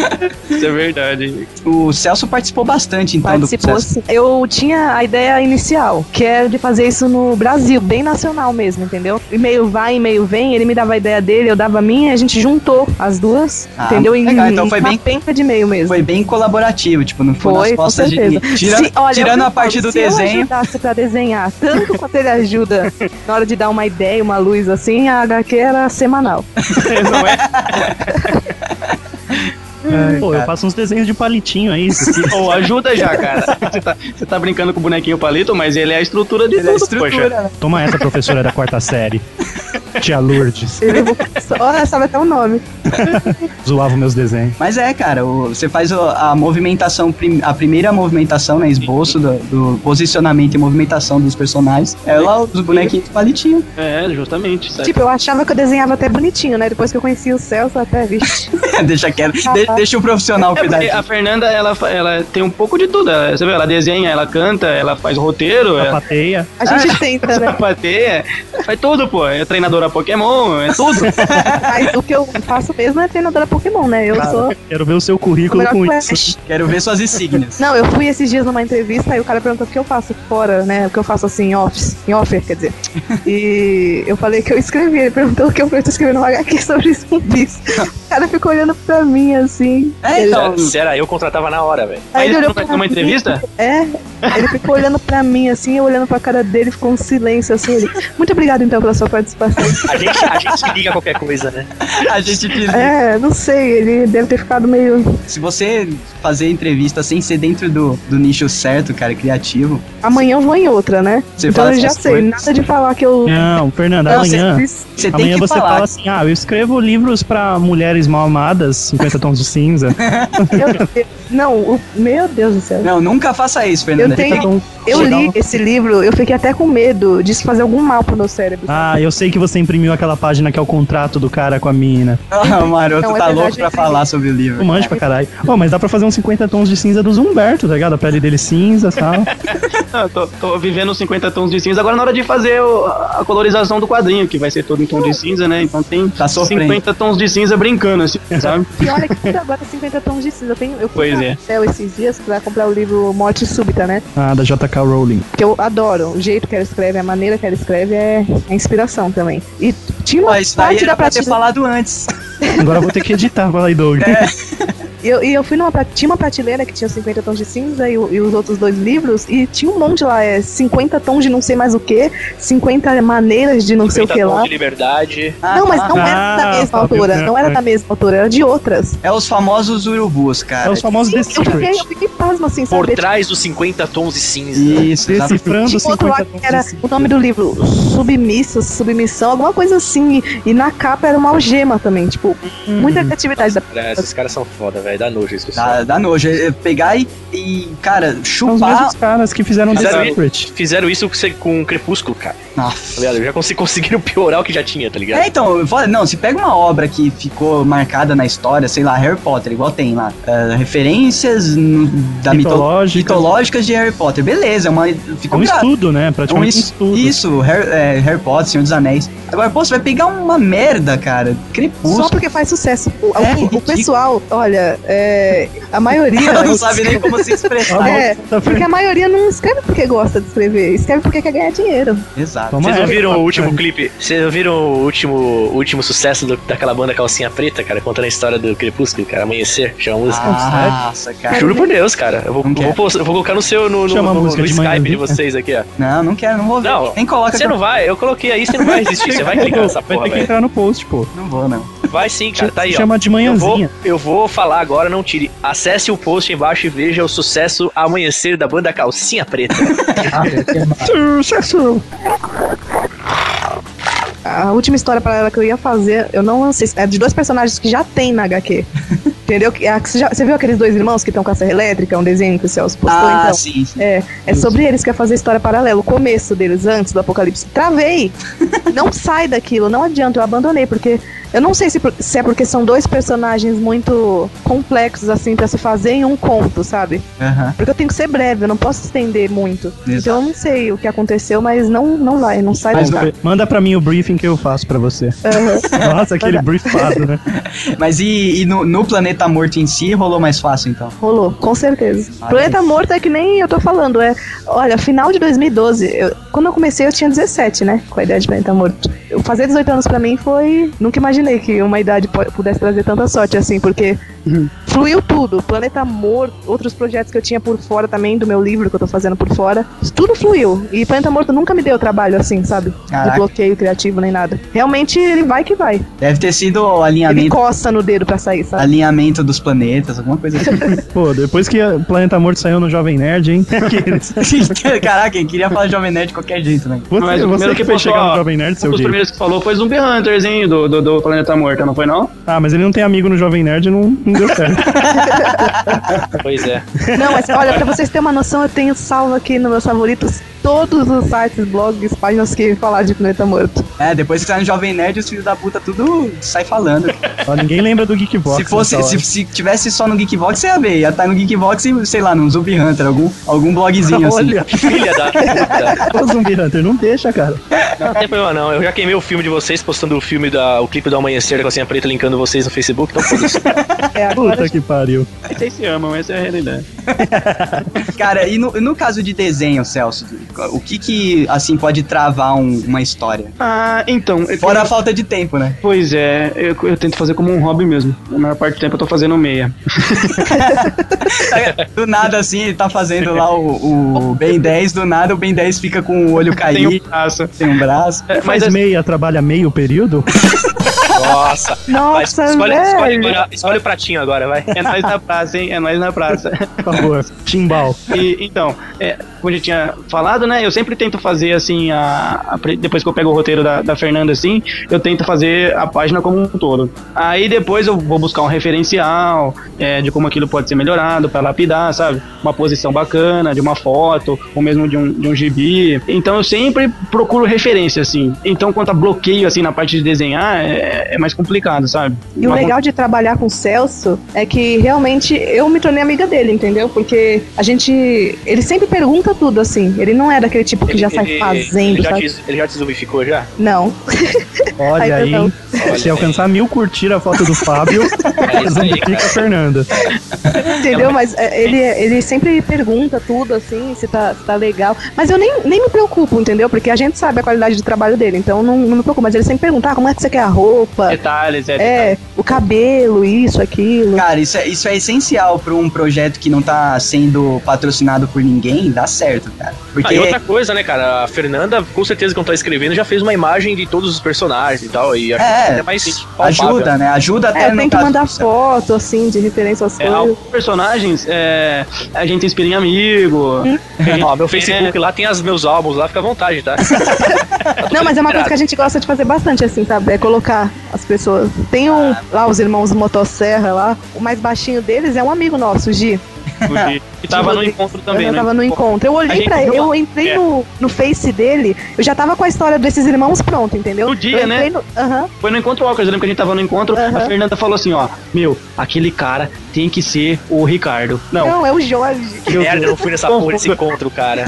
Speaker 10: isso é verdade.
Speaker 2: O Celso participou bastante, então, do
Speaker 6: Participou
Speaker 2: processo.
Speaker 6: sim. Eu tinha a ideia inicial, que era de fazer isso no Brasil, bem nacional mesmo, entendeu? E-mail vai, e-mail vem, ele me dava a ideia dele, eu dava a minha, a gente juntou as duas,
Speaker 2: Ah,
Speaker 6: entendeu? Em-
Speaker 2: legal, então
Speaker 6: em
Speaker 2: foi
Speaker 6: uma
Speaker 2: bem-
Speaker 6: penca de e-mail mesmo.
Speaker 2: Foi bem colaborativo, tipo, não foi,
Speaker 6: Foi,
Speaker 2: nas
Speaker 6: com
Speaker 2: costas de
Speaker 6: certeza.
Speaker 2: ninguém. Tirando,
Speaker 6: Se- olha,
Speaker 2: tirando
Speaker 6: eu
Speaker 2: a parte
Speaker 6: falo,
Speaker 2: do
Speaker 6: Se eu
Speaker 2: desenho.
Speaker 6: ajudasse pra desenhar, tanto quanto ele ajuda na hora de dar uma ideia, uma luz assim, a HQ era semanal.
Speaker 10: não é?
Speaker 5: Pô, eu faço uns desenhos de palitinho aí.
Speaker 10: [laughs]
Speaker 5: se-
Speaker 10: Ou ajuda já, cara. Você tá, você tá brincando com o bonequinho palito, mas ele é a estrutura de
Speaker 2: Ele é a
Speaker 10: tudo,
Speaker 2: estrutura,
Speaker 10: poxa.
Speaker 2: né?
Speaker 5: Toma essa, professora da quarta série. Tia Lourdes.
Speaker 6: Ele só sabe até o nome.
Speaker 5: Zoava meus desenhos.
Speaker 2: Mas é, cara, o- você faz o- a movimentação, prim- a primeira movimentação, né? Esboço do, do posicionamento e movimentação dos personagens. É lá os bonequinhos de palitinho.
Speaker 10: É, justamente. Sabe?
Speaker 6: Tipo, eu achava que eu desenhava até bonitinho, né? Depois que eu conheci o Celso, até, vixe.
Speaker 2: [laughs] deixa quieto. De- deixa o profissional
Speaker 10: É
Speaker 2: cuidar
Speaker 10: porque a
Speaker 2: disso.
Speaker 10: Fernanda, ela, fa- ela tem um pouco de tudo. Ela, você vê, ela desenha, ela canta, ela faz roteiro, ela
Speaker 5: Pateia.
Speaker 6: A gente tenta,
Speaker 2: [laughs]
Speaker 6: né?
Speaker 10: sapateia, faz tudo, pô. É treinadora Pokémon, é tudo.
Speaker 6: Mas o que eu faço mesmo é treinadora Pokémon, né? Eu sou
Speaker 5: Quero ver o seu
Speaker 6: o
Speaker 5: currículo
Speaker 6: melhor
Speaker 5: com
Speaker 6: Flash.
Speaker 5: isso.
Speaker 2: Quero ver suas insígnias.
Speaker 6: Não, eu fui esses dias numa entrevista e o cara perguntou o que eu faço fora, né? O que eu faço assim, em office, em offer, quer dizer. E eu falei que eu escrevi. Ele perguntou o que eu estou escrevendo um HQ sobre [laughs] zumbis. O cara ficou olhando pra mim assim.
Speaker 2: É, então.
Speaker 8: Será- Será? Eu contratava na hora, velho.
Speaker 10: Mas
Speaker 6: ele
Speaker 10: isso
Speaker 6: olhou
Speaker 10: não vai
Speaker 6: pra
Speaker 10: ser uma
Speaker 6: mim.
Speaker 10: entrevista?
Speaker 6: É. Ele ficou olhando pra mim assim, eu olhando pra cara dele, ficou um silêncio assim. Ele, Muito obrigado então pela sua participação.
Speaker 8: A gente, a gente se liga a qualquer coisa, né?
Speaker 2: A gente diz,
Speaker 6: É, não sei, ele deve ter ficado meio
Speaker 2: se você fazer entrevista sem ser dentro do, do nicho certo, cara, criativo,
Speaker 6: Amanhã eu vou em outra, né?
Speaker 2: Você
Speaker 6: então
Speaker 2: fala
Speaker 6: eu já
Speaker 2: essas
Speaker 6: sei,
Speaker 2: coisas.
Speaker 6: nada de falar que
Speaker 3: [laughs]
Speaker 6: eu.
Speaker 5: Não, Fernanda,
Speaker 2: Não,
Speaker 5: amanhã.
Speaker 6: fiz.
Speaker 2: você tem
Speaker 5: Amanhã
Speaker 2: que
Speaker 5: você
Speaker 2: falar.
Speaker 5: fala assim: ah, eu escrevo livros pra mulheres mal amadas, 50 tons de cinza.
Speaker 2: [laughs]
Speaker 6: Meu Deus. Não, o- meu Deus do céu.
Speaker 2: Não, nunca faça isso, Fernanda.
Speaker 6: Eu tenho-
Speaker 5: Então,
Speaker 6: Eu
Speaker 5: geral-
Speaker 6: li esse livro, eu fiquei até com medo disso fazer algum mal pro meu cérebro.
Speaker 5: Ah, eu sei que você imprimiu aquela página que é o contrato do cara com a mina.
Speaker 2: [laughs] Ah, o maroto
Speaker 6: Não, é
Speaker 2: tá
Speaker 6: verdade,
Speaker 2: louco pra
Speaker 6: eu
Speaker 2: falar sobre o livro.
Speaker 5: Eu manjo pra caralho. Ô, mas dá pra fazer uns 50 tons de cinza dos Humberto, tá ligado? A pele dele cinza e tal.
Speaker 10: [laughs] Não, eu tô, tô vivendo os 50 tons de cinza. Agora na hora de fazer o- a colorização do quadrinho, que vai ser todo em tom de cinza, né? Então tem
Speaker 2: Tá sofrendo.
Speaker 10: 50 tons de cinza brincando, assim,
Speaker 5: É,
Speaker 10: sabe?
Speaker 6: E olha que tudo agora é 50 tons de cinza. Eu, tenho, eu fui
Speaker 10: Pois
Speaker 6: no
Speaker 10: é.
Speaker 6: hotel esses dias pra comprar o livro Morte Súbita, né?
Speaker 5: Ah, da JK Rowling.
Speaker 6: Que eu adoro. O jeito que ela escreve, a maneira que ela escreve é a inspiração também. E tinha uma
Speaker 2: Mas daí
Speaker 6: parte
Speaker 2: era
Speaker 6: da
Speaker 2: pra ter
Speaker 6: prateleira.
Speaker 2: falado antes.
Speaker 5: Agora eu vou ter que editar, fala aí, Doug.
Speaker 2: É,
Speaker 6: E eu, e eu fui numa. pra- Tinha uma prateleira que tinha 50 tons de cinza e, o- e os outros dois livros. E tinha um monte lá, é 50 tons de não sei mais o que, 50 maneiras de não sei o que lá.
Speaker 8: tons de liberdade.
Speaker 6: Não, mas
Speaker 2: tá.
Speaker 6: não
Speaker 5: Ah,
Speaker 6: era da mesma
Speaker 5: Fábio
Speaker 6: autora.
Speaker 5: Branco.
Speaker 6: Não era da mesma autora, era de outras.
Speaker 2: É os famosos urubus,
Speaker 5: É
Speaker 2: cara.
Speaker 5: os famosos The
Speaker 6: Eu fiquei, eu
Speaker 5: Secret.
Speaker 6: fiquei pasmo assim,
Speaker 8: Por
Speaker 6: sabe?
Speaker 8: trás dos 50 tons de cinza.
Speaker 2: Isso, exato.
Speaker 5: Decifrando
Speaker 6: Tinha outro lá
Speaker 5: 50
Speaker 6: que
Speaker 5: tons
Speaker 6: era
Speaker 5: de
Speaker 6: o
Speaker 5: cinza.
Speaker 6: nome do livro, Submisso, Submissão, alguma coisa
Speaker 2: Uhum.
Speaker 6: assim. E, e na capa era uma algema também, tipo, muita criatividade da
Speaker 8: Cara, esses caras são foda, velho. Dá nojo isso.
Speaker 2: Dá, dá nojo. É Pegar e, e, cara,
Speaker 5: São os
Speaker 2: chupar.
Speaker 5: mesmos caras que fizeram
Speaker 8: Fizeram
Speaker 5: The
Speaker 8: isso.
Speaker 5: Secret.
Speaker 8: Fizeram isso com você- com o Crepúsculo, cara.
Speaker 2: Nossa.
Speaker 8: Tá ligado? Já consi- [laughs] conseguiram piorar o que já tinha, tá ligado?
Speaker 2: É, então, eu falo- não, se pega uma obra que ficou marcada na história, sei lá, Harry Potter, igual tem lá, ah, referências no- da mito-
Speaker 5: Mitológicas.
Speaker 2: mitológicas de Harry Potter, beleza, é uma,
Speaker 5: É
Speaker 2: ficou
Speaker 5: um
Speaker 2: gra-
Speaker 5: estudo, né?
Speaker 2: é um
Speaker 5: Praticamente um
Speaker 2: es-
Speaker 5: estudo.
Speaker 2: Isso, Harry, é, Harry Potter, Senhor dos Anéis. Agora, pô, você vai pegar uma merda, cara, crepúsculo.
Speaker 6: Só porque faz sucesso. O,
Speaker 2: É,
Speaker 6: o- o
Speaker 2: ridículo.
Speaker 6: pessoal, olha, é, a maioria.
Speaker 2: [laughs] Ela não sabe nem como se expressar.
Speaker 5: Tá bom,
Speaker 6: É,
Speaker 5: tá
Speaker 6: Porque a maioria não escreve porque gosta de escrever, escreve porque quer ganhar dinheiro.
Speaker 2: Exato.
Speaker 5: Toma
Speaker 8: Vocês não
Speaker 5: essa,
Speaker 8: viram o
Speaker 5: cara.
Speaker 8: último clipe? Vocês não viram o último, o último sucesso do- daquela banda Calcinha Preta, cara, contando a história do Crepúsculo, cara, Amanhecer, chama a música.
Speaker 2: Nossa, cara.
Speaker 8: Juro por Deus, cara. Eu vou,
Speaker 2: Não
Speaker 8: eu vou,
Speaker 2: quero.
Speaker 8: post- eu vou colocar no seu no, no,
Speaker 5: Chama a
Speaker 8: no-
Speaker 5: música
Speaker 8: no
Speaker 5: de
Speaker 8: Skype de
Speaker 5: manhãzinha.
Speaker 8: vocês aqui, ó.
Speaker 2: Não, não quero, não vou ver.
Speaker 8: Não,
Speaker 2: nem coloca que
Speaker 8: Você
Speaker 2: eu
Speaker 8: não vai, eu coloquei aí, você não vai resistir, você vai clicar nessa
Speaker 5: Vai
Speaker 8: porra,
Speaker 5: ter que
Speaker 8: velho.
Speaker 5: entrar no post, pô.
Speaker 2: não vou, não.
Speaker 8: Vai sim, cara, tá aí, ó.
Speaker 5: Chama de
Speaker 8: Eu vou,
Speaker 5: manhãzinha.
Speaker 8: eu vou falar agora, não tire. Acesse o post embaixo e veja o sucesso amanhecer da banda Calcinha Preta.
Speaker 5: Sucesso!
Speaker 6: A última história paralela que eu ia fazer, eu não sei. se- É de dois personagens que já tem na
Speaker 2: [laughs]
Speaker 6: HQ. Entendeu? Que- a que Você, já- você viu aqueles dois irmãos que estão com a serra elétrica? Um desenho que o Celso postou,
Speaker 2: Ah,
Speaker 6: então.
Speaker 2: sim, sim.
Speaker 6: É, é sobre eles que eu ia fazer a história paralela, o começo deles, antes do apocalipse.
Speaker 2: [laughs]
Speaker 6: Travei! não sai daquilo, não adianta, eu abandonei, porque eu não sei se, por- se é porque são dois personagens muito complexos, assim, pra se fazer em um conto, sabe?
Speaker 2: Aham.
Speaker 6: Porque eu tenho que ser breve, eu não posso estender muito. Então eu não sei o que aconteceu, mas não, não vai, não sai
Speaker 5: Mas
Speaker 6: do lugar.
Speaker 5: manda pra mim o briefing que eu faço pra você. Nossa, aquele briefado, né?
Speaker 2: Mas e, e no, no Planeta Morto em si rolou mais fácil, então?
Speaker 6: Rolou, com certeza.
Speaker 2: Ah,
Speaker 6: Planeta Morto é que nem eu tô falando, é. Olha, final de 2012, eu- quando eu comecei eu tinha 17, né? Com a idade de Planeta Morto. Eu fazer 18 anos pra mim foi. Nunca imaginei que uma idade po- pudesse trazer tanta sorte assim, porque
Speaker 2: Uhum.
Speaker 6: fluiu tudo. Planeta Morto, outros projetos que eu tinha por fora também, do meu livro que eu tô fazendo por fora, tudo fluiu. E Planeta Morto nunca me deu trabalho assim, sabe?
Speaker 2: Caraca.
Speaker 6: De bloqueio criativo nem nada. Realmente ele vai que vai.
Speaker 2: Deve ter sido o
Speaker 6: Ele
Speaker 2: alinhamento,
Speaker 6: coça no dedo pra sair, sabe?
Speaker 2: alinhamento dos planetas, alguma coisa assim.
Speaker 5: Pô, depois que o Planeta Morto saiu no Jovem Nerd, hein? Aqueles.
Speaker 2: assim. [laughs] Caraca, eu queria falar de Jovem Nerd de qualquer jeito, né?
Speaker 5: Você,
Speaker 10: Mas o
Speaker 5: você
Speaker 10: primeiro
Speaker 5: que
Speaker 10: que
Speaker 5: fez
Speaker 10: postou,
Speaker 5: chegar no
Speaker 10: ó,
Speaker 5: Jovem Nerd,
Speaker 10: Um
Speaker 5: seu
Speaker 10: dos
Speaker 5: Diego.
Speaker 10: primeiros que falou foi Zumbi Hunters, hein, do, do, do Planeta Morta, não foi não?
Speaker 5: Ah, mas ele não tem amigo no Jovem Nerd e não, não deu certo.
Speaker 8: pois é.
Speaker 6: Não, mas olha, pra vocês terem uma noção, eu tenho salvo aqui nos meus favoritos todos os sites, blogs, páginas que falar de Planeta Morto.
Speaker 2: É, depois que sai no Jovem Nerd, os filhos da puta tudo sai falando.
Speaker 5: Ó, ninguém lembra do Geekbox. então,
Speaker 2: se fosse,
Speaker 5: nessa
Speaker 2: se,
Speaker 5: hora.
Speaker 2: se tivesse só no Geekbox, você ia ver. Ia estar no Geekbox e, sei lá, no Zumbi Hunter, algum, algum blogzinho assim.
Speaker 5: Olha,
Speaker 8: Filha da puta.
Speaker 5: o Zumbi Hunter, não deixa, cara.
Speaker 8: Não tem problema não. Eu já queimei o filme de vocês postando o filme da o clipe do Amanhecer da Calcinha Preta linkando vocês no Facebook,
Speaker 5: [laughs]
Speaker 8: então foda-se.
Speaker 6: É, agora
Speaker 5: Puta que pariu.
Speaker 10: Vocês se amam, essa é a realidade.
Speaker 2: Cara, e no, no caso de desenho, Celso, o que que, assim, pode travar um- uma história?
Speaker 10: Ah, então. eu
Speaker 2: Fora a falta de tempo, né?
Speaker 10: Pois é, eu, eu tento fazer como um hobby mesmo. A maior parte do tempo eu tô fazendo meia.
Speaker 2: Do nada, assim, ele tá fazendo lá o, o Ben 10, do nada o Ben 10 fica com o olho
Speaker 10: [laughs] Tem um
Speaker 2: caído,
Speaker 10: braço.
Speaker 2: sem um braço.
Speaker 10: É,
Speaker 5: Mas
Speaker 10: mas
Speaker 5: Faz
Speaker 10: assim,
Speaker 5: meia, trabalha meio período?
Speaker 8: Nossa. Vai,
Speaker 6: Nossa,
Speaker 8: escolhe,
Speaker 6: velho.
Speaker 8: escolhe agora- escolhe o pratinho agora, vai.
Speaker 10: é nós na praça, hein? É nós na praça.
Speaker 5: [laughs] Por favor, timbal.
Speaker 10: E, então, é, como eu já tinha falado, né? Eu sempre tento fazer assim, a, a pre- depois que eu pego o roteiro da, da Fernanda, assim, eu tento fazer a página como um todo. Aí depois eu vou buscar um referencial é, de como aquilo pode ser melhorado pra lapidar, sabe? Uma posição bacana, de uma foto, ou mesmo de um, de um gibi. Então eu sempre procuro referência, assim. Então, quanto a bloqueio, assim, na parte de desenhar, é, é mais complicado, sabe?
Speaker 6: E o
Speaker 10: Mas-
Speaker 6: legal de trabalhar com o Celso é que realmente eu me tornei amiga dele, entendeu? Porque a gente. Ele sempre pergunta tudo, assim. Ele não é daquele tipo que já sai
Speaker 8: ele
Speaker 6: fazendo,
Speaker 8: já,
Speaker 6: sabe?
Speaker 8: te, ele já te zumbificou já?
Speaker 6: Não. então,
Speaker 5: Olha
Speaker 6: Ai,
Speaker 5: aí,
Speaker 6: perdão.
Speaker 5: hein? Se alcançar mil curtir a foto do Fábio, é [laughs] zumbifica a
Speaker 10: [laughs]
Speaker 5: Fernanda.
Speaker 6: Entendeu? Mas é, ele, ele sempre pergunta tudo, assim, se tá, se tá legal. Mas eu nem, nem me preocupo, entendeu? Porque a gente sabe a qualidade do trabalho dele, então não, não me preocupo. Mas ele sempre pergunta, ah, como é que você quer a roupa?
Speaker 10: Detalhes,
Speaker 8: Ah,
Speaker 10: é.
Speaker 6: É, o cabelo, isso, aquilo.
Speaker 2: Cara, isso é, isso é essencial pra um projeto que não tá sendo patrocinado por ninguém, dá certo, cara.
Speaker 8: Porque... Aí outra coisa, né, cara? A Fernanda, com certeza, quando tá escrevendo, já fez uma imagem de todos os personagens e tal. E acho que
Speaker 2: É,
Speaker 8: é mais palpável.
Speaker 2: ajuda, né? Ajuda até
Speaker 6: É, tem
Speaker 2: no
Speaker 6: que
Speaker 2: caso-
Speaker 6: mandar foto, assim, de referência às
Speaker 10: É,
Speaker 6: coisas.
Speaker 10: alguns personagens é, a gente inspira em amigo. a gente-
Speaker 8: Ó, meu Facebook lá tem os meus álbuns lá, fica à vontade,
Speaker 10: [laughs]
Speaker 8: tá?
Speaker 6: Não, mas é uma coisa que a gente gosta de fazer bastante, assim, sabe? É colocar as pessoas. Tem um,
Speaker 10: Ah.
Speaker 6: lá os irmãos Motosserra lá, o mais baixinho deles é um amigo nosso, o Gi. Tipo,
Speaker 10: que tava no encontro também. né?
Speaker 6: eu já tava no encontro. Eu
Speaker 10: A
Speaker 6: olhei
Speaker 10: gente
Speaker 6: pra
Speaker 10: viu
Speaker 6: ele,
Speaker 10: lá.
Speaker 6: eu entrei
Speaker 10: É.
Speaker 6: no, no face dele, eu já tava com a história desses irmãos pronta, entendeu?
Speaker 10: No dia,
Speaker 6: eu entrei
Speaker 10: né?
Speaker 6: no- Aham.
Speaker 10: Foi no encontro Walkers, eu lembro que a gente tava no encontro, a
Speaker 6: Aham.
Speaker 10: Fernanda falou assim, ó, meu, aquele cara tem que ser o Ricardo.
Speaker 6: não.
Speaker 10: Não,
Speaker 6: é o Jorge.
Speaker 10: meu
Speaker 8: Merda, eu
Speaker 10: Deus.
Speaker 8: não fui nessa porra
Speaker 10: [laughs]
Speaker 8: desse encontro, cara.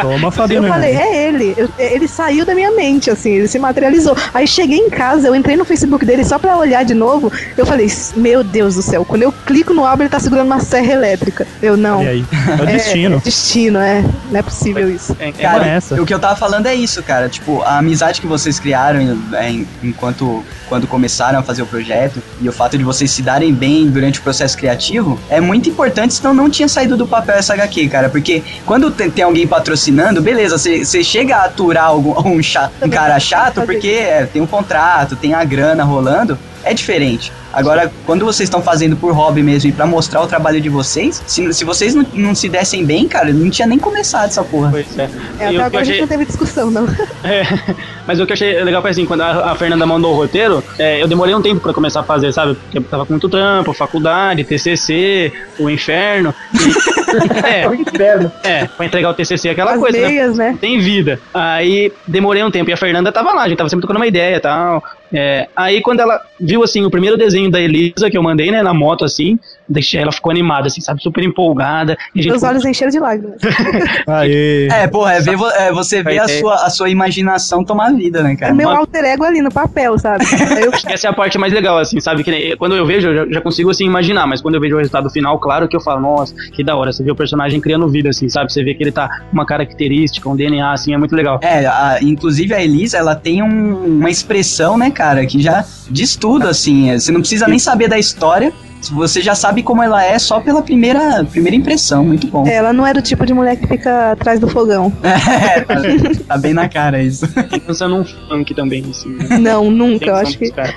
Speaker 5: Toma,
Speaker 6: Eu
Speaker 5: Fabiano.
Speaker 6: falei, é ele. Eu- ele saiu da minha mente, assim, ele se materializou. Aí cheguei em casa, eu entrei no Facebook dele só pra olhar de novo. Eu falei, meu Deus do céu, quando eu clico no álbum, ele tá segurando uma serra elétrica. Eu não.
Speaker 5: Olha aí. É o
Speaker 6: É,
Speaker 5: destino.
Speaker 6: É, destino, é. Não é possível isso.
Speaker 2: Cara,
Speaker 5: É essa.
Speaker 2: o que eu tava falando é isso, cara. Tipo, a amizade que vocês criaram é, em- enquanto quando começaram a fazer o projeto e o fato de vocês se darem bem durante o processo criativo é muito importante, senão não tinha saído do papel essa HQ, cara. Porque quando te- tem, alguém patrocinando, beleza, você você chega a aturar algum, [laughs] um, cha- um cara chato porque é, tem um contrato, tem a grana rolando, é diferente. Agora, quando vocês estão fazendo por hobby mesmo e pra mostrar o trabalho de vocês, se, se vocês não, não se dessem bem, cara, não tinha nem começado essa porra.
Speaker 10: Pois é.
Speaker 6: É,
Speaker 10: E
Speaker 6: até
Speaker 10: o
Speaker 6: agora
Speaker 10: que eu
Speaker 6: a gente
Speaker 10: achei-
Speaker 6: não teve discussão, não.
Speaker 10: [laughs] É, mas o que eu achei legal foi assim, quando a, a Fernanda mandou o roteiro, é, eu demorei um tempo pra começar a fazer, sabe? Porque eu tava com muito trampo, faculdade, TCC, o
Speaker 6: [laughs]
Speaker 10: inferno.
Speaker 4: É o
Speaker 10: E,
Speaker 4: inferno.
Speaker 10: é, é, pra entregar o TCC é aquela
Speaker 6: As
Speaker 10: coisa, né?
Speaker 6: meias, né?
Speaker 10: Tem vida. Aí demorei um tempo. E a Fernanda tava lá, a gente tava sempre trocando uma ideia e tal. É, aí quando ela viu assim o primeiro desenho da Elisa que eu mandei, né, na moto assim, deixei, ela ficou animada, assim, sabe, super empolgada. E a gente
Speaker 6: Meus
Speaker 10: [laughs]
Speaker 6: olhos encheram de lágrimas.
Speaker 5: Aê.
Speaker 2: É, porra, é, ver vo- é você ver
Speaker 10: Vai
Speaker 2: a
Speaker 10: ter.
Speaker 2: sua, a sua imaginação tomar vida, né,
Speaker 6: É
Speaker 2: cara?
Speaker 6: meu alter ego ali no papel, sabe? Aí eu- [laughs]
Speaker 10: Essa é a parte mais legal, assim, sabe? Que nem- quando eu vejo, eu já, já consigo, assim, imaginar, mas quando eu vejo o resultado final, claro que eu falo, nossa, que da hora. Você vê o personagem criando vida, assim, sabe? Você vê que ele tá com uma característica, um DNA, assim, é muito legal.
Speaker 2: É, a- inclusive a Elisa, ela tem um- uma expressão, né, cara, que já diz tudo, assim. é, Você não precisa nem saber da história, você já sabe como ela é só pela primeira, primeira impressão. Muito bom.
Speaker 6: É, Ela não era o tipo de mulher que fica atrás do fogão.
Speaker 2: [laughs] É, tá, tá bem na cara isso.
Speaker 10: E pensa num funk também, assim. né?
Speaker 6: Não, nunca.
Speaker 10: Tem
Speaker 6: Eu
Speaker 10: som
Speaker 6: acho que
Speaker 10: dos caras.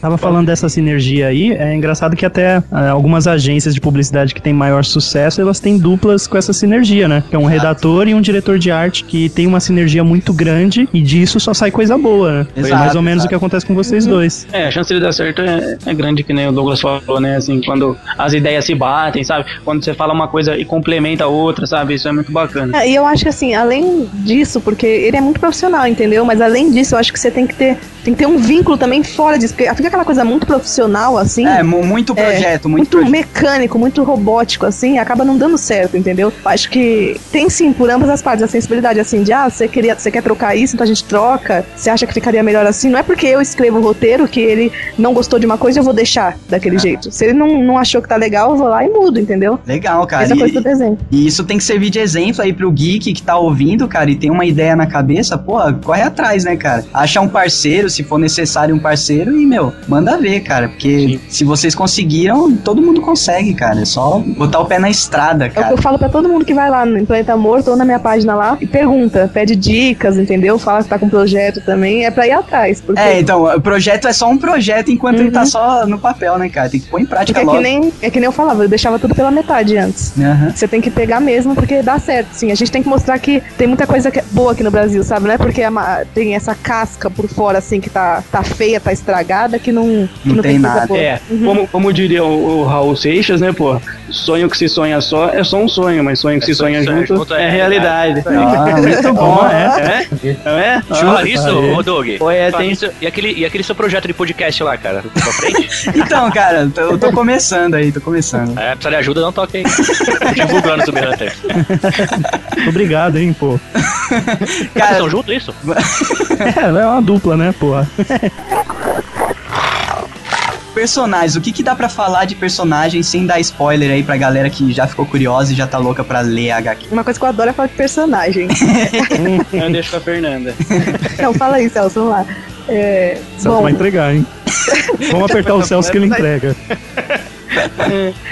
Speaker 5: Tava falando dessa sinergia aí, é engraçado que até ah, algumas agências de publicidade que têm maior sucesso, elas têm duplas com essa sinergia, né? Que é um redator e um diretor de arte que tem uma sinergia muito grande e disso só sai coisa boa, né? Foi
Speaker 2: Exato,
Speaker 5: mais ou menos
Speaker 2: exato.
Speaker 5: o que acontece com vocês dois.
Speaker 10: É, a chance de dar certo é, é grande, que nem o Douglas falou, né? Assim, quando as ideias se batem, sabe? Quando você fala uma coisa e complementa a outra, sabe? Isso é muito bacana.
Speaker 6: É, E eu acho que assim, além disso, porque ele é muito profissional, entendeu? Mas além disso, eu acho que você tem que ter, tem que ter um vínculo também fora disso, porque fica aquela coisa muito profissional assim.
Speaker 2: É, mu- muito
Speaker 6: É,
Speaker 2: projeto, muito,
Speaker 6: Muito mecânico, muito robótico, assim, acaba não dando certo, entendeu? Acho que tem sim, por ambas as partes, a sensibilidade, assim, de ah, você queria, você quer trocar isso, então a gente troca, você acha que ficaria melhor assim. Não é porque eu escrevo o roteiro que ele não gostou de uma coisa, eu vou deixar daquele
Speaker 2: É.
Speaker 6: jeito. Se ele não, não achou que tá legal, eu vou lá e mudo, entendeu?
Speaker 2: Legal, cara.
Speaker 6: Essa
Speaker 2: e-
Speaker 6: coisa do desenho.
Speaker 2: E isso tem que servir de exemplo aí pro geek que tá ouvindo, cara, e tem uma ideia na cabeça, pô, corre atrás, né, cara? Acha um parceiro, se for necessário um parceiro, e, meu, manda ver, cara. Porque se vocês conseguiram, todo mundo consegue, cara. É só botar o pé na estrada,
Speaker 6: É o que
Speaker 2: cara.
Speaker 6: eu falo pra todo mundo que vai lá no Planeta Morto ou na minha página lá e pergunta, pede dicas, entendeu? Fala que tá com projeto também, é pra ir atrás. Porque
Speaker 2: É, então, o projeto é só um projeto enquanto ele
Speaker 6: Uhum.
Speaker 2: tá só no papel, né, cara? Tem que pôr em
Speaker 6: porque
Speaker 2: prática
Speaker 6: é, que
Speaker 2: logo.
Speaker 6: nem, é que nem eu falava, eu deixava tudo pela metade antes. [laughs]
Speaker 2: Aham.
Speaker 6: Você tem que pegar mesmo porque dá certo, sim. A gente tem que mostrar que tem muita coisa que é boa aqui no Brasil, sabe? Não é porque é uma- tem essa casca por fora, assim, que tá, tá feia, tá estragada, que não, que
Speaker 2: Não tem
Speaker 6: coisa
Speaker 2: nada.
Speaker 6: boa.
Speaker 10: É,
Speaker 6: Uhum.
Speaker 10: como, como diria o, o Raul Seixas, né, pô? Sonho que se sonha só é só um sonho, mas sonho que
Speaker 8: É
Speaker 10: se
Speaker 8: sonho
Speaker 10: sonha
Speaker 8: que sonha
Speaker 10: junto,
Speaker 8: junto
Speaker 10: é,
Speaker 8: é
Speaker 10: realidade.
Speaker 2: Ah, muito bom,
Speaker 10: Ó,
Speaker 2: né?
Speaker 10: é? Não é? Ó,
Speaker 8: Fala isso, ô Doug.
Speaker 10: Oi, é,
Speaker 8: Fala
Speaker 10: tem-
Speaker 8: isso. E aquele, e aquele seu projeto de podcast lá, cara? Pra frente?
Speaker 2: Então, cara, eu tô- eu tô começando aí, tô começando.
Speaker 8: É, precisa de ajuda, não toque aí. Divulgando né, o Sub Hunter.
Speaker 5: Obrigado, hein, pô.
Speaker 8: Vocês
Speaker 2: Cara,
Speaker 8: estão juntos, isso?
Speaker 5: É, é uma dupla, né, porra?
Speaker 2: Personagens, o que que dá pra falar de personagens sem dar spoiler aí pra galera que já ficou curiosa e já tá louca pra ler a HQ?
Speaker 6: Uma coisa que eu adoro é falar
Speaker 2: [laughs]
Speaker 6: de
Speaker 10: [laughs]
Speaker 6: personagem.
Speaker 10: Eu deixo com a Fernanda.
Speaker 6: não, fala aí, Celso, vamos lá. É,
Speaker 5: Celso
Speaker 6: bom,
Speaker 2: [laughs]
Speaker 5: vai entregar, hein? Vamos apertar o Celso que ele entrega.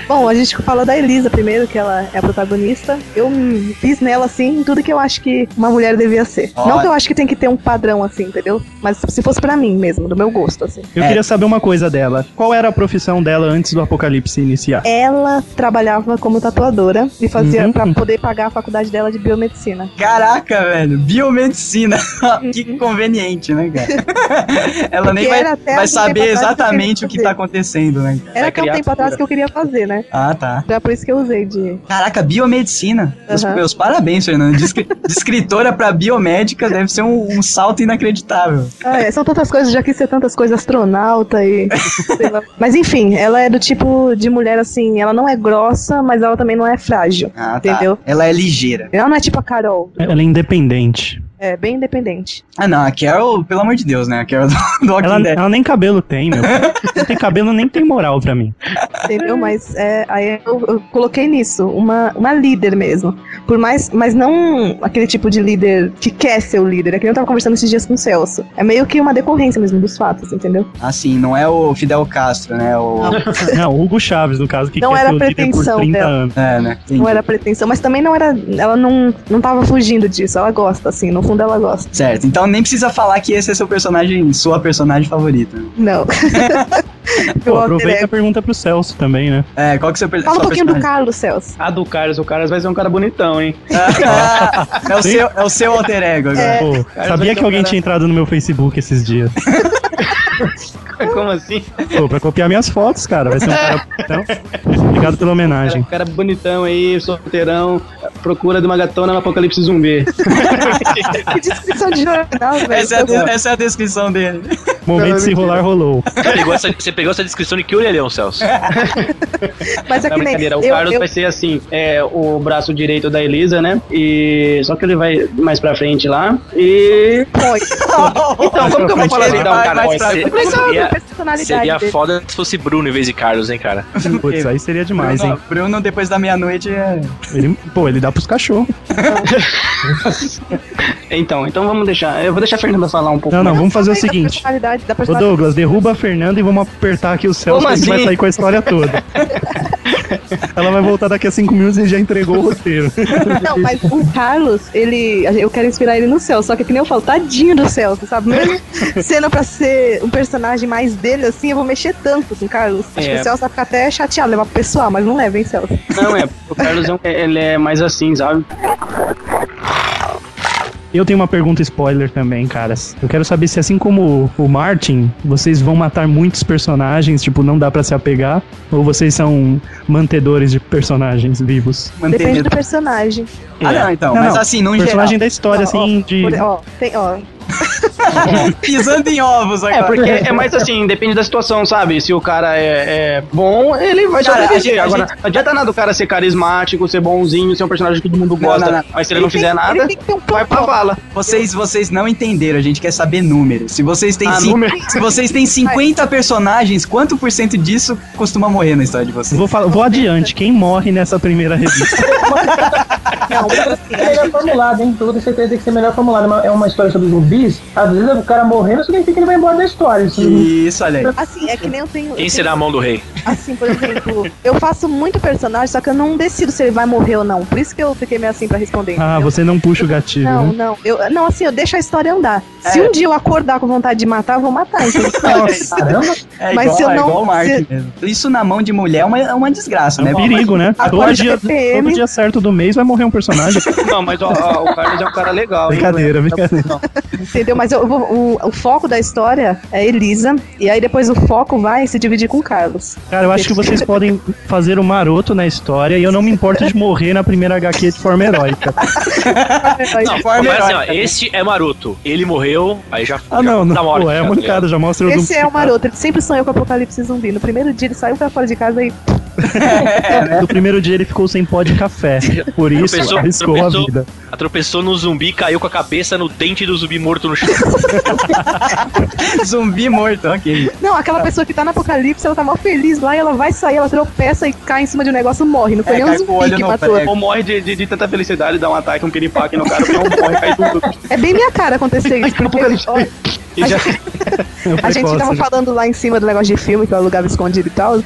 Speaker 6: Bom, a gente fala da Elisa primeiro, que ela é a protagonista. Eu hum, fiz nela, assim, tudo que eu acho que uma mulher devia ser. Não que eu acho que tem que ter um padrão, assim, entendeu? Mas se fosse pra mim mesmo, do meu gosto, assim.
Speaker 3: Eu
Speaker 2: É.
Speaker 3: queria saber uma coisa dela. Qual era a profissão dela antes do apocalipse iniciar? Uhum.
Speaker 6: Ela trabalhava como tatuadora e fazia pra poder pagar a faculdade dela de biomedicina.
Speaker 2: Caraca, velho, biomedicina. [laughs] que conveniente, né, cara? [laughs] Ela nem
Speaker 6: Porque
Speaker 2: vai,
Speaker 6: Uhum. era até
Speaker 2: vai
Speaker 6: um tempo
Speaker 2: saber
Speaker 6: atrás que eu
Speaker 2: exatamente o que tá
Speaker 6: queria
Speaker 2: acontecendo, né? cara? Vai
Speaker 6: Era até um
Speaker 2: criar
Speaker 6: tempo atrás que eu queria fazer, né?
Speaker 2: Ah, tá.
Speaker 6: Era por isso que eu usei de.
Speaker 2: Caraca, biomedicina. Meus,
Speaker 6: Aham.
Speaker 2: meus parabéns, Fernando. De, [laughs] escri- de escritora pra biomédica deve ser um, um salto inacreditável.
Speaker 6: Ah, é, são tantas coisas, já quis ser tantas coisas, astronauta e. [laughs] sei lá. Mas enfim, ela é do tipo de mulher assim, ela não é grossa, mas ela também não é frágil.
Speaker 2: Ah, tá.
Speaker 6: Entendeu?
Speaker 2: Ela é ligeira.
Speaker 6: Ela não é tipo a Carol,
Speaker 3: Ela é independente.
Speaker 6: é bem independente.
Speaker 2: Ah, não, a Carol, pelo amor de Deus, né? A Carol [laughs] do, do Walking
Speaker 3: Ela,
Speaker 2: Dead.
Speaker 3: ela nem cabelo tem, meu. Não tem cabelo, nem tem moral pra mim.
Speaker 6: Entendeu? Mas é, aí eu, eu coloquei nisso, uma, uma líder mesmo. Por mais, mas não aquele tipo de líder que quer ser o líder. É que nem eu tava conversando esses dias com o Celso. É meio que uma decorrência mesmo dos fatos, entendeu?
Speaker 2: Assim, não é o Fidel Castro, né? O...
Speaker 3: Não, o Hugo Chaves, no caso, que
Speaker 6: Não
Speaker 3: quer
Speaker 6: era
Speaker 3: ser o líder por
Speaker 6: pretensão
Speaker 3: 30
Speaker 6: dela.
Speaker 3: anos.
Speaker 2: É, né? Entendi.
Speaker 6: Não era pretensão, mas também não era. Ela não, não tava fugindo disso. Ela gosta, assim, no fundo ela gosta.
Speaker 2: Certo, então nem precisa falar que esse é seu personagem, sua personagem favorita.
Speaker 6: Não.
Speaker 3: Pô,
Speaker 6: Eu
Speaker 3: aproveita
Speaker 6: alterei.
Speaker 3: e pergunta pro Celso também, né?
Speaker 2: É, qual que é o seu per-
Speaker 6: Fala um
Speaker 2: sua
Speaker 6: pouquinho do
Speaker 2: personagem?
Speaker 6: Carlos, Celso.
Speaker 10: Ah, do Carlos, o Carlos vai ser um cara bonitão, hein? [laughs]
Speaker 2: [laughs] é, o seu, é o seu alter ego agora.
Speaker 6: É.
Speaker 3: Pô,
Speaker 10: Cara, vai
Speaker 3: sabia
Speaker 10: ter
Speaker 3: que
Speaker 10: um
Speaker 3: alguém
Speaker 10: cara-
Speaker 3: tinha entrado no meu Facebook esses dias?
Speaker 10: Como assim?
Speaker 3: Pô, pra copiar minhas fotos, cara. Vai ser um
Speaker 6: É.
Speaker 3: cara. Então, obrigado pela homenagem.
Speaker 10: Cara, cara bonitão aí, solteirão, procura de uma gatona no apocalipse zumbi.
Speaker 6: Que descrição de jornal,
Speaker 2: [laughs]
Speaker 6: velho.
Speaker 2: Essa, é a de- essa é a descrição dele.
Speaker 3: Momento
Speaker 10: é
Speaker 3: de se rolar, rolou.
Speaker 8: Você pegou essa, você pegou essa descrição de que orelhão, Celso?
Speaker 6: Mas é
Speaker 10: Não,
Speaker 6: que nem.
Speaker 10: brincadeira, o
Speaker 6: eu-
Speaker 10: Carlos
Speaker 6: eu-
Speaker 10: vai ser assim, é, o braço direito da Elisa, né? E só que ele vai mais pra frente lá e
Speaker 6: Foi.
Speaker 10: Então, como que eu vou falar
Speaker 2: Ele
Speaker 10: assim, não,
Speaker 2: vai
Speaker 10: cara,
Speaker 2: mais
Speaker 10: vai
Speaker 2: pra
Speaker 10: ser-
Speaker 6: Mas olha
Speaker 8: Seria,
Speaker 6: a personalidade
Speaker 8: seria
Speaker 6: dele.
Speaker 8: foda se fosse Bruno em vez de Carlos, hein, cara?
Speaker 3: Putz, aí seria demais, hein?
Speaker 2: Bruno, Bruno, depois da meia-noite, é...
Speaker 3: Ele, pô, ele dá pros cachorros.
Speaker 10: Então, então vamos deixar. Eu vou deixar a Fernanda falar um pouco.
Speaker 3: Não, não,
Speaker 10: mais.
Speaker 3: vamos fazer o
Speaker 6: Da
Speaker 3: seguinte.
Speaker 6: personalidade, da
Speaker 3: Ô
Speaker 6: personalidade.
Speaker 3: Douglas, derruba a Fernanda e vamos apertar aqui o Celso
Speaker 10: Como
Speaker 3: que a gente vai
Speaker 10: assim?
Speaker 3: sair com a história
Speaker 10: [laughs]
Speaker 3: toda. Ela vai voltar daqui a cinco minutos e já entregou o roteiro.
Speaker 6: Não, mas o Carlos, ele. Eu quero inspirar ele no Celso, só que que nem eu falo, tadinho do Celso, sabe? Mesmo sendo pra ser um personagem mais dele, assim, eu vou mexer tanto com o Carlos. Acho
Speaker 10: É.
Speaker 6: que o Celso vai ficar até chateado, é levar pro pessoal, mas não leva, hein, Celso?
Speaker 10: Não, é, o Carlos é, um- ele é mais assim, sabe?
Speaker 3: Eu tenho uma pergunta spoiler também, caras. Eu quero saber se, assim como o Martin, vocês vão matar muitos personagens, tipo, não dá pra se apegar, ou vocês são mantedores de personagens vivos?
Speaker 6: Depende
Speaker 2: manter...
Speaker 6: do personagem.
Speaker 2: Ah, não, então.
Speaker 3: Não,
Speaker 2: mas
Speaker 3: não.
Speaker 2: assim, não
Speaker 3: Personagem
Speaker 2: geral.
Speaker 3: da história, assim, de.
Speaker 6: Por- ó, tem, ó,
Speaker 2: [laughs] Pisando em ovos agora.
Speaker 10: É, porque é mais assim, depende da situação, sabe? Se o cara é, é bom, ele vai
Speaker 2: Cara, a gente-
Speaker 10: sobreviver.
Speaker 2: a
Speaker 10: Agora, não adianta nada o cara ser carismático, ser bonzinho, ser um personagem que todo mundo
Speaker 2: Não,
Speaker 10: gosta.
Speaker 2: não, não.
Speaker 10: Mas se ele não
Speaker 6: tem-
Speaker 10: fizer nada,
Speaker 6: tem que ter um
Speaker 10: vai pra
Speaker 6: plano.
Speaker 10: vala.
Speaker 2: Vocês, vocês não entenderam, a gente quer saber números. Se vocês têm,
Speaker 10: Ah,
Speaker 2: cin-
Speaker 10: número.
Speaker 2: se vocês têm 50 personagens, quanto por cento disso costuma morrer na história de vocês?
Speaker 3: Vou, falar, vou adiante, quem morre nessa primeira revista?
Speaker 4: É melhor formulado, hein? Eu tenho certeza que tem que ser melhor formulado. É uma- É uma história sobre zumbis. Às vezes o cara morrendo significa que ele vai embora da história. Isso
Speaker 2: Isso, olha aí.
Speaker 6: Assim, é que nem eu tenho.
Speaker 8: Quem
Speaker 6: eu
Speaker 8: será a mão do rei?
Speaker 6: tenho- Assim, por exemplo, eu faço muito personagem, só que eu não decido se ele vai morrer ou não. Por isso que eu fiquei meio assim pra responder.
Speaker 3: Ah, você não puxa o gatilho,
Speaker 6: Não,
Speaker 3: né?
Speaker 6: não. Eu, não, assim, eu deixo a história andar. Se
Speaker 2: É.
Speaker 6: um dia eu acordar com vontade de matar, eu vou matar.
Speaker 3: [laughs]
Speaker 6: Então,
Speaker 4: Caramba.
Speaker 2: É
Speaker 6: Mas
Speaker 2: igual,
Speaker 6: se eu
Speaker 2: é
Speaker 6: não-
Speaker 2: igual o Mark
Speaker 6: se-
Speaker 2: mesmo. Isso na mão de mulher é uma, é uma desgraça,
Speaker 3: É
Speaker 2: né?
Speaker 3: um perigo, né? Todo
Speaker 6: Acorda
Speaker 3: dia,
Speaker 6: TPM.
Speaker 3: todo dia certo do mês vai morrer um personagem.
Speaker 10: Não, mas ó, ó, o Carlos é um cara legal. hein,
Speaker 3: Brincadeira,
Speaker 10: velho?
Speaker 3: brincadeira.
Speaker 10: Não,
Speaker 6: entendeu? Mas eu vou- o, o foco da história é Elisa. E aí depois o foco vai se dividir com o Carlos.
Speaker 3: Cara, eu acho que vocês podem fazer o maroto na história e eu não me importo de morrer na primeira HQ de forma heróica.
Speaker 6: Aí-
Speaker 8: Não,
Speaker 2: forma
Speaker 8: mas assim, ó,
Speaker 2: heróica, né?
Speaker 8: esse é maroto. Ele morreu, aí já.
Speaker 3: Ah, não, não. Pô,
Speaker 8: já, tá
Speaker 3: é
Speaker 8: ligado?
Speaker 3: mancada, já mostra o
Speaker 6: Esse é o maroto. Ele sempre sonhou com o apocalipse zumbi. No primeiro dia ele saiu pra fora de casa e.
Speaker 3: No primeiro dia ele ficou sem pó de café. Por isso,
Speaker 8: Tropeçou,
Speaker 3: arriscou
Speaker 8: tropeçou.
Speaker 3: a vida.
Speaker 8: Atropessou no zumbi, caiu com a cabeça no dente do zumbi morto no chão.
Speaker 2: [laughs] Zumbi morto, ok.
Speaker 6: Não, aquela pessoa que tá no apocalipse, ela tá mal feliz lá e ela vai sair, ela tropeça e cai em cima de um negócio e morre. Não foi
Speaker 2: É,
Speaker 6: nem um
Speaker 2: cai com o
Speaker 6: zumbi
Speaker 2: olho
Speaker 6: que
Speaker 2: no
Speaker 6: matou.
Speaker 2: prego.
Speaker 10: Ou morre de, de, de
Speaker 8: [laughs]
Speaker 10: tanta felicidade, dá um ataque, um piripaque no cara, não morre, cai tudo.
Speaker 6: É bem minha cara acontecer isso. porque, olha, A gente, a gente tava falando lá em cima do negócio de filme que eu alugava escondido e tal.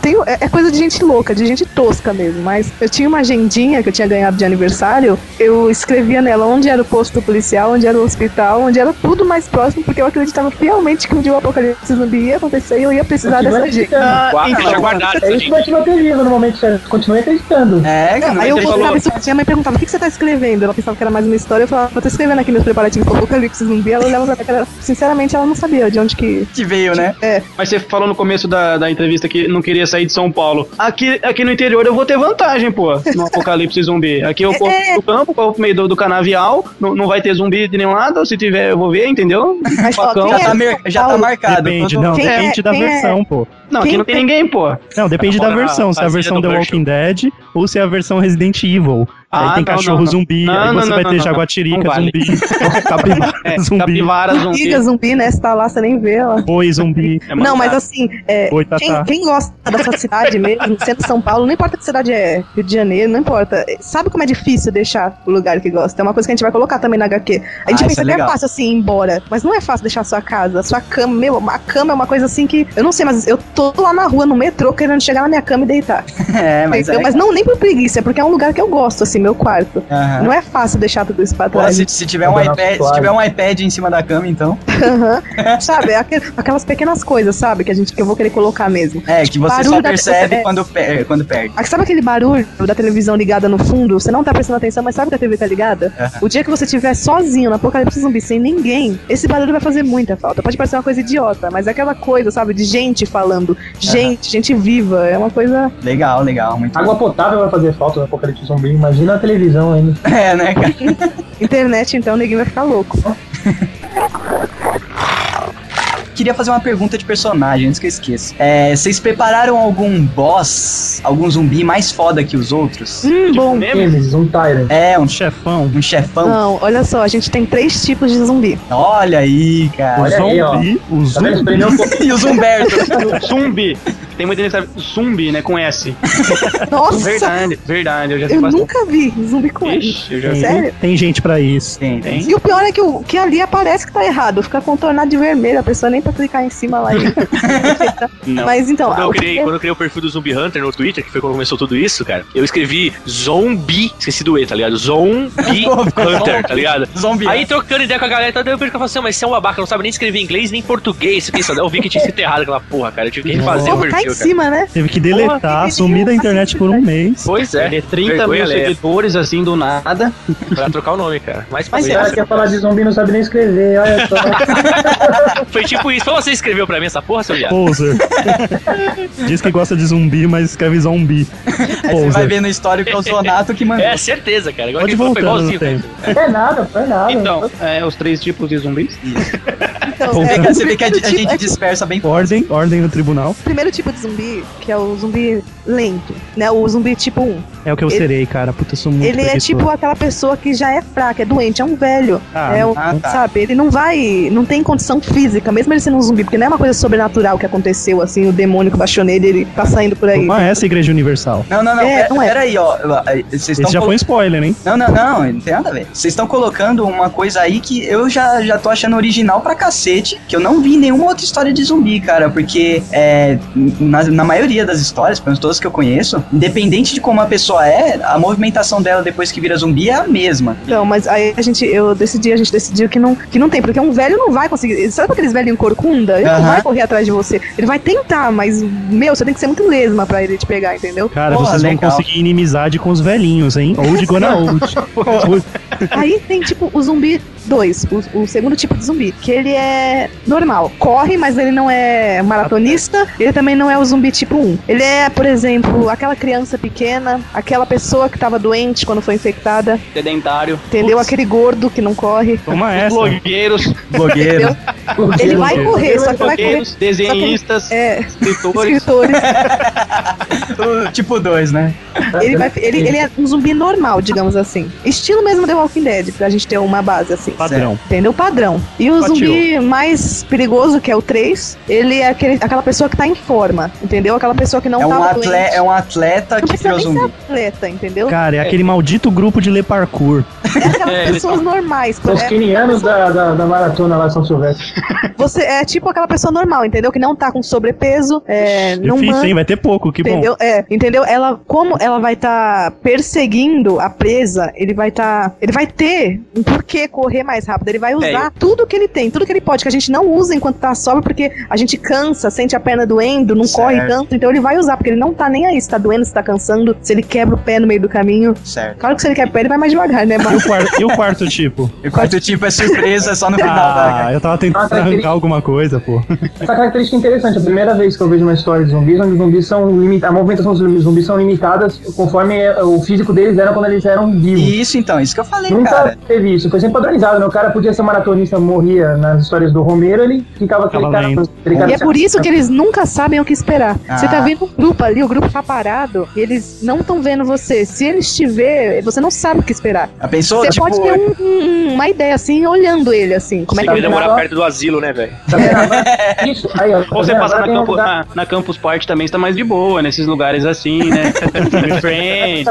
Speaker 6: Tem, é, é coisa de gente louca, de gente tosca mesmo. Mas eu tinha uma agendinha que eu tinha ganhado de aniversário. Eu escrevia nela onde era o posto policial, onde era o hospital, onde era tudo mais próximo, porque eu acreditava fielmente que um dia o apocalipse zumbi ia acontecer e eu ia precisar dessa dica.
Speaker 4: Então, é isso que vai te manter vivo no momento, sério. Continue acreditando.
Speaker 2: É, cara.
Speaker 6: Aí eu
Speaker 2: mas-
Speaker 6: mostrava isso pra minha mãe e perguntava: o que, que você tá escrevendo? Ela pensava que era mais uma história. Eu falava: eu tô escrevendo aqui meus preparativos pro apocalipse zumbi. Ela olhava pra minha cara. Sinceramente, ela não sabia de onde que. é.
Speaker 2: que veio, né?
Speaker 10: Mas você falou no começo da, da entrevista que não queria sair de São Paulo. Aqui, aqui no interior eu vou ter vantagem, pô, no apocalipse zumbi. Aqui eu corro pro campo, corro pro meio do, do canavial, não, não vai ter zumbi de nenhum lado, se tiver eu vou ver, entendeu?
Speaker 6: Mas, ó,
Speaker 10: Facão.
Speaker 6: quem
Speaker 2: Já tá,
Speaker 6: é-
Speaker 2: mer- já tá
Speaker 6: Paulo,
Speaker 2: marcado.
Speaker 5: Depende,
Speaker 3: né?
Speaker 5: não,
Speaker 2: Quando-
Speaker 6: Quem é-
Speaker 5: depende da
Speaker 6: quem é-
Speaker 5: versão, pô.
Speaker 10: Não, aqui
Speaker 6: quem
Speaker 10: não tem ninguém, pô.
Speaker 5: Não, depende da
Speaker 8: Agora,
Speaker 5: versão. Se é a
Speaker 8: a
Speaker 5: versão
Speaker 8: Zilda
Speaker 5: The
Speaker 8: do
Speaker 5: Walking Dead ou se é a versão Resident Evil. aí
Speaker 10: Ah,
Speaker 5: tem
Speaker 10: não,
Speaker 5: cachorro
Speaker 10: não, não.
Speaker 5: zumbi,
Speaker 10: Não,
Speaker 5: aí
Speaker 10: não,
Speaker 5: você
Speaker 10: não,
Speaker 5: vai
Speaker 10: não,
Speaker 5: ter
Speaker 10: não.
Speaker 5: jaguatirica
Speaker 10: Não vale. [laughs]
Speaker 5: zumbi, capivara
Speaker 10: É,
Speaker 5: zumbi,
Speaker 10: capivara zumbi.
Speaker 6: Diga zumbi, né? Você tá lá, você nem vê ela.
Speaker 5: boi zumbi. tá,
Speaker 10: É
Speaker 6: não, mas
Speaker 10: mancada.
Speaker 6: assim, é,
Speaker 5: Oi,
Speaker 2: Tá,
Speaker 5: Tatá.
Speaker 6: quem, quem gosta
Speaker 2: [laughs]
Speaker 6: da sua cidade mesmo, sendo São Paulo, não importa que cidade é, Rio de Janeiro, não importa. Sabe como é difícil deixar o lugar que gosta? É uma coisa que a gente vai colocar também na HQ. A gente
Speaker 2: Ah, isso
Speaker 6: pensa
Speaker 2: é
Speaker 6: que é
Speaker 2: legal.
Speaker 6: fácil assim ir embora, mas não é fácil deixar a sua casa, a sua cama. Meu, a cama é uma coisa assim que. Eu não sei, mas eu tô lá na rua, no metrô, querendo chegar na minha cama e deitar.
Speaker 2: [laughs] É, mas
Speaker 6: Mas,
Speaker 2: é.
Speaker 6: mas não nem por preguiça, é porque é um lugar que eu gosto, assim, meu quarto.
Speaker 2: Aham.
Speaker 6: Não é fácil deixar tudo isso pra
Speaker 2: Pô,
Speaker 6: trás.
Speaker 2: se, se tiver um
Speaker 3: é
Speaker 4: Vai dar
Speaker 2: iPad, se
Speaker 4: suave.
Speaker 2: tiver um iPad em cima da cama, então.
Speaker 6: Aham. sabe? é aquel- aquelas pequenas coisas, sabe? Que, a gente, que eu vou querer colocar mesmo.
Speaker 2: É, que você só
Speaker 6: Barulho da-
Speaker 2: percebe
Speaker 6: é.
Speaker 2: quando, per- quando perde.
Speaker 6: Ah, Sabe aquele barulho da televisão ligada no fundo? Você não tá prestando atenção, mas sabe que a TV tá ligada?
Speaker 10: É.
Speaker 6: O dia que você estiver sozinho no apocalipse zumbi, sem ninguém, esse barulho vai fazer muita falta. Pode parecer uma coisa idiota, mas é aquela coisa, sabe, de gente falando. Gente, gente viva. É uma coisa.
Speaker 2: Legal, legal, muito
Speaker 4: Água potável vai fazer falta no apocalipse zumbi. Imagina a televisão ainda.
Speaker 2: bom. [laughs] É, né, cara?
Speaker 6: Internet, então, ninguém vai ficar louco.
Speaker 2: Queria fazer uma pergunta de personagem, antes que eu esqueça. É, vocês prepararam algum boss, algum zumbi mais foda que os outros?
Speaker 6: Hum, bom.
Speaker 10: Lembra?
Speaker 4: Nemesis, um Tyrant.
Speaker 2: É, um,
Speaker 5: Chefão.
Speaker 2: um chefão?
Speaker 6: Não, olha só, a gente tem três tipos de zumbi.
Speaker 2: Olha aí,
Speaker 5: O
Speaker 2: cara.
Speaker 4: Olha aí, ó.
Speaker 5: zumbi, o
Speaker 4: Tá vendo?
Speaker 5: um zumbi.
Speaker 4: Espremeu um pouco.
Speaker 5: [laughs]
Speaker 2: E o Zumberto?
Speaker 10: Zumbi. Tem muita gente que sabe zumbi, né, com S.
Speaker 6: Nossa!
Speaker 10: Verdade, verdade, eu já sei
Speaker 6: Eu
Speaker 10: bastante.
Speaker 6: nunca vi zumbi com ele.
Speaker 10: Ixi, eu já sei.
Speaker 6: Sério?
Speaker 5: Tem gente pra isso.
Speaker 2: Tem, tem.
Speaker 6: E o pior é que, o, que ali aparece que tá errado, fica contornado de vermelho, a pessoa nem pra clicar em cima lá. e-
Speaker 8: Não.
Speaker 6: Mas então,
Speaker 8: Quando eu,
Speaker 6: o
Speaker 8: criei, quando eu criei o perfil do Zumbi Hunter no Twitter, que foi quando começou tudo isso, cara, eu escrevi zombi, esqueci do E, tá ligado?
Speaker 3: [laughs]
Speaker 8: Zombi Hunter, tá ligado?
Speaker 2: Zumbi.
Speaker 8: Aí trocando ideia com a galera, daí eu vejo que eu falo assim, "Ah, mas você é um babaca, não sabe nem escrever inglês nem português, isso aqui, isso aqui." eu vi que tinha sido errado aquela porra, cara, eu tive que refazer o
Speaker 6: povo tá em
Speaker 8: perfil, cara.
Speaker 6: cima, né?
Speaker 5: Teve que deletar,
Speaker 6: tem
Speaker 5: sumir
Speaker 6: nenhum
Speaker 5: da internet por um mês.
Speaker 8: Pois é,
Speaker 10: Perder 30
Speaker 8: vergonha
Speaker 10: mil
Speaker 8: alheia,
Speaker 10: seguidores assim do nada.
Speaker 8: pra trocar o nome, cara. Mas,
Speaker 4: O
Speaker 8: mas
Speaker 4: cara quer falar de zumbi e não sabe nem escrever. Olha só. é
Speaker 8: foi tipo isso, foi você que escreveu pra mim essa porra, seu viado?
Speaker 5: Poser. [laughs] Diz que gosta de zumbi, mas escreve zumbi.
Speaker 2: Aí você vai
Speaker 5: Poser.
Speaker 2: ver no histórico que é o Sonato
Speaker 10: [laughs]
Speaker 2: que mandou.
Speaker 8: É, certeza, cara. Agora
Speaker 5: Pode
Speaker 8: que ele falou, foi
Speaker 5: voltando no
Speaker 8: igualzinho, cara.
Speaker 10: né?
Speaker 4: Foi nada, foi nada.
Speaker 10: Então, é, os três tipos de zumbis.
Speaker 6: Então,
Speaker 5: Bom,
Speaker 6: é,
Speaker 5: fica-
Speaker 6: o
Speaker 2: Você vê que a,
Speaker 6: primeiro
Speaker 2: a
Speaker 6: tipo-
Speaker 2: gente dispersa bem
Speaker 5: Ordem, ordem no tribunal.
Speaker 6: é, o primeiro tipo de zumbi, que é o zumbi lento, né? O zumbi tipo 1.
Speaker 5: É o que eu
Speaker 6: Ele-
Speaker 5: serei, cara. Puta, eu sou muito
Speaker 6: ele é
Speaker 5: preguiçoso.
Speaker 6: tipo aquela pessoa que já é fraca, é doente, é um velho.
Speaker 5: Ah,
Speaker 6: é um,
Speaker 2: ah, tá.
Speaker 6: Sabe, ele não vai. não tem condição física, mesmo ele sendo um zumbi, porque não é uma coisa sobrenatural que aconteceu, assim, o demônio que baixou nele, ele tá saindo por aí.
Speaker 5: Toma essa, Igreja Universal.
Speaker 2: Não, não, não.
Speaker 6: É,
Speaker 2: pera-
Speaker 6: não é.
Speaker 2: Peraí, ó. Vocês
Speaker 5: Esse já
Speaker 2: estão
Speaker 5: foi um spoiler, hein?
Speaker 2: Não, não, não, não tem nada a ver. Vocês estão colocando uma coisa aí que eu já, já tô achando original pra cacete, que eu não vi em nenhuma outra história de zumbi, cara, porque é, na, na maioria das histórias, pelo menos todas que eu conheço, independente de como a pessoa é, a movimentação dela depois que vira zumbi é a mesma.
Speaker 6: Então, mas aí a gente, eu decidi, a gente decidiu que não, que não tem, porque um velho não vai conseguir. Sabe aqueles velhos em corcunda? Ele não
Speaker 2: Aham.
Speaker 6: vai correr atrás de você. Ele vai tentar, mas, meu, você tem que ser muito lesma pra ele te pegar, entendeu?
Speaker 5: Cara,
Speaker 2: Porra,
Speaker 5: vocês vão
Speaker 2: legal.
Speaker 5: conseguir inimizade com os velhinhos, hein? Old gonna old.
Speaker 6: Aí tem, tipo, o zumbi 2, o, o segundo tipo de zumbi, que ele é normal. Corre, mas ele não é maratonista, ele também não é o zumbi tipo 1. Ele é, por exemplo, aquela criança pequena, aquela pessoa que tava doente quando foi infectada,
Speaker 10: Sedentário.
Speaker 6: entendeu? Aquele gordo que não corre.
Speaker 5: Toma essa.
Speaker 10: Blogueiros,
Speaker 2: Blogueiro.
Speaker 6: [laughs] Ele vai correr, só que vai correr.
Speaker 10: blogueiros, desenhistas,
Speaker 6: É,
Speaker 10: escritores.
Speaker 6: escritores.
Speaker 2: O tipo 2, né?
Speaker 6: Ele, vai, ele, ele é um zumbi normal, digamos assim. Estilo mesmo The Walking Dead, pra gente ter uma base assim.
Speaker 5: Padrão.
Speaker 6: Entendeu? Padrão. E o
Speaker 5: Fatiou.
Speaker 6: zumbi mais perigoso, que é o 3, ele é aquele, aquela pessoa que tá em forma, entendeu? Aquela pessoa que não
Speaker 2: é, um
Speaker 6: tava
Speaker 2: atle-
Speaker 6: doente.
Speaker 2: é um atleta
Speaker 6: Não
Speaker 2: que
Speaker 6: precisa
Speaker 2: virou
Speaker 6: nem ser
Speaker 2: zumbi.
Speaker 6: atleta,
Speaker 3: [laughs]
Speaker 6: entendeu?
Speaker 5: Cara, é aquele maldito grupo de ler parkour.
Speaker 6: É aquelas pessoas normais.
Speaker 4: São os
Speaker 6: é-
Speaker 4: 15 anos da, da, da maratona lá de São Silvestre.
Speaker 6: Você é tipo aquela pessoa normal, entendeu? Que não tá com sobrepeso, é, não
Speaker 5: Difícil,
Speaker 6: manca.
Speaker 5: hein? Vai ter pouco, que bom.
Speaker 6: Entendeu? É, entendeu? Ela, como ela vai estar perseguindo a presa, ele vai estar. ele vai ter um porquê correr mais rápido. Ele
Speaker 2: É,
Speaker 6: vai usar tudo que ele tem, tudo que ele pode, que a gente não usa enquanto tá sóbrio, porque a gente cansa, sente a perna doendo, não corre tanto. Então ele vai usar, porque ele não tá nem aí se tá doendo, se tá cansando, se ele quebra o pé no meio do caminho.
Speaker 2: Certo.
Speaker 6: Claro que se ele quebra o pé, ele vai mais devagar, né?
Speaker 5: E
Speaker 2: [laughs]
Speaker 6: Mas
Speaker 5: o, quarto, e o quarto tipo?
Speaker 2: E o quarto tipo é surpresa só no final né, da.
Speaker 5: [laughs] Ah, eu tava tentando
Speaker 4: Ah, aquele-
Speaker 5: arrancar alguma coisa, pô.
Speaker 4: Essa característica é interessante. É a primeira vez que eu vejo uma história de zumbis, onde os zumbis são limitados. A movimentação dos zumbis são limitadas conforme eh, o físico deles era quando eles eram vivos.
Speaker 2: E isso então, isso que eu falei,
Speaker 6: tá-
Speaker 4: Nunca
Speaker 2: cara.
Speaker 4: teve isso, foi sempre padronizado, né? O cara podia ser maratonista, morria nas histórias do Romero, ele ficava aquele
Speaker 5: Ficava
Speaker 4: cara,
Speaker 5: lento.
Speaker 4: aquele cara
Speaker 6: E é por isso que eles nunca sabem o que esperar.
Speaker 2: Ah.
Speaker 6: Você tá vendo um grupo ali, o grupo tá parado, e eles não estão vendo você. Se eles te ver, você não sabe o que esperar.
Speaker 2: A pessoa,
Speaker 6: Você
Speaker 2: tipo.
Speaker 6: pode ter um- um- uma ideia assim, olhando ele assim. Como é
Speaker 8: Tem que
Speaker 6: que ele
Speaker 8: demorar perto do asilo, né, velho?
Speaker 4: Tá vendo? Agora- Isso, aí, ó.
Speaker 10: Ou você
Speaker 4: Tá vendo?
Speaker 10: passar
Speaker 4: Agora
Speaker 10: na,
Speaker 4: tem um
Speaker 10: campo,
Speaker 4: lugar-
Speaker 10: na, na Campus Party também, você tá mais de boa, nesses lugares assim, [laughs] né? Family Friends.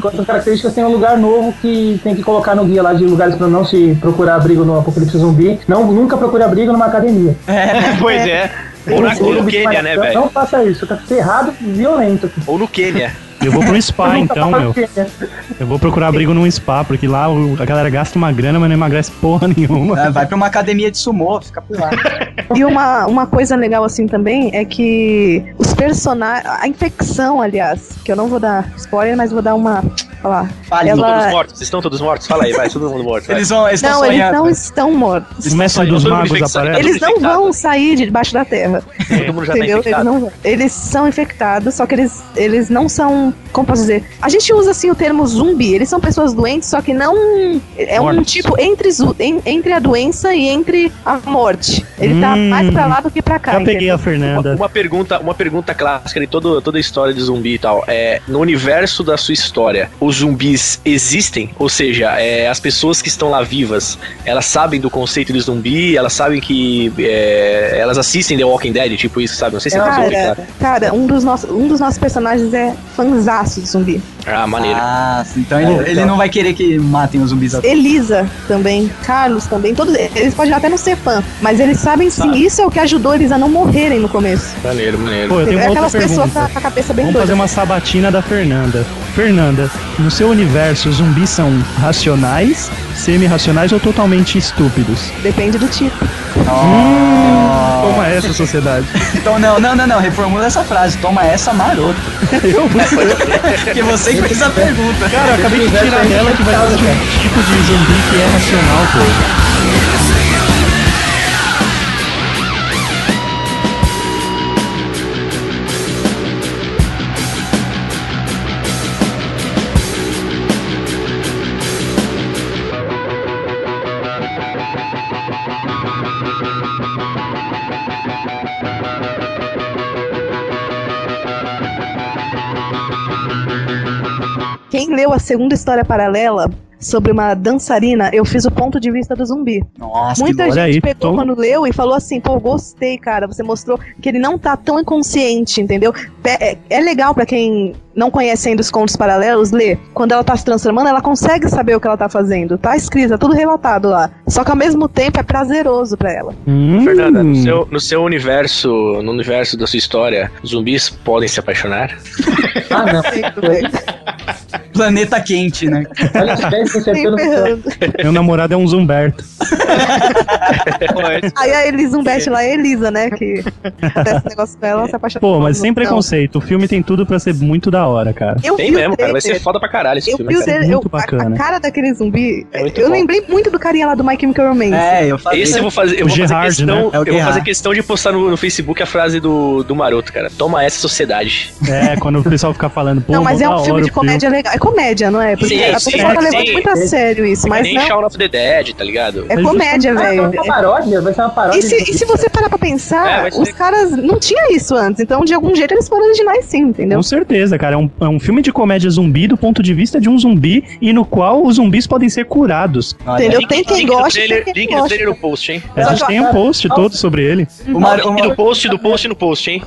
Speaker 4: Quantas características tem um lugar novo que tem que colocar no guia lá de lugares pra não se procurar abrigo no apocalipse zumbi. Não, nunca procure abrigo numa academia.
Speaker 10: Pois é.
Speaker 8: Ou, na, ou no
Speaker 4: Clube de
Speaker 8: Quênia, né,
Speaker 4: malhação,
Speaker 8: velho?
Speaker 4: Não faça isso, tá ferrado, violento.
Speaker 8: Ou no Quênia.
Speaker 5: Eu vou pro spa,
Speaker 4: Nunca
Speaker 5: então,
Speaker 4: faça
Speaker 5: meu.
Speaker 4: isso, né?
Speaker 5: Eu vou procurar abrigo num spa, porque lá o- a galera gasta uma grana, mas não emagrece porra nenhuma.
Speaker 2: ah, Vai pra uma academia de sumô, fica por lá.
Speaker 6: E uma, uma coisa legal assim também é que os personagens. A infecção, aliás, que eu não vou dar spoiler, mas vou dar uma. Olha lá.
Speaker 2: Fale.
Speaker 8: Estão
Speaker 6: Ela-
Speaker 8: todos mortos? Vocês estão todos mortos? Fala aí, vai, todo mundo morto. vai.
Speaker 2: Eles vão, eles estão
Speaker 6: Não, eles
Speaker 2: sonhando.
Speaker 6: não estão mortos.
Speaker 5: O mestre dos
Speaker 8: Eu tô
Speaker 5: magos
Speaker 8: É, infectado.
Speaker 5: aparece.
Speaker 6: Eles não vão sair de debaixo da terra.
Speaker 8: Todo mundo já tá
Speaker 6: Entendeu? Eles,
Speaker 8: infectado.
Speaker 6: não- eles são infectados, só que eles, eles não são. Como posso dizer? A gente usa assim o termo zumbi. Eles são pessoas doentes, só que não. É um
Speaker 5: Mortos.
Speaker 6: tipo entre, zu- en- entre a doença e entre a morte. Ele tá
Speaker 5: Hum.
Speaker 6: mais pra lá do que pra cá.
Speaker 5: Já peguei
Speaker 6: entendeu?
Speaker 5: a
Speaker 8: Uma,
Speaker 5: Fernanda.
Speaker 8: uma pergunta, uma pergunta clássica de todo, toda a história de zumbi e tal. É, no universo da sua história, os zumbis existem? Ou seja, é, as pessoas que estão lá vivas, elas sabem do conceito de zumbi, elas sabem que. é, elas assistem The Walking Dead, tipo isso, sabe? Não sei se é
Speaker 6: Cara,
Speaker 8: zumbi, cara.
Speaker 6: Cara, um dos, nossos, um dos nossos personagens é fanzaço de zumbi.
Speaker 8: Ah, maneiro.
Speaker 2: Ah, então ele, ele
Speaker 5: tá.
Speaker 2: não vai querer que matem os
Speaker 8: Tá
Speaker 2: zumbis. assim.
Speaker 6: Elisa também, Carlos também, todos eles podem até não ser fã, mas eles sabem sim, isso é o que ajudou eles a não morrerem no começo.
Speaker 8: Tá. Maneiro, maneiro.
Speaker 5: Pô, eu tenho
Speaker 6: É
Speaker 5: uma outra
Speaker 6: aquelas pessoas com a
Speaker 5: pergunta.
Speaker 6: com a cabeça bem
Speaker 5: Vamos
Speaker 6: doida.
Speaker 5: fazer uma sabatina da Fernanda. Fernanda, no seu universo, os zumbis são racionais, semi-racionais ou totalmente estúpidos?
Speaker 6: Depende do tipo.
Speaker 5: Toma essa sociedade.
Speaker 2: Então não, não, não, não. Reformula essa frase. Toma essa maroto.
Speaker 5: [laughs] Eu,
Speaker 2: Porque você que fez a pergunta.
Speaker 5: cara, eu acabei de tirar dela que vai existir um tipo de zumbi que é racional, pô.
Speaker 6: Quem leu a segunda história paralela sobre uma dançarina, eu fiz o ponto de vista do zumbi.
Speaker 2: Nossa,
Speaker 6: Muita
Speaker 5: bom.
Speaker 6: gente
Speaker 5: Olha aí,
Speaker 6: pegou
Speaker 5: tô-
Speaker 6: quando leu e falou assim, pô, gostei, cara. Você mostrou que ele não tá tão inconsciente, entendeu? Pe- É, é legal pra quem não conhece ainda os contos paralelos ler. Quando ela tá se transformando, ela consegue saber o que ela tá fazendo. Tá escrito, tá tudo relatado lá. Só que ao mesmo tempo é prazeroso pra ela.
Speaker 5: Hum,
Speaker 8: Fernanda, no seu, no seu universo, no universo da sua história, zumbis podem se apaixonar?
Speaker 4: Ah, não.
Speaker 2: planeta quente, né?
Speaker 4: Olha, isso deve ser
Speaker 6: Tem
Speaker 4: certeza.
Speaker 6: ferrando.
Speaker 5: meu namorado é um zumberto.
Speaker 6: Aí a Elisa, um best lá é a Elisa, né? Que acontece esse negócio com ela, ela se apaixona.
Speaker 5: Pô, mas é sem
Speaker 6: Não.
Speaker 5: preconceito, o filme tem tudo pra ser muito da hora, cara.
Speaker 6: Eu
Speaker 8: Tem
Speaker 6: vi o
Speaker 8: mesmo, cara. Vai ser
Speaker 6: trailer.
Speaker 8: foda pra caralho esse
Speaker 6: Eu
Speaker 8: filme.
Speaker 6: vi o
Speaker 8: cara.
Speaker 6: dele,
Speaker 5: É muito
Speaker 6: eu- a- a,
Speaker 5: bacana.
Speaker 6: cara daquele zumbi,
Speaker 8: É muito
Speaker 6: eu
Speaker 8: bom.
Speaker 6: lembrei muito do carinha lá do My Chemical Romance.
Speaker 2: É, eu falei.
Speaker 8: Esse eu vou fazer, eu
Speaker 5: O
Speaker 8: vou fazer
Speaker 5: Gerard,
Speaker 8: questão,
Speaker 2: né? É o
Speaker 8: eu vou
Speaker 2: Gerard.
Speaker 8: fazer questão de postar no, no Facebook a frase do, do Maroto, cara. Toma essa sociedade.
Speaker 5: É, quando o pessoal fica falando, pô,
Speaker 6: não, mas
Speaker 5: mó
Speaker 6: é
Speaker 5: da
Speaker 6: um filme
Speaker 5: hora
Speaker 6: de
Speaker 5: o filme.
Speaker 6: comédia legal. É comédia, não é? Porque
Speaker 8: Sim,
Speaker 6: a
Speaker 8: sim,
Speaker 6: pessoa tá
Speaker 8: sim.
Speaker 6: levando muito a sério isso,
Speaker 8: Mas
Speaker 6: mas
Speaker 8: nem
Speaker 6: não.
Speaker 8: Shaun of the Dead, tá ligado?
Speaker 6: É
Speaker 5: Mas
Speaker 6: comédia, velho.
Speaker 4: Uma paródia, vai ser uma paródia.
Speaker 6: E se, e se você parar pra
Speaker 8: É,
Speaker 6: pensar,
Speaker 8: vai ser-
Speaker 6: os caras não tinha isso antes, então de algum jeito eles foram originais sim, entendeu?
Speaker 3: Com certeza, cara. É um, é um filme de comédia zumbi do ponto de vista de um zumbi e no qual os zumbis podem ser curados.
Speaker 6: Entendeu? Tem quem
Speaker 8: link do
Speaker 6: gosta, tem
Speaker 8: trailer-
Speaker 6: quem
Speaker 8: Link
Speaker 6: gosta.
Speaker 8: do trailer no post, hein?
Speaker 3: A gente
Speaker 6: Só que-
Speaker 3: tem um post todo sobre ele.
Speaker 2: O, Mar- o
Speaker 8: Link
Speaker 2: Mar-
Speaker 8: do post, do post no post, hein?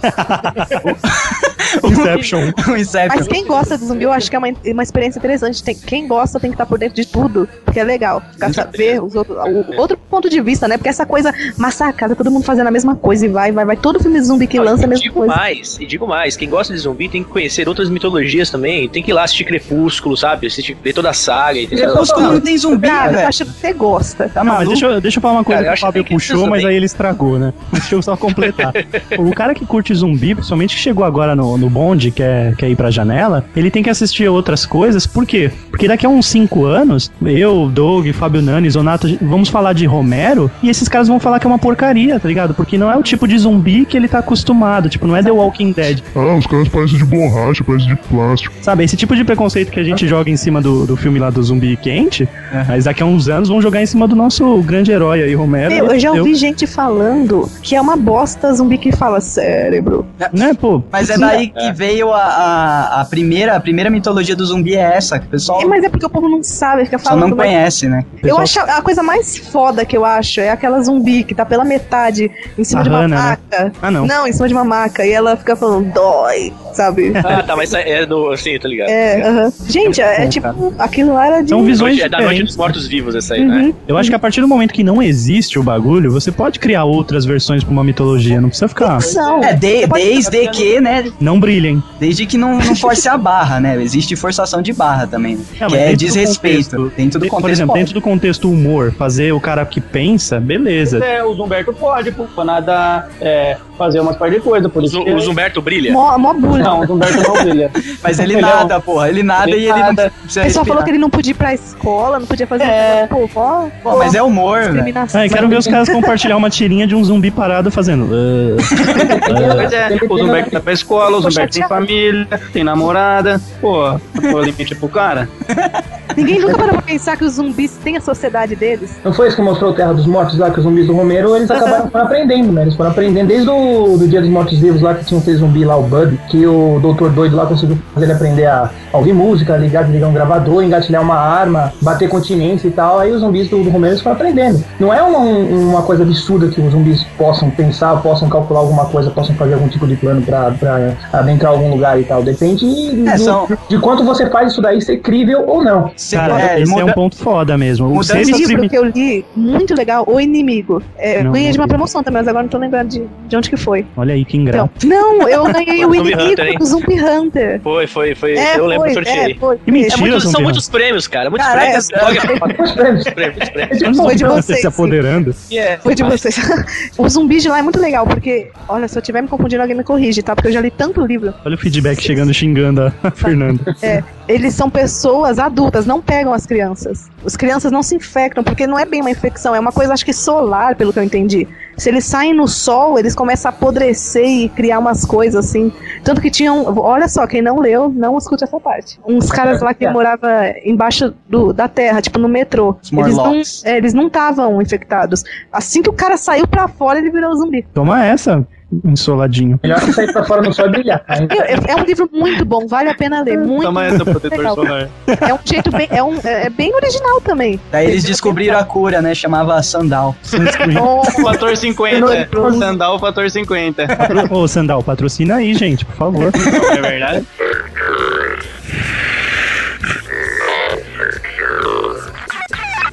Speaker 3: Inception.
Speaker 2: o Inception.
Speaker 6: Mas quem gosta de zumbi, eu acho que é uma, uma experiência interessante. Tem, quem gosta tem que estar por dentro de tudo, porque é legal. Ficar, sa- ver os outros, o, outro ponto de vista, né? Porque essa coisa massacrada, todo mundo fazendo a mesma coisa e vai, vai, vai. Todo filme de zumbi que
Speaker 8: Não,
Speaker 6: lança
Speaker 8: e
Speaker 6: a mesma
Speaker 8: digo
Speaker 6: coisa.
Speaker 8: mais, e digo mais, quem gosta de zumbi tem que conhecer outras mitologias também, tem que ir lá assistir Crepúsculo, sabe? Assistir, ver toda a saga, entendeu?
Speaker 2: Crepúsculo não tem
Speaker 8: né,
Speaker 2: zumbi,
Speaker 6: Cara, eu
Speaker 2: velho.
Speaker 6: acho que você gosta.
Speaker 2: Tá
Speaker 3: Não, mas
Speaker 2: maluco?
Speaker 3: deixa eu, deixa eu falar uma coisa
Speaker 8: Cara, eu
Speaker 3: que
Speaker 8: acho
Speaker 3: o Fábio
Speaker 8: que tem que
Speaker 3: puxou,
Speaker 8: ser
Speaker 3: mas
Speaker 8: zumbi.
Speaker 3: aí ele estragou, né? Deixa eu
Speaker 8: [laughs]
Speaker 3: só completar. o cara que curte zumbi, principalmente que chegou agora no, no bonde, quer, quer ir pra janela, ele tem que assistir outras coisas, por quê? Porque daqui a uns 5 anos, eu, Doug, Fábio Nani, Zonato, vamos falar de Romero, e esses caras vão falar que é uma porcaria, tá ligado? Porque não é o tipo de zumbi que ele tá acostumado, tipo, não é The Walking Dead.
Speaker 11: Ah, os caras parecem de borracha, parecem de plástico.
Speaker 3: Sabe, esse tipo de preconceito que a gente joga em cima do, do filme lá do zumbi quente,
Speaker 8: É.
Speaker 3: mas daqui a uns anos vão jogar em cima do nosso grande herói aí, Romero.
Speaker 6: Meu, eu já
Speaker 3: Deu.
Speaker 6: ouvi gente falando que é uma bosta zumbi que fala cérebro.
Speaker 3: Né, pô?
Speaker 2: Mas é daí que veio a, a, a primeira a primeira mitologia do zumbi é essa, que o pessoal
Speaker 6: É, mas é porque o povo não sabe, fica
Speaker 2: só
Speaker 6: falando.
Speaker 2: não
Speaker 6: mas-
Speaker 2: conhece, né?
Speaker 6: Eu
Speaker 3: Pessoal-
Speaker 6: acho a coisa mais foda que eu acho é aquela zumbi que tá pela metade em cima
Speaker 3: A
Speaker 6: de uma
Speaker 3: Hannah, né?
Speaker 6: maca.
Speaker 3: Ah, não.
Speaker 6: Não. em cima de uma maca. E ela fica falando, dói,
Speaker 3: [laughs]
Speaker 6: sabe?
Speaker 8: Ah, tá, mas é do, assim, tá ligado?
Speaker 6: É, aham. Gente, é, tipo, aquilo lá era de.
Speaker 3: São visões
Speaker 8: Noite- é da Noite
Speaker 3: diferentes.
Speaker 8: dos Mortos Vivos essa aí, né?
Speaker 6: Uhum.
Speaker 3: Eu acho que a partir do momento que não existe o bagulho, você pode criar outras versões pra uma mitologia. Não precisa ficar.
Speaker 6: São.
Speaker 2: É, de-
Speaker 6: Você pode-
Speaker 2: desde que, né?
Speaker 3: Não brilhem.
Speaker 2: Desde que não, não force a barra, né? Existe forçação de barra também. né?
Speaker 3: mas
Speaker 2: que é
Speaker 3: dentro do
Speaker 2: desrespeito.
Speaker 3: contexto-
Speaker 2: dentro do contexto.
Speaker 3: Por exemplo,
Speaker 2: pode.
Speaker 3: dentro do contexto humor, fazer o cara que pensa, beleza.
Speaker 10: É, o Humberto pode, pô, pra nada é, fazer umas par de coisa, por
Speaker 8: O
Speaker 6: Uhum.
Speaker 10: isso.
Speaker 8: Zu-
Speaker 10: que-
Speaker 8: O Zumberto brilha.
Speaker 6: Mó, mó bullying.
Speaker 10: Não, o Humberto não brilha.
Speaker 2: Mas ele
Speaker 10: Ele
Speaker 2: nada, porra. Ele nada
Speaker 10: Ele
Speaker 2: e ele
Speaker 10: nada.
Speaker 2: não
Speaker 6: O
Speaker 2: precisa
Speaker 6: pessoal falou
Speaker 2: respirar.
Speaker 6: que ele não podia ir pra escola, não podia fazer. nada.
Speaker 10: É.
Speaker 6: Pô, mó,
Speaker 2: Pô, mas é humor, velho.
Speaker 3: [laughs]
Speaker 6: discriminação.
Speaker 3: Ah, eu quero ver os caras compartilhar uma tirinha de um zumbi parado fazendo. "Ah".
Speaker 10: Pois é, o Zumberto tá pra escola, o
Speaker 6: Tô
Speaker 10: Zumberto tem
Speaker 6: chateada.
Speaker 10: família, tem namorada. Pô, pô limite pro cara.
Speaker 6: Ninguém nunca parou pra pensar que os zumbis têm a sociedade deles.
Speaker 4: Não foi isso que mostrou Terra dos Mortos lá, que os zumbis do Romero, eles acabaram foram aprendendo, né? Eles foram aprendendo desde o do Dia dos Mortos Vivos lá, que tinha aquele zumbi lá, o Bud, que o Doutor Doido lá conseguiu fazer ele aprender a, a ouvir música, ligar, desligar um gravador, engatilhar uma arma, bater continência e tal. Aí os zumbis do, do Romero eles foram aprendendo. Não é uma, um- uma coisa absurda que os zumbis possam pensar, possam calcular alguma coisa, possam fazer algum tipo de plano pra, pra adentrar algum lugar e tal. Depende
Speaker 2: É,
Speaker 4: do-
Speaker 2: são-
Speaker 4: de quanto você faz isso daí ser crível ou não.
Speaker 2: Se-
Speaker 3: Cara,
Speaker 2: é,
Speaker 3: esse é
Speaker 2: muda-
Speaker 3: um ponto foda mesmo. O
Speaker 2: Mudança
Speaker 3: ser
Speaker 6: Um livro
Speaker 3: extremi-
Speaker 6: que eu li, muito legal, O Inimigo. É,
Speaker 3: Não,
Speaker 6: ganhei de
Speaker 3: não
Speaker 6: uma
Speaker 3: li.
Speaker 6: promoção também, mas agora não tô lembrando de, de onde que foi.
Speaker 3: Olha aí que
Speaker 6: Então,
Speaker 3: ingrato.
Speaker 6: não, eu
Speaker 8: [laughs]
Speaker 6: ganhei o
Speaker 8: Zumbi Hunter,
Speaker 6: inimigo
Speaker 8: hein?
Speaker 6: do Zumbi Hunter.
Speaker 8: Foi, foi, foi.
Speaker 6: É,
Speaker 8: eu lembro
Speaker 6: foi,
Speaker 8: que eu sorteei.
Speaker 6: é, foi.
Speaker 3: Que mentira.
Speaker 8: É muitos-
Speaker 3: Zumbi
Speaker 8: são
Speaker 3: Hunter.
Speaker 8: muitos prêmios, cara. Muitos
Speaker 2: Caraca,
Speaker 6: é,
Speaker 8: prêmios.
Speaker 2: cara.
Speaker 8: Olha,
Speaker 4: Os prêmios.
Speaker 8: prêmios, muitos prêmios.
Speaker 3: Olha os
Speaker 6: Foi é de
Speaker 3: zumbis
Speaker 6: vocês,
Speaker 3: se
Speaker 6: sim.
Speaker 3: apoderando.
Speaker 6: Foi de vocês. [laughs] o zumbi de lá é muito legal, porque, olha, se eu tiver me confundindo, alguém me corrige, tá? Porque eu já li tanto livro.
Speaker 3: Olha o feedback chegando xingando a [laughs] a Fernanda.
Speaker 6: Eles são pessoas adultas, não pegam as crianças. As crianças não se infectam, porque não é bem uma infecção, é uma coisa, acho que solar, pelo que eu entendi. Se eles saem no sol, eles começam a apodrecer e criar umas coisas assim. Tanto que tinham. Olha só, quem não leu, não escute essa parte. Uns caras lá que moravam embaixo do- da terra, tipo no metrô.
Speaker 2: Os
Speaker 6: Eles não
Speaker 2: Morlocks.
Speaker 6: é, eles não estavam infectados. Assim que o cara saiu pra fora, ele virou zumbi.
Speaker 3: Toma essa, insoladinho.
Speaker 4: Melhor que sair pra fora no sol e brilhar. Aí
Speaker 6: Meu, É, é um livro muito bom, vale a pena ler. Muito,
Speaker 10: Toma essa, protetor
Speaker 6: legal.
Speaker 10: solar.
Speaker 6: É um jeito bem. É, um, é é bem original também.
Speaker 2: Daí eles descobriram a cura, né? Chamava Sandal.
Speaker 10: Fator 50. Sandal, fator 50.
Speaker 3: Patro- Ô, Sandal, patrocina aí, gente, por favor.
Speaker 10: É verdade?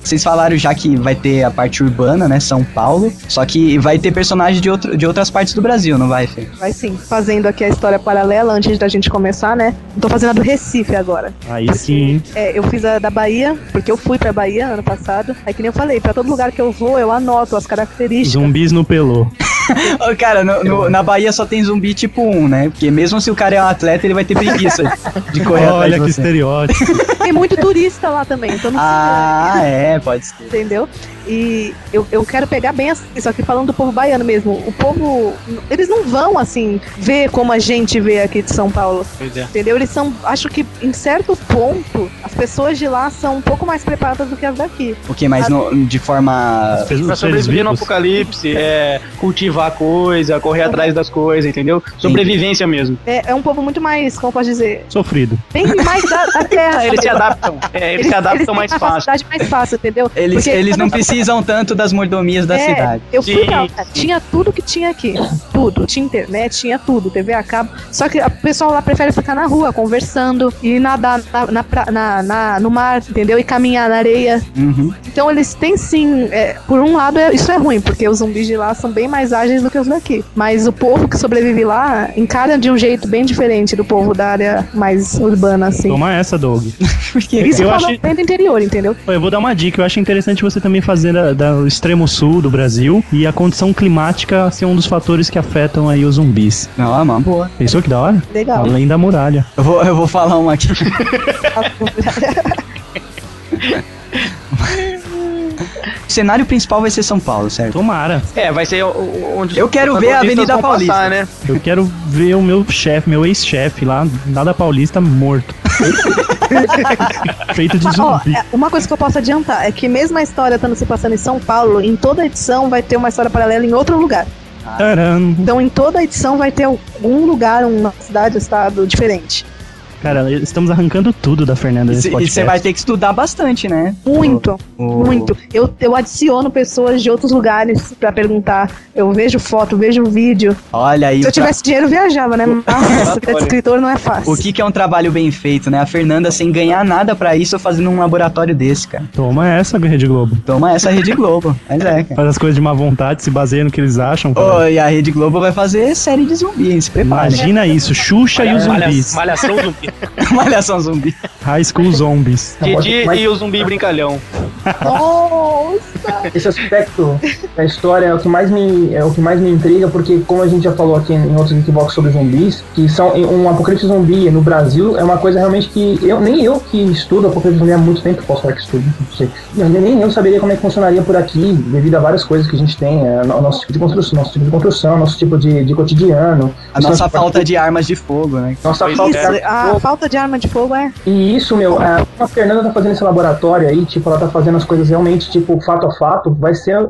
Speaker 2: Vocês falaram já que vai ter a parte urbana, né? São Paulo. Só que vai ter personagens de, outro, de outras partes do Brasil, não vai, Fê?
Speaker 6: Mas sim, fazendo aqui a história paralela antes da gente começar, né? Tô fazendo a do Recife agora.
Speaker 3: Aí sim.
Speaker 6: É, eu fiz a da Bahia, porque eu fui pra É Bahia ano passado. Aí que nem eu falei, pra todo lugar que eu vou, eu anoto as características.
Speaker 3: Zumbis no pelô.
Speaker 2: Ô, cara, no- no- na Bahia só tem zumbi tipo 1, né? Porque mesmo se o cara é um atleta, ele vai ter preguiça de correr atrás
Speaker 5: Olha
Speaker 2: de
Speaker 5: que
Speaker 2: você.
Speaker 5: estereótipo.
Speaker 6: Tem muito turista lá também, então não
Speaker 2: Ah, é, pode ser.
Speaker 6: entendeu? E eu, eu quero pegar bem assim, só que falando do povo baiano mesmo. O povo, eles não vão assim ver como a gente vê aqui de São Paulo,
Speaker 10: Pois é.
Speaker 6: entendeu? Eles são, acho que em certo ponto, as pessoas de lá são um pouco mais preparadas do que as daqui.
Speaker 2: O que, mas no- de forma...
Speaker 5: Fez
Speaker 10: Pra
Speaker 5: os seres
Speaker 10: sobreviver no
Speaker 5: vivos.
Speaker 10: apocalipse, é cultivar coisa, correr atrás das coisas, entendeu? Sobrevivência mesmo.
Speaker 6: É, é um povo muito mais, como eu posso dizer,
Speaker 5: Sofrido.
Speaker 6: bem mais da, da
Speaker 10: [laughs]
Speaker 6: terra.
Speaker 10: Eles se
Speaker 6: sabe?
Speaker 10: adaptam. É, eles se
Speaker 6: eles
Speaker 10: adaptam
Speaker 6: têm
Speaker 10: mais
Speaker 6: uma
Speaker 10: fácil.
Speaker 6: facilidade mais fácil, entendeu?
Speaker 2: Eles,
Speaker 6: Porque-
Speaker 2: eles não precisam tanto das mordomias da
Speaker 6: É,
Speaker 2: cidade.
Speaker 6: Eu fui
Speaker 10: Sim,
Speaker 6: pra lá, tinha tudo que tinha aqui. Tudo. Tinha internet, tinha tudo, TV a cabo. Só que o pessoal lá prefere ficar na rua, conversando, e nadar na, na pra- na- na- no mar, entendeu? E caminhar na areia. [laughs]
Speaker 2: Uhum.
Speaker 6: Então eles têm sim. é, por um lado, é- isso é ruim, porque os zumbis de lá são bem mais ágeis do que os daqui. Mas o povo que sobrevive lá encara de um jeito bem diferente do povo da área mais urbana, assim.
Speaker 5: Toma essa, Doug.
Speaker 2: Porque
Speaker 6: Isso
Speaker 5: eu
Speaker 6: falando
Speaker 5: achei-
Speaker 6: bem do interior, entendeu?
Speaker 5: Pô, Eu vou dar uma dica, eu acho interessante você também fazer da, da- do extremo sul do Brasil e a condição climática ser um dos fatores que afetam aí os zumbis.
Speaker 2: Não, é uma boa.
Speaker 5: Pensou que da hora?
Speaker 6: Legal.
Speaker 5: Além da muralha.
Speaker 2: Eu vou, eu vou falar uma
Speaker 6: [laughs]
Speaker 2: aqui. o cenário principal vai ser São Paulo, certo?
Speaker 5: Tomara.
Speaker 10: É, vai ser o- o- onde os
Speaker 2: Eu quero ver a
Speaker 10: protagonistas
Speaker 2: Avenida
Speaker 10: vão
Speaker 2: Paulista.
Speaker 10: né?
Speaker 5: Eu quero ver o meu chefe, meu ex-chefe lá, nada paulista,
Speaker 6: [laughs]
Speaker 5: morto. Feito de
Speaker 6: Ó,
Speaker 5: zumbi.
Speaker 6: é, uma coisa que eu posso adiantar é que mesmo a história estando se passando em São Paulo, em toda edição vai ter uma história paralela em outro lugar.
Speaker 5: Taran.
Speaker 6: Então em toda edição vai ter algum lugar, uma cidade, um estado diferente.
Speaker 5: Cara, estamos arrancando tudo da Fernanda
Speaker 2: E
Speaker 5: nesse podcast.
Speaker 2: você vai ter que estudar bastante, né?
Speaker 6: Muito,
Speaker 2: O-
Speaker 6: muito. Eu, eu adiciono pessoas de outros lugares pra perguntar. Eu vejo foto, vejo vídeo.
Speaker 2: Olha aí.
Speaker 6: Se
Speaker 2: pra-
Speaker 6: eu tivesse dinheiro, eu viajava, né?
Speaker 2: [laughs]
Speaker 6: Mas vida de escritor não é fácil.
Speaker 2: O que, que é um trabalho bem feito, né? A Fernanda, sem ganhar nada pra isso, fazendo um laboratório desse, cara.
Speaker 5: Toma essa, Rede Globo.
Speaker 2: Toma essa Rede Globo. Mas é, cara.
Speaker 5: Faz as coisas de má vontade, se baseia no que eles acham. cara.
Speaker 2: Ô, e a Rede Globo vai fazer série de zumbi, hein? Se prepara.
Speaker 5: Imagina isso, Xuxa e os
Speaker 8: Malha-
Speaker 5: zumbis.
Speaker 8: Malhação zumbi.
Speaker 2: [laughs] Malhação um zumbi.
Speaker 5: High School Zombies.
Speaker 10: Didi
Speaker 4: Mas-
Speaker 10: e o zumbi brincalhão. Oh,
Speaker 6: Nossa!
Speaker 4: esse aspecto da história é o que mais me é o que mais me intriga porque como a gente já falou aqui em outros Geekbox sobre zumbis que são um apocalipse zumbi no Brasil é uma coisa realmente que eu nem eu que estudo apocalipse zumbi há muito tempo posso falar que estudo não sei Mas nem eu saberia como é que funcionaria por aqui devido a várias coisas que a gente tem é, no- nosso tipo de construção nosso tipo de construção nosso tipo de, de cotidiano
Speaker 2: A nossa falta de armas de fogo, né?
Speaker 4: nossa
Speaker 10: Pois
Speaker 4: falta
Speaker 10: é.
Speaker 6: Isso, a falta de arma de fogo é.
Speaker 4: e isso, meu, a, como a Fernanda tá fazendo esse laboratório aí, tipo, ela tá fazendo as coisas realmente, tipo, fato a fato, vai ser.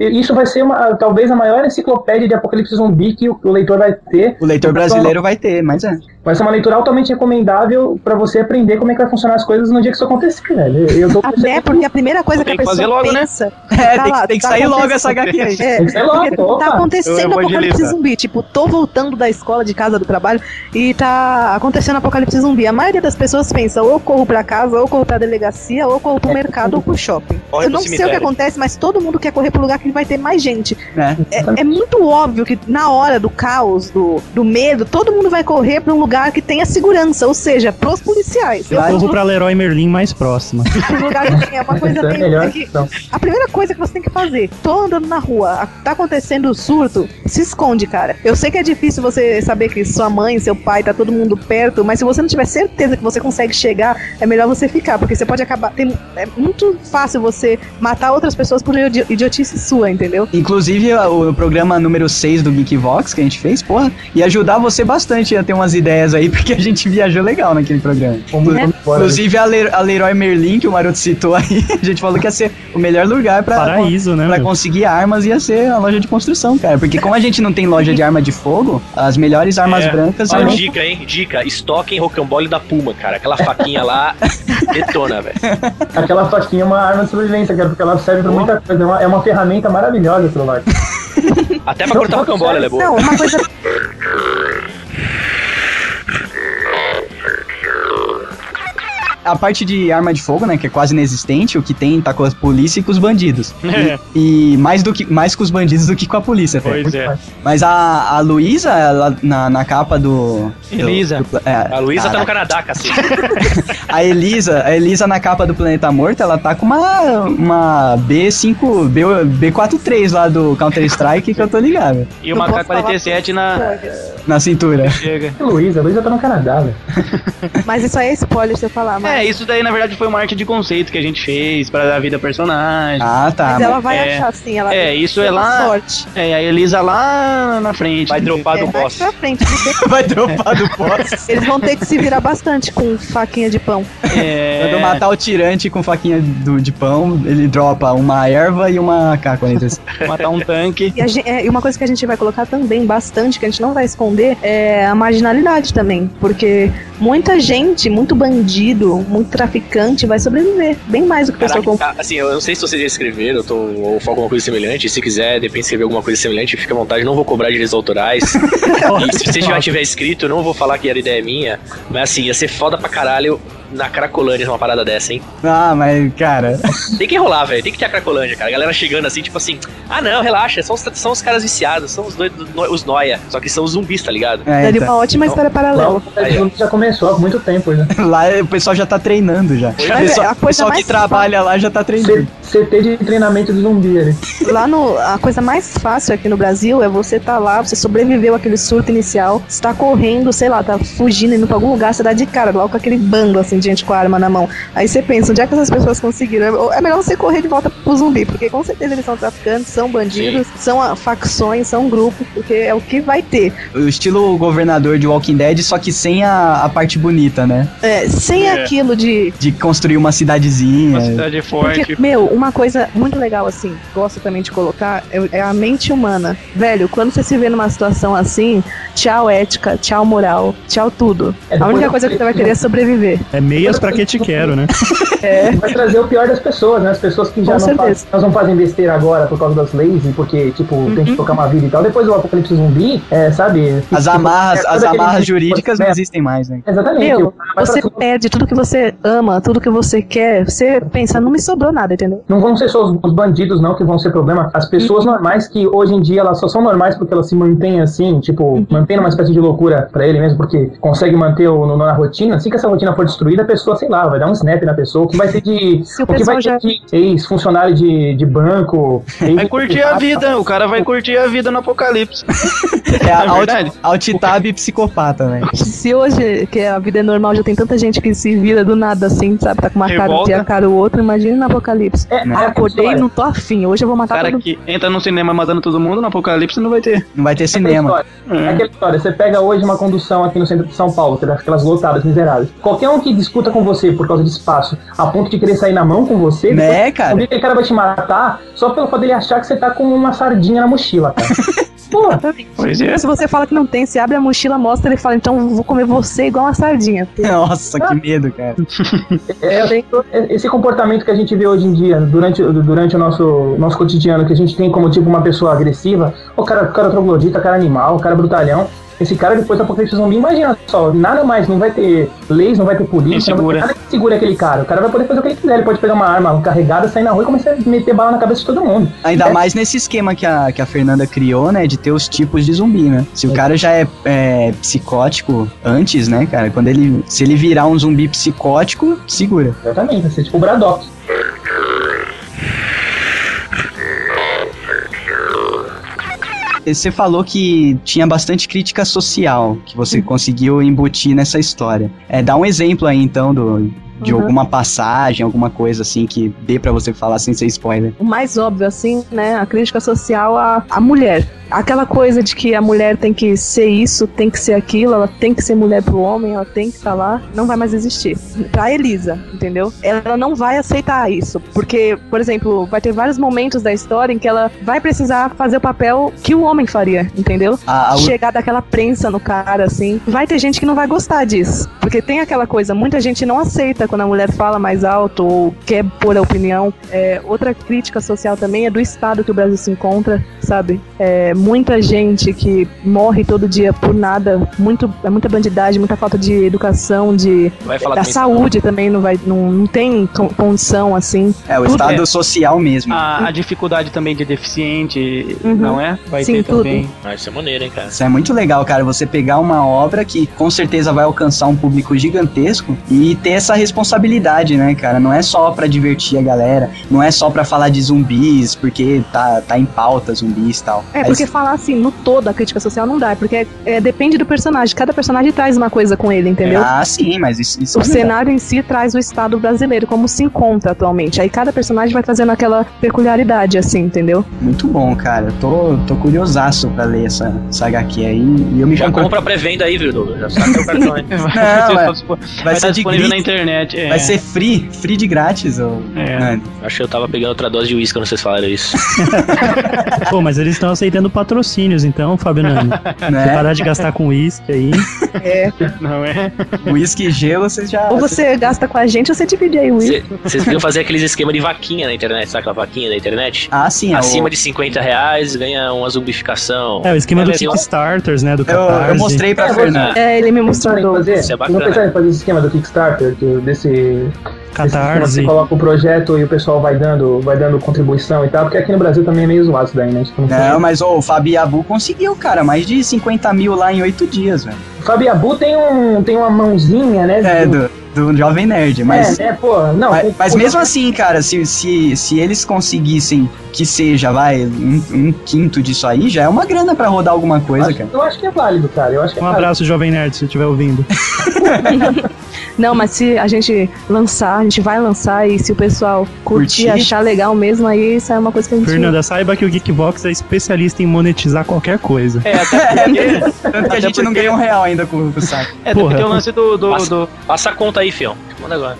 Speaker 4: Isso vai ser uma, talvez a maior enciclopédia de apocalipse zumbi que o, o leitor vai ter.
Speaker 2: O
Speaker 6: Então,
Speaker 2: leitor brasileiro vai ter, mas
Speaker 6: tá
Speaker 2: é.
Speaker 4: Vai ser uma leitura altamente recomendável pra você aprender como é que vai funcionar as coisas no dia que isso acontecer, velho. Eu tô
Speaker 6: Até porque [laughs] a primeira coisa que a
Speaker 10: Tem que fazer
Speaker 6: pessoa
Speaker 10: logo, né?
Speaker 6: pensa
Speaker 2: [laughs] É,
Speaker 6: Tá
Speaker 2: tem, que-
Speaker 6: lá,
Speaker 2: tem que
Speaker 6: tá
Speaker 2: sair logo
Speaker 6: acontecendo.
Speaker 2: essa HQ aí. né?
Speaker 6: É,
Speaker 4: Tem que ser louco,
Speaker 6: porque
Speaker 4: opa.
Speaker 6: tá
Speaker 10: Eu
Speaker 6: acontecendo apocalipse
Speaker 10: evangelista.
Speaker 6: zumbi. Tipo, tô voltando da escola, de casa, do trabalho, e tá acontecendo apocalipse zumbi. A maioria das pessoas pensa, ou eu corro pra casa, ou eu corro pra delegacia, ou eu
Speaker 4: É
Speaker 6: corro pro mercado, ou pro shopping.
Speaker 8: Corre
Speaker 6: eu
Speaker 8: pro
Speaker 6: não sei o que
Speaker 8: cemitério.
Speaker 6: acontece, mas todo mundo quer correr pro lugar que vai ter mais gente.
Speaker 2: né?
Speaker 6: É, é muito óbvio que na hora do caos, do, do medo, todo mundo vai correr pra um lugar que tenha segurança, ou seja, pros policiais.
Speaker 5: Eu
Speaker 6: vou
Speaker 5: corro
Speaker 6: pro-
Speaker 5: pra Leroy Merlin mais próxima.
Speaker 6: pro lugar que tenha uma coisa
Speaker 4: Essa é a
Speaker 6: bem-
Speaker 4: melhor
Speaker 6: que-
Speaker 4: opção.
Speaker 6: a primeira coisa que você tem que fazer, tô andando na rua, a- tá acontecendo o surto, se esconde, cara. Eu sei que é difícil você saber que sua mãe, seu pai, tá todo mundo perto, mas se você não tiver certeza que você consegue chegar, é melhor você ficar, porque você pode acabar. tem- é muito fácil você matar outras pessoas por idi- idiotice sua, entendeu?
Speaker 2: Inclusive, a- o programa número 6 do Geekvox que a gente fez, porra, ia ajudar você bastante a ter umas ideias aí, [laughs] porque a gente viajou legal naquele programa.
Speaker 4: Vamos, vamos embora.
Speaker 2: Inclusive, a, Le a Leroy Merlin, que o Maroto citou aí, [laughs] a gente falou que ia ser o melhor lugar pra,
Speaker 5: Paraíso, né?
Speaker 2: pra
Speaker 5: meu?
Speaker 2: conseguir armas, ia ser a loja de construção, cara. Porque como a gente não tem loja de arma de fogo, as melhores armas
Speaker 8: É.
Speaker 2: brancas
Speaker 8: Ó,
Speaker 2: são...
Speaker 8: dica, hein? Dica. Estoquem rocambole da Puma, cara. Aquela faquinha lá
Speaker 6: [laughs]
Speaker 8: detona, velho.
Speaker 4: Aquela faquinha é uma arma de sobrevivência, cara, porque ela serve pra muita coisa. É uma, é uma ferramenta maravilhosa, celular.
Speaker 8: Até pra cortar rocambole, ela é boa.
Speaker 6: Não, uma coisa.
Speaker 2: a parte de arma de fogo, né, que é quase inexistente, o que tem tá com a polícia e com os bandidos.
Speaker 12: É.
Speaker 2: E, e mais do que mais com os bandidos do que com a polícia, até.
Speaker 12: Pois
Speaker 2: Muito
Speaker 12: é.
Speaker 2: mais. Mas a, a Luísa, ela- na, na capa do.
Speaker 10: Elisa.
Speaker 2: do- é,
Speaker 8: A Luísa tá no
Speaker 2: caraca.
Speaker 8: Canadá, cacete.
Speaker 2: A Elisa, a Elisa na capa do Planeta Morto, ela tá com uma, uma B5, B, B43 lá do Counter-Strike que eu tô ligado.
Speaker 10: E uma
Speaker 6: Não posso falar
Speaker 10: K-47
Speaker 6: é
Speaker 10: na.
Speaker 2: Na cintura.
Speaker 10: Chega.
Speaker 4: Luísa, Luísa tá no Canadá, velho.
Speaker 6: Mas isso aí é spoiler se eu falar, mas.
Speaker 10: É, isso daí na verdade foi uma arte de conceito que a gente fez pra dar vida ao personagem.
Speaker 2: Ah, tá.
Speaker 6: mas ela vai
Speaker 10: é.
Speaker 6: achar sim, ela
Speaker 10: É, isso
Speaker 6: tem
Speaker 10: é
Speaker 6: uma
Speaker 10: lá.
Speaker 6: sorte.
Speaker 10: É, a Elisa lá na frente.
Speaker 8: Vai dropar
Speaker 6: É,
Speaker 8: do
Speaker 6: mais
Speaker 8: boss.
Speaker 6: pra frente.
Speaker 2: [laughs] Vai dropar do poste.
Speaker 6: Eles vão ter que se virar bastante com faquinha de pão.
Speaker 2: Quando
Speaker 10: É,
Speaker 2: matar o tirante com faquinha do- de pão, ele dropa uma erva e uma K-47.
Speaker 10: matar um tanque.
Speaker 6: E, a gen- é, e uma coisa que a gente vai colocar também bastante, que a gente não vai esconder, é a marginalidade também. Porque muita gente, muito bandido, muito traficante vai sobreviver. Bem mais do que a pessoa com.
Speaker 8: Caraca, assim, eu não sei se vocês já escreveram eu tô, ou falam alguma coisa semelhante. Se quiser, depende se escrever alguma coisa semelhante, fica à vontade, não vou cobrar direitos autorais. e se você já tiver escrito, eu não vou falar que era ideia é minha. Mas assim, ia ser foda pra caralho na Cracolândia uma parada dessa, hein?
Speaker 2: ah, mas, cara.
Speaker 8: Tem que rolar, velho. Tem que ter a Cracolândia, cara. A galera chegando assim, tipo assim, ah não, relaxa, são os, são os caras viciados, são os doidos, os noia. Só que são os zumbis, tá ligado?
Speaker 2: É,
Speaker 6: Daria
Speaker 2: então,
Speaker 6: uma ótima história
Speaker 4: Lá
Speaker 6: paralela.
Speaker 4: o Brasil já começou há muito tempo né? já.
Speaker 2: lá o pessoal já tá treinando já.
Speaker 8: Pois
Speaker 2: O
Speaker 8: é,
Speaker 2: pessoal,
Speaker 6: a
Speaker 2: o
Speaker 6: coisa
Speaker 2: pessoal que
Speaker 6: mais
Speaker 2: trabalha lá já tá treinando.
Speaker 4: C- CT de treinamento de zumbi ali.
Speaker 6: Lá no. A coisa mais fácil aqui no Brasil é você tá lá, você sobreviveu àquele surto inicial, você tá correndo, sei lá, tá fugindo, indo pra algum lugar, você dá de cara logo com aquele bando assim de gente com a arma na mão. Aí você pensa, onde é que essas pessoas conseguiram? É é melhor você correr de volta pro zumbi, porque com certeza eles são traficantes, são bandidos, são ah, facções, são grupos, porque é o que vai ter.
Speaker 2: O estilo governador de Walking Dead, só que sem a, a parte bonita, né?
Speaker 6: É, sem
Speaker 12: É.
Speaker 6: aquilo de
Speaker 2: De construir uma cidadezinha.
Speaker 10: Uma cidade forte.
Speaker 6: Porque, meu, uma coisa muito legal, assim, gosto também de colocar, é, é a mente humana. Velho, quando você se vê numa situação assim, tchau ética, tchau moral, tchau tudo.
Speaker 4: É,
Speaker 6: a
Speaker 4: depois
Speaker 6: única
Speaker 4: eu-
Speaker 6: coisa que você vai querer é sobreviver.
Speaker 5: É meias pra que te quero,
Speaker 6: [laughs]
Speaker 5: né?
Speaker 4: Vai trazer o pior das pessoas, né? As pessoas que já
Speaker 6: É. Com
Speaker 4: não,
Speaker 6: certeza.
Speaker 4: fazem, elas não fazem besteira agora por causa das leis e porque, tipo, tem
Speaker 6: Uhum.
Speaker 4: que tocar uma vida e tal. Depois do apocalipse zumbi, é, sabe?
Speaker 2: As amarras,
Speaker 6: É,
Speaker 4: Todo
Speaker 2: as
Speaker 4: aquele
Speaker 2: amarras
Speaker 4: tipo de
Speaker 2: jurídicas não
Speaker 4: coisa, né?
Speaker 2: existem mais, né?
Speaker 4: Exatamente.
Speaker 6: Meu,
Speaker 4: o cara vai
Speaker 6: você
Speaker 4: pra-
Speaker 6: perde tudo que você ama, tudo que você quer. Você pensa, não me sobrou nada, entendeu?
Speaker 4: Não vão ser só os, os bandidos, não, que vão ser problema. As pessoas
Speaker 6: Uhum.
Speaker 4: normais que hoje em dia elas só são normais porque elas se mantêm assim, tipo,
Speaker 6: Uhum.
Speaker 4: mantendo uma espécie de loucura pra ele mesmo, porque consegue manter o, no- na rotina. Assim que essa rotina for destruída, a pessoa, sei lá, vai dar um snap na pessoa, o que vai ser de.
Speaker 6: Se o
Speaker 4: que
Speaker 6: pessoal
Speaker 4: vai
Speaker 6: já-
Speaker 4: ter de ex-funcionário de, de banco.
Speaker 10: [laughs] Vai curtir a vida, o cara vai curtir a vida no apocalipse.
Speaker 2: É a
Speaker 10: É verdade.
Speaker 2: alt- alt-tab psicopata, né?
Speaker 6: Se hoje, que a vida é normal, já tem tanta gente que se vira do nada assim, sabe? Tá com uma cara de
Speaker 10: Revolta.
Speaker 6: a cara o outro, imagina no apocalipse.
Speaker 4: É,
Speaker 6: Ai, acordei e não tô afim, hoje eu vou
Speaker 10: O
Speaker 6: matar
Speaker 10: cara
Speaker 6: todo
Speaker 10: que entra no cinema matando todo mundo, no apocalipse não vai ter.
Speaker 2: Não vai ter cinema.
Speaker 4: História. É aquela história, você pega hoje uma condução aqui no centro de São Paulo, que é aquelas lotadas miseráveis. Qualquer um que discuta com você por causa de espaço, a ponto de querer sair na mão com você, depois
Speaker 2: Né,
Speaker 4: Um
Speaker 2: cara?
Speaker 4: dia que aquele cara vai te matar só pelo fato dele achar que você tá com uma sardinha na mochila, cara. Pô,
Speaker 6: Exatamente.
Speaker 10: Pois é.
Speaker 6: Então, se você fala que não tem, você abre a mochila, mostra, ele fala, então vou comer você igual uma sardinha.
Speaker 2: Nossa,
Speaker 6: Ah.
Speaker 2: que medo, cara.
Speaker 4: é- é- esse comportamento que a gente vê hoje em dia, durante, durante o nosso, nosso cotidiano, que a gente tem como tipo uma pessoa agressiva, o cara, o cara troglodita, o cara animal, o cara brutalhão. Esse cara depois da apocalipse zumbi, imagina só, nada mais, não vai ter leis, não vai ter polícia,
Speaker 10: Quem
Speaker 4: não vai ter
Speaker 10: segura?
Speaker 4: nada que segure aquele cara. O cara vai poder fazer o que ele quiser, ele pode pegar uma arma carregada, sair na rua e começar a meter bala na cabeça de todo mundo.
Speaker 2: Ainda mais nesse esquema que a, que a Fernanda criou, né? De ter os tipos de zumbi, né? Se o cara já é, é, psicótico antes, né, cara? Quando ele. Se ele virar um zumbi psicótico, segura.
Speaker 4: Exatamente, vai ser tipo o Braddock.
Speaker 2: E Você falou que tinha bastante crítica social que
Speaker 6: Uhum.
Speaker 2: você conseguiu embutir nessa história. É, dá um exemplo aí, então, do, de
Speaker 6: Uhum.
Speaker 2: alguma passagem, alguma coisa assim que dê pra você falar sem ser spoiler.
Speaker 6: O mais óbvio, assim, né? A crítica social à, à mulher. Aquela coisa de que a mulher tem que ser isso, tem que ser aquilo, ela tem que ser mulher pro homem, ela tem que estar lá, não vai mais existir. Pra Elisa, entendeu? Ela não vai aceitar isso. Porque, por exemplo, vai ter vários momentos da história em que ela vai precisar fazer o papel que o homem faria, entendeu?
Speaker 2: A, a,
Speaker 6: chegar daquela prensa no cara, assim. Vai ter gente que não vai gostar disso. Porque tem aquela coisa, muita gente não aceita quando a mulher fala mais alto ou quer pôr a opinião. É, outra crítica social também é do estado que o Brasil se encontra, sabe? É, muita gente que morre todo dia por nada, muito, é muita bandidagem, muita falta de educação, de
Speaker 8: Vai falar
Speaker 6: da
Speaker 8: também.
Speaker 6: saúde também não vai, não, não tem con- condição assim.
Speaker 2: É, o
Speaker 6: Tudo Ah.
Speaker 2: estado
Speaker 10: é.
Speaker 2: social mesmo.
Speaker 10: A, a dificuldade também de deficiente,
Speaker 6: Uhum.
Speaker 10: não é? Vai
Speaker 6: Sim,
Speaker 10: ter
Speaker 6: tudo.
Speaker 10: também.
Speaker 8: Ah, isso é maneiro, hein, cara?
Speaker 2: Isso é muito legal, cara. Você pegar uma obra que com certeza vai alcançar um público gigantesco e ter essa responsabilidade, né, cara? Não é só pra divertir a galera, não é só pra falar de zumbis, porque tá, tá em pauta zumbis e tal.
Speaker 6: É,
Speaker 2: Mas-
Speaker 6: porque falar assim, no todo a crítica social não dá, porque é- é, depende do personagem. Cada personagem traz uma coisa com ele, entendeu?
Speaker 2: Ah, sim, mas isso, isso
Speaker 6: O
Speaker 2: é verdade.
Speaker 6: cenário em si traz o Estado brasileiro, como se encontra atualmente. Aí cada personagem vai trazendo aquela peculiaridade, assim, entendeu?
Speaker 2: Muito bom, cara. Eu tô, tô curiosaço pra ler essa, essa HQ aí e eu me
Speaker 8: Já
Speaker 2: compro-
Speaker 8: compra a pré-venda aí, viu, Douglas? Já saca o cartão, hein?
Speaker 10: Vai, [laughs]
Speaker 2: Não,
Speaker 10: ter
Speaker 2: é.
Speaker 10: só dispo-
Speaker 2: Vai
Speaker 10: vai
Speaker 2: ser
Speaker 10: estar
Speaker 2: de
Speaker 10: disponível na
Speaker 2: gris.
Speaker 10: internet. é.
Speaker 2: Vai ser free, free de grátis, ô
Speaker 10: É.
Speaker 2: Nani?
Speaker 8: [laughs] Acho que eu tava pegando outra dose de uísque quando vocês falaram isso.
Speaker 5: Pô, mas eles estão aceitando patrocínios, então, Fábio Nani. Se
Speaker 2: né?
Speaker 5: parar de gastar com uísque aí.
Speaker 6: É.
Speaker 10: Não é?
Speaker 2: Whisky e gelo, vocês já.
Speaker 6: Ou você gasta com a gente ou você divide aí o uísque.
Speaker 8: Cê- Vocês podiam fazer aqueles esquema de vaquinha na internet, sabe aquela vaquinha da internet?
Speaker 2: Ah, sim, é o-
Speaker 8: Acima de 50 reais ganha uma zumbificação.
Speaker 5: É, o esquema
Speaker 8: Ela
Speaker 5: dos
Speaker 8: tem um-
Speaker 5: Kickstarters, né? Do
Speaker 2: Eu,
Speaker 5: Catarse.
Speaker 2: eu mostrei pra Fernanda.
Speaker 6: É, ele me mostrou.
Speaker 4: Pensaram em
Speaker 6: Douglas.
Speaker 4: fazer,
Speaker 8: Isso é
Speaker 4: vocês
Speaker 8: bacana.
Speaker 4: não pensaram em fazer esse esquema do Kickstarter, do- desse, Esse sistema que Você
Speaker 5: Catarse.
Speaker 4: coloca o projeto e o pessoal vai dando, vai dando contribuição e tal, porque aqui no Brasil também é meio zoado isso daí, né? Tipo, não tem-
Speaker 2: Não, mas ô, o Fabiabu conseguiu, cara, mais de 50 mil lá em oito dias, velho.
Speaker 4: O Fabiabu tem, um, tem uma mãozinha, né?
Speaker 2: É,
Speaker 4: de-
Speaker 2: do, do Jovem Nerd, mas.
Speaker 4: É, né, pô, não,
Speaker 2: Mas,
Speaker 4: tem-
Speaker 2: mas
Speaker 4: pô,
Speaker 2: mesmo assim, cara, se, se, se eles conseguissem que seja, vai, um, um quinto disso aí, já é uma grana pra rodar alguma
Speaker 4: eu
Speaker 2: coisa,
Speaker 4: acho,
Speaker 2: cara.
Speaker 4: eu acho que é válido, cara. Eu acho que é
Speaker 5: Um
Speaker 4: válido.
Speaker 5: abraço, Jovem Nerd, se estiver ouvindo.
Speaker 6: Não, mas se a gente lançar, a gente vai lançar e se o pessoal curtir,
Speaker 2: Curtir?
Speaker 6: achar legal mesmo, aí sai uma coisa que a gente.
Speaker 5: Fernanda, saiba que o Geekbox é especialista em monetizar qualquer coisa.
Speaker 10: É, até porque,
Speaker 2: Tanto que a
Speaker 10: Até
Speaker 2: gente não
Speaker 10: porque-
Speaker 2: ganhou um real ainda com, com o saco.
Speaker 10: é, até
Speaker 5: Porra.
Speaker 10: porque o lance do, do-
Speaker 8: Passa.
Speaker 10: do-
Speaker 8: É. Passa a conta aí, fião. Manda agora.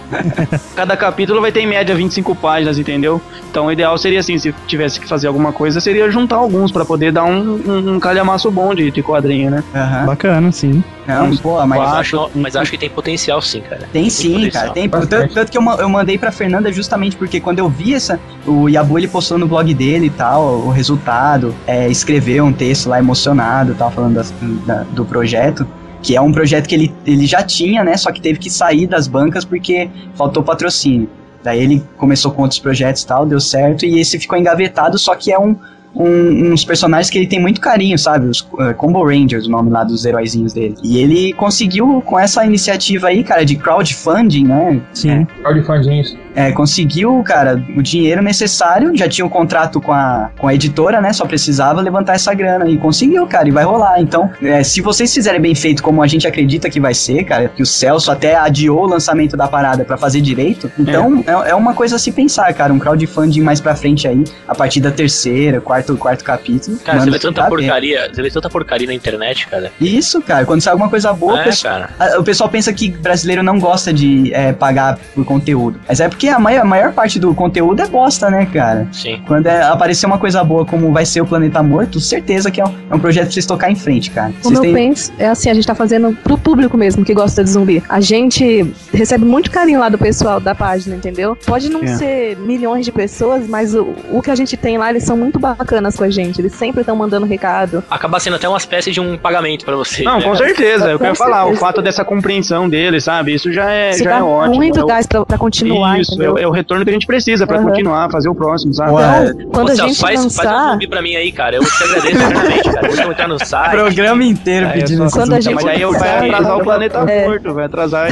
Speaker 10: Cada capítulo vai ter em média 25 páginas, entendeu? Então o ideal seria assim, se tivesse que fazer alguma coisa, seria juntar alguns pra poder dar um, um, um calhamaço bom de, de quadrinho, né?
Speaker 2: Aham.
Speaker 5: Bacana, sim.
Speaker 2: Não, pô, mas
Speaker 8: Mas acho, mas acho que tem potencial sim, cara.
Speaker 2: Tem sim, cara. Tem, tanto, tanto que eu, ma- eu mandei pra Fernanda justamente porque quando eu vi essa. O Yabu ele postou no blog dele e tal, o resultado. É, escreveu um texto lá emocionado e tal, falando das- da- do projeto. Que é um projeto que ele, ele já tinha, né? Só que teve que sair das bancas porque faltou patrocínio. Daí ele começou com outros projetos e tal, deu certo. E esse ficou engavetado, só que é um. um- uns personagens que ele tem muito carinho, sabe? Os eh, Combo Rangers, o nome lá dos heróizinhos dele. E ele conseguiu, com essa iniciativa aí, cara, de crowdfunding, né?
Speaker 5: Sim.
Speaker 4: Crowdfunding, isso.
Speaker 2: É, conseguiu, cara, o dinheiro necessário, já tinha um contrato com a, com a editora, né? Só precisava levantar essa grana e conseguiu, cara, e vai rolar. Então, é, se vocês fizerem bem feito como a gente acredita que vai ser, cara, que o Celso até adiou o lançamento da parada pra fazer direito, então é. é uma coisa a se pensar, cara, um crowdfunding mais pra frente aí, a partir da terceira, quarto, quarto capítulo.
Speaker 8: Cara,
Speaker 2: mano,
Speaker 8: você vê
Speaker 2: se
Speaker 8: tanta
Speaker 2: dá bem.
Speaker 8: porcaria, você vê tanta porcaria na internet, cara.
Speaker 2: Isso, cara, quando sai alguma coisa boa, o
Speaker 8: é,
Speaker 2: pessoal-
Speaker 8: cara.
Speaker 2: a- Ah, O pessoal pensa que brasileiro não gosta de é, pagar por conteúdo. Mas é porque a maior, a maior parte do conteúdo é bosta, né, cara?
Speaker 8: Sim.
Speaker 2: Quando é- aparecer uma coisa boa como vai ser o Planeta Morto, certeza que é um, é um projeto pra vocês tocar em frente, cara. Vocês
Speaker 6: Como eu
Speaker 2: têm...
Speaker 6: penso, é assim, a gente tá fazendo pro público mesmo que gosta de zumbi. A gente recebe muito carinho lá do pessoal da página, entendeu? Pode não
Speaker 10: É.
Speaker 6: ser milhões de pessoas, mas o, o que a gente tem lá, eles são muito bacanas com a gente. Eles sempre estão mandando recado.
Speaker 8: Acaba sendo até uma espécie de um pagamento pra vocês.
Speaker 10: Não,
Speaker 8: né,
Speaker 10: com
Speaker 8: cara?
Speaker 10: certeza, eu
Speaker 6: Com
Speaker 10: quero falar, o
Speaker 6: certeza.
Speaker 10: fato dessa compreensão dele, sabe? Isso já é,
Speaker 6: Isso
Speaker 10: já
Speaker 6: dá
Speaker 10: é ótimo.
Speaker 6: muito
Speaker 10: é o-
Speaker 6: gás pra, pra continuar,
Speaker 10: Isso, é,
Speaker 6: entendeu?
Speaker 10: o- é o retorno que a gente precisa pra
Speaker 6: Aham.
Speaker 10: continuar, fazer o próximo, sabe?
Speaker 2: Ué,
Speaker 6: Quando
Speaker 8: Ô,
Speaker 6: a
Speaker 8: Celso,
Speaker 6: gente
Speaker 8: faz, faz um
Speaker 6: lançar,
Speaker 8: zumbi pra mim aí, cara. Eu te
Speaker 6: [laughs]
Speaker 8: agradeço eternamente, cara. Deixa eu entrar no site.
Speaker 2: programa inteiro
Speaker 10: Aí é eu
Speaker 2: pedindo
Speaker 6: só- Quando a
Speaker 2: esse-
Speaker 10: Mas
Speaker 6: gente-
Speaker 10: aí eu- vai
Speaker 6: Sabe?
Speaker 10: atrasar o planeta
Speaker 6: É.
Speaker 10: morto, vai atrasar o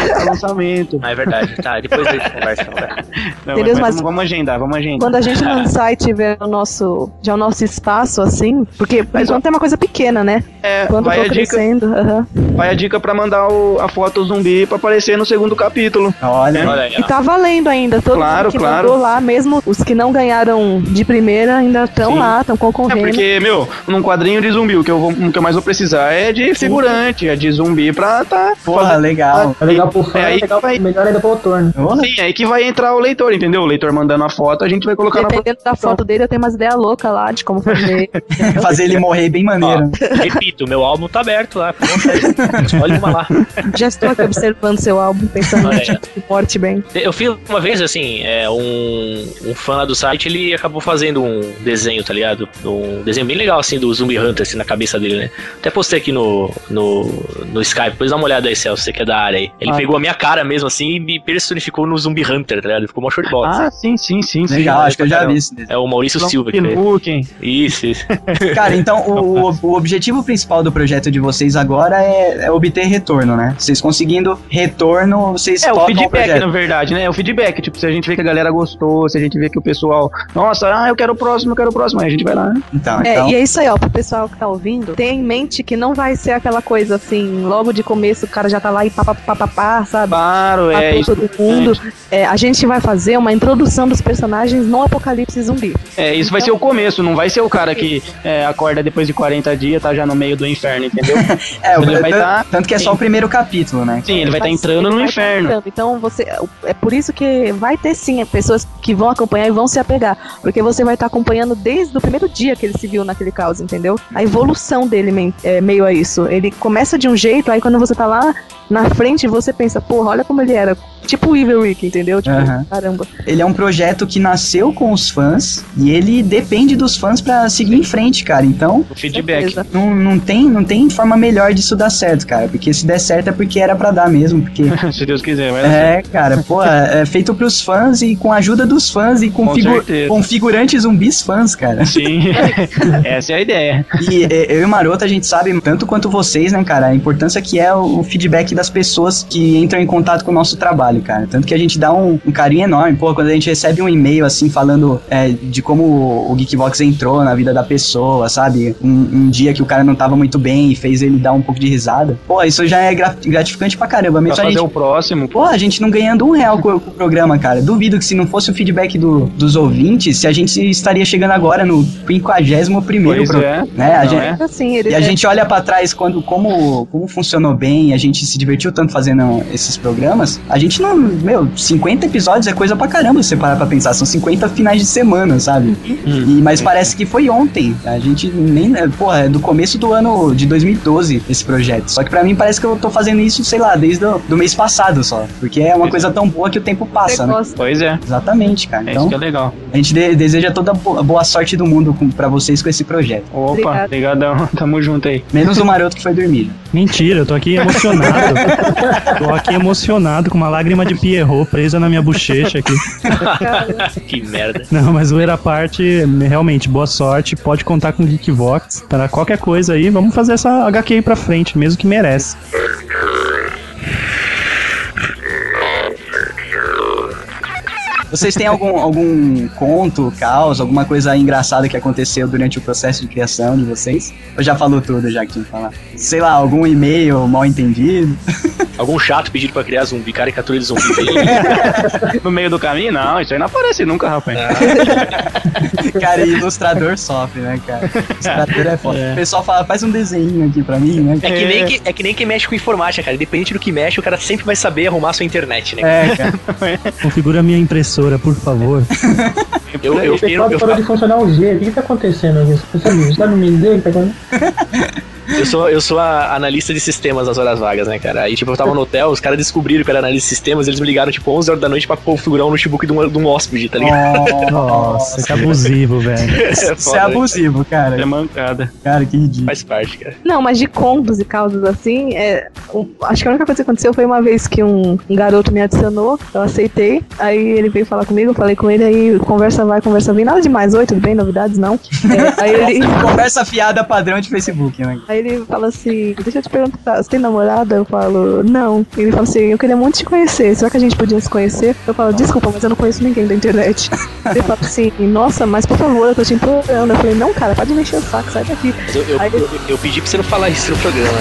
Speaker 10: lançamento.
Speaker 8: Ah, é verdade. Tá, depois a gente conversa. então,
Speaker 10: [laughs]
Speaker 8: cara.
Speaker 10: Não,
Speaker 6: Entendeu?
Speaker 10: mas
Speaker 6: Mas-
Speaker 10: vamos, vamos agendar, vamos agendar.
Speaker 6: quando a gente lançar e tiver o nosso, já o nosso espaço, assim, porque por enquanto é uma coisa pequena, né?
Speaker 10: É,
Speaker 6: Quando
Speaker 10: vai,
Speaker 6: for
Speaker 10: a dica,
Speaker 6: crescendo, aham.
Speaker 10: vai a dica pra mandar o- a foto zumbi pra aparecer no segundo capítulo.
Speaker 2: Olha,
Speaker 10: É.
Speaker 8: Olha aí,
Speaker 6: E
Speaker 8: ó.
Speaker 6: tá valendo ainda, todo
Speaker 10: Claro,
Speaker 6: mundo que
Speaker 10: claro.
Speaker 6: mandou lá, mesmo os que não ganharam de primeira ainda estão
Speaker 10: Sim.
Speaker 6: lá, estão
Speaker 10: É
Speaker 6: concorrendo.
Speaker 10: porque, meu, num quadrinho de zumbi, o que eu, vou, o que eu mais vou precisar é de figurante, é de zumbi pra tá.
Speaker 2: porra, legal.
Speaker 4: É legal pro fã,
Speaker 10: É, aí
Speaker 4: é legal,
Speaker 10: vai-
Speaker 4: melhor ainda pro autor, né?
Speaker 2: Porra.
Speaker 10: Sim, é aí que vai entrar o leitor, entendeu? O leitor mandando a foto, a gente vai colocar na
Speaker 6: Dependendo da foto dele, eu tenho umas ideias loucas lá
Speaker 10: [laughs]
Speaker 6: de como fazer.
Speaker 2: Fazer ele morrer bem maneiro.
Speaker 10: Ah,
Speaker 8: Repito, meu álbum tá aberto lá. fica à vontade. Olha uma lá.
Speaker 6: Já estou aqui observando seu álbum, pensando
Speaker 8: Olha aí, ó.
Speaker 6: que porte bem.
Speaker 8: Eu fiz uma vez, assim, é, um, um fã lá do site, ele acabou fazendo um desenho, tá ligado? Um desenho bem legal, assim, do Zumbi Hunter, assim, na cabeça dele, né? Até postei aqui no, no, no Skype, depois dá uma olhada aí, Celso, você que é da área aí. Ele
Speaker 5: Ah.
Speaker 8: pegou a minha cara mesmo, assim, e me personificou no Zumbi Hunter, tá ligado? Ficou mó show de bola. assim.
Speaker 10: Ah, sim, sim, sim. sim.
Speaker 2: Legal, acho que eu já vi isso.
Speaker 8: É o Maurício Silva que fez.
Speaker 10: Pinuquem.
Speaker 8: Isso, isso.
Speaker 2: Cara, então o, o- o objetivo principal do projeto de vocês agora é, é obter retorno, né? Vocês conseguindo retorno, vocês
Speaker 10: É, o
Speaker 2: tocam
Speaker 10: feedback,
Speaker 2: projeto.
Speaker 10: na verdade, né? É o feedback. Tipo, se a gente vê que a galera gostou, se a gente vê que o pessoal. Nossa, ah, eu quero o próximo, eu quero o próximo. Aí a gente vai lá, né?
Speaker 2: Então,
Speaker 6: É,
Speaker 2: então
Speaker 6: e é isso aí, ó, pro pessoal que tá ouvindo, tenha em mente que não vai ser aquela coisa assim, logo de começo o cara já tá lá e papapá, sabe?
Speaker 10: Claro, é.
Speaker 6: matou
Speaker 10: Isso,
Speaker 6: todo mundo. É, a gente vai fazer uma introdução dos personagens no Apocalipse Zumbi.
Speaker 10: é, isso vai ser o começo, não vai ser o cara que é, acorda depois de 40 dias, tá já no meio do inferno, entendeu?
Speaker 2: é,
Speaker 10: ele
Speaker 2: o-
Speaker 10: vai
Speaker 2: tan-
Speaker 10: tá-
Speaker 2: tanto que é só
Speaker 10: sim.
Speaker 2: o primeiro capítulo, né?
Speaker 10: Sim, ele vai estar
Speaker 6: Vai-
Speaker 10: entrando no
Speaker 6: vai tá
Speaker 10: inferno.
Speaker 6: entrando. Então você é por isso que vai ter sim pessoas que vão acompanhar e vão se apegar, porque você vai estar acompanhando desde o primeiro dia que ele se viu naquele caos, entendeu? A evolução dele men- é, meio a isso. Ele começa de um jeito, aí quando você tá lá na frente você pensa, porra, olha como ele era, tipo o Evil Rick, entendeu? Tipo,
Speaker 2: Aham.
Speaker 6: caramba.
Speaker 2: Ele é um projeto que nasceu com os fãs e ele depende dos fãs pra seguir em frente, cara. Então,
Speaker 8: O
Speaker 10: é
Speaker 8: feedback.
Speaker 10: né?
Speaker 6: Certeza.
Speaker 2: não, não, tem, não tem forma melhor disso dar certo, cara. Porque se der certo é porque era pra dar mesmo, porque
Speaker 10: Se Deus quiser, vai lá.
Speaker 2: É, cara, pô, é feito pros fãs e com a ajuda dos fãs e com,
Speaker 10: Com
Speaker 2: figu-
Speaker 10: certeza.
Speaker 2: com figurantes zumbis fãs, cara.
Speaker 10: Sim, [laughs] essa é a ideia.
Speaker 2: E é, eu e Maroto, a gente sabe, tanto quanto vocês, né, cara, a importância que é o o feedback das pessoas que entram em contato com o nosso trabalho, cara. Tanto que a gente dá um, um carinho enorme, pô, quando a gente recebe um e-mail, assim, falando é, de como o- o Geekbox entrou na vida da pessoa, sabe? Um, um dia que o cara não tava muito bem e fez ele dar um pouco de risada. Pô, isso já é gra- gratificante pra caramba.
Speaker 10: Pra
Speaker 2: Mesmo a
Speaker 10: fazer um
Speaker 2: gente
Speaker 10: o próximo.
Speaker 2: Pô, a gente não ganhando um real com, com o programa, cara. Duvido que se não fosse o feedback do- dos ouvintes, se a gente estaria chegando agora no 51 primeiro
Speaker 10: Pois
Speaker 2: programa.
Speaker 10: é.
Speaker 2: Né? A
Speaker 10: Não
Speaker 2: gente-
Speaker 10: é?
Speaker 6: Assim, ele
Speaker 2: E a
Speaker 6: é-
Speaker 2: gente olha pra trás quando como, como funcionou bem, a gente se divertiu tanto fazendo esses programas. A gente não, meu, 50 episódios é coisa pra caramba se você parar pra pensar, são 50 finais de semana, sabe?
Speaker 10: Uhum.
Speaker 2: E mas parece que foi ontem. A gente nem, é, porra, é do começo do ano de 2012 esse projeto. Só que pra mim parece que eu tô fazendo isso, sei lá, desde o, do mês passado só, porque é uma coisa tão boa que o tempo passa,
Speaker 6: você
Speaker 2: né?
Speaker 6: gosta.
Speaker 10: Pois é.
Speaker 2: Exatamente, cara.
Speaker 10: É isso
Speaker 2: Então,
Speaker 10: que é legal.
Speaker 2: a gente de- deseja toda a bo- boa sorte do mundo com, pra vocês com esse projeto.
Speaker 10: Opa,
Speaker 6: Obrigado.
Speaker 10: brigadão. [laughs] Tamo junto aí.
Speaker 2: Menos o maroto que foi dormir.
Speaker 5: Mentira, eu tô aqui emocionado. tô aqui emocionado com uma lágrima de Pierrot presa na minha bochecha aqui.
Speaker 8: que merda.
Speaker 5: Não, mas zoeira à parte, realmente, boa sorte. Pode contar com o Geekvox para qualquer coisa aí. Vamos fazer essa HQ aí pra frente, mesmo que merece.
Speaker 2: Vocês têm algum, algum conto, caos, alguma coisa engraçada que aconteceu durante o processo de criação de vocês? Ou já falou tudo, já que tinha que falar? Sei lá, algum e-mail mal entendido? [laughs]
Speaker 8: Algum chato pedindo pra criar zumbi, caricatura de zumbi. bem-
Speaker 10: No meio do caminho, não. Isso aí não aparece nunca, rapaz.
Speaker 2: Cara, e ilustrador sofre, né, cara? Ilustrador é foda. O pessoal fala, faz um desenho aqui pra mim, né?
Speaker 8: É que, nem que, é que nem quem mexe com informática, cara. Independente do que mexe, o cara sempre vai saber arrumar sua internet, né?
Speaker 2: É, cara.
Speaker 5: Configura a minha impressora, por favor.
Speaker 8: Eu, eu,
Speaker 4: O pessoal
Speaker 8: eu, eu,
Speaker 4: parou de funcionar o G. O que, que tá acontecendo aqui? Você sabe, sabe me dizer o que tá acontecendo?
Speaker 8: eu sou, eu sou a analista de sistemas nas horas vagas, né, cara? Aí, tipo, eu tava no hotel, os caras descobriram que eu era analista de sistemas, eles me ligaram, tipo, 11 horas da noite pra configurar um notebook de um, de um hóspede, tá ligado?
Speaker 5: Nossa, que abusivo, velho.
Speaker 8: [laughs] É
Speaker 2: Isso é
Speaker 8: foda, né?
Speaker 2: abusivo,
Speaker 10: É
Speaker 2: cara.
Speaker 10: mancada.
Speaker 2: Cara, que ridículo.
Speaker 8: Faz parte, cara.
Speaker 6: Não, mas de contos e causas assim, é, um- acho que a única coisa que aconteceu foi uma vez que um, um garoto me adicionou, eu aceitei, aí ele veio falar comigo, eu falei com ele, aí conversa vai, conversa vem, nada demais, oi, tudo bem, novidades não. É,
Speaker 2: [laughs]
Speaker 6: aí ele.
Speaker 2: Conversa fiada padrão de Facebook, né?
Speaker 6: Aí ele fala assim, deixa eu te perguntar, você tem namorada? Eu falo, não. Ele fala assim, eu queria muito te conhecer, será que a gente podia se conhecer? Eu falo, desculpa, mas eu não conheço ninguém da internet. Ele fala assim, nossa, mas por favor, eu tô te implorando. Eu falei, não, cara, pode mexer o saco, sai daqui.
Speaker 8: Mas eu, eu,
Speaker 6: Aí-
Speaker 8: eu, eu pedi pra você não falar isso no programa, né?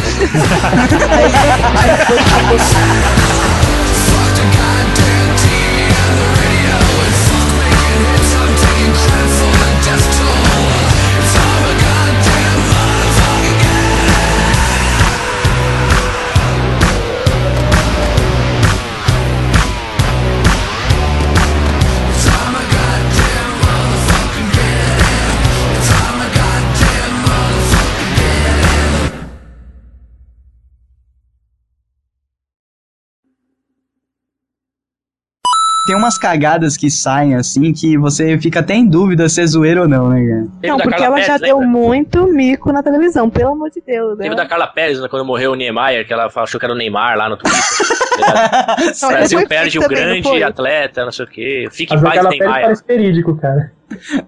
Speaker 2: tem umas cagadas que saem assim que você fica até em dúvida se é zoeiro ou não, né, cara?
Speaker 6: Não,
Speaker 8: da
Speaker 6: porque
Speaker 8: Carla
Speaker 6: ela já
Speaker 8: Pérez,
Speaker 6: deu um,
Speaker 8: lembra?
Speaker 6: muito mico na televisão, pelo amor de Deus.
Speaker 8: Teve
Speaker 6: ela-
Speaker 8: da Carla Pérez, né, quando morreu o Niemeyer, que ela achou que era o Neymar lá no Twitter. o
Speaker 6: [laughs] Não, ela
Speaker 8: Brasil
Speaker 6: foi
Speaker 8: perde
Speaker 6: feita
Speaker 8: o
Speaker 6: também, não
Speaker 8: grande
Speaker 6: foi?
Speaker 8: atleta, não sei o quê. Fique em
Speaker 4: Mas o
Speaker 8: paz,
Speaker 4: Carla Pérez
Speaker 8: Neymar.
Speaker 4: parece perídico, cara.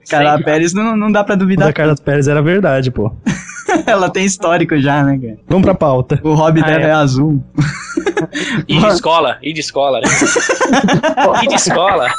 Speaker 2: Carla Pérez não, não dá pra
Speaker 5: O da
Speaker 2: duvidar.
Speaker 5: Carla Pérez era verdade, pô.
Speaker 2: [laughs] Ela tem histórico já, né, cara?
Speaker 5: Vamos pra pauta.
Speaker 2: O hobby dela é.
Speaker 8: é.
Speaker 2: azul.
Speaker 6: [laughs]
Speaker 8: E de escola, e de escola, né? e de escola.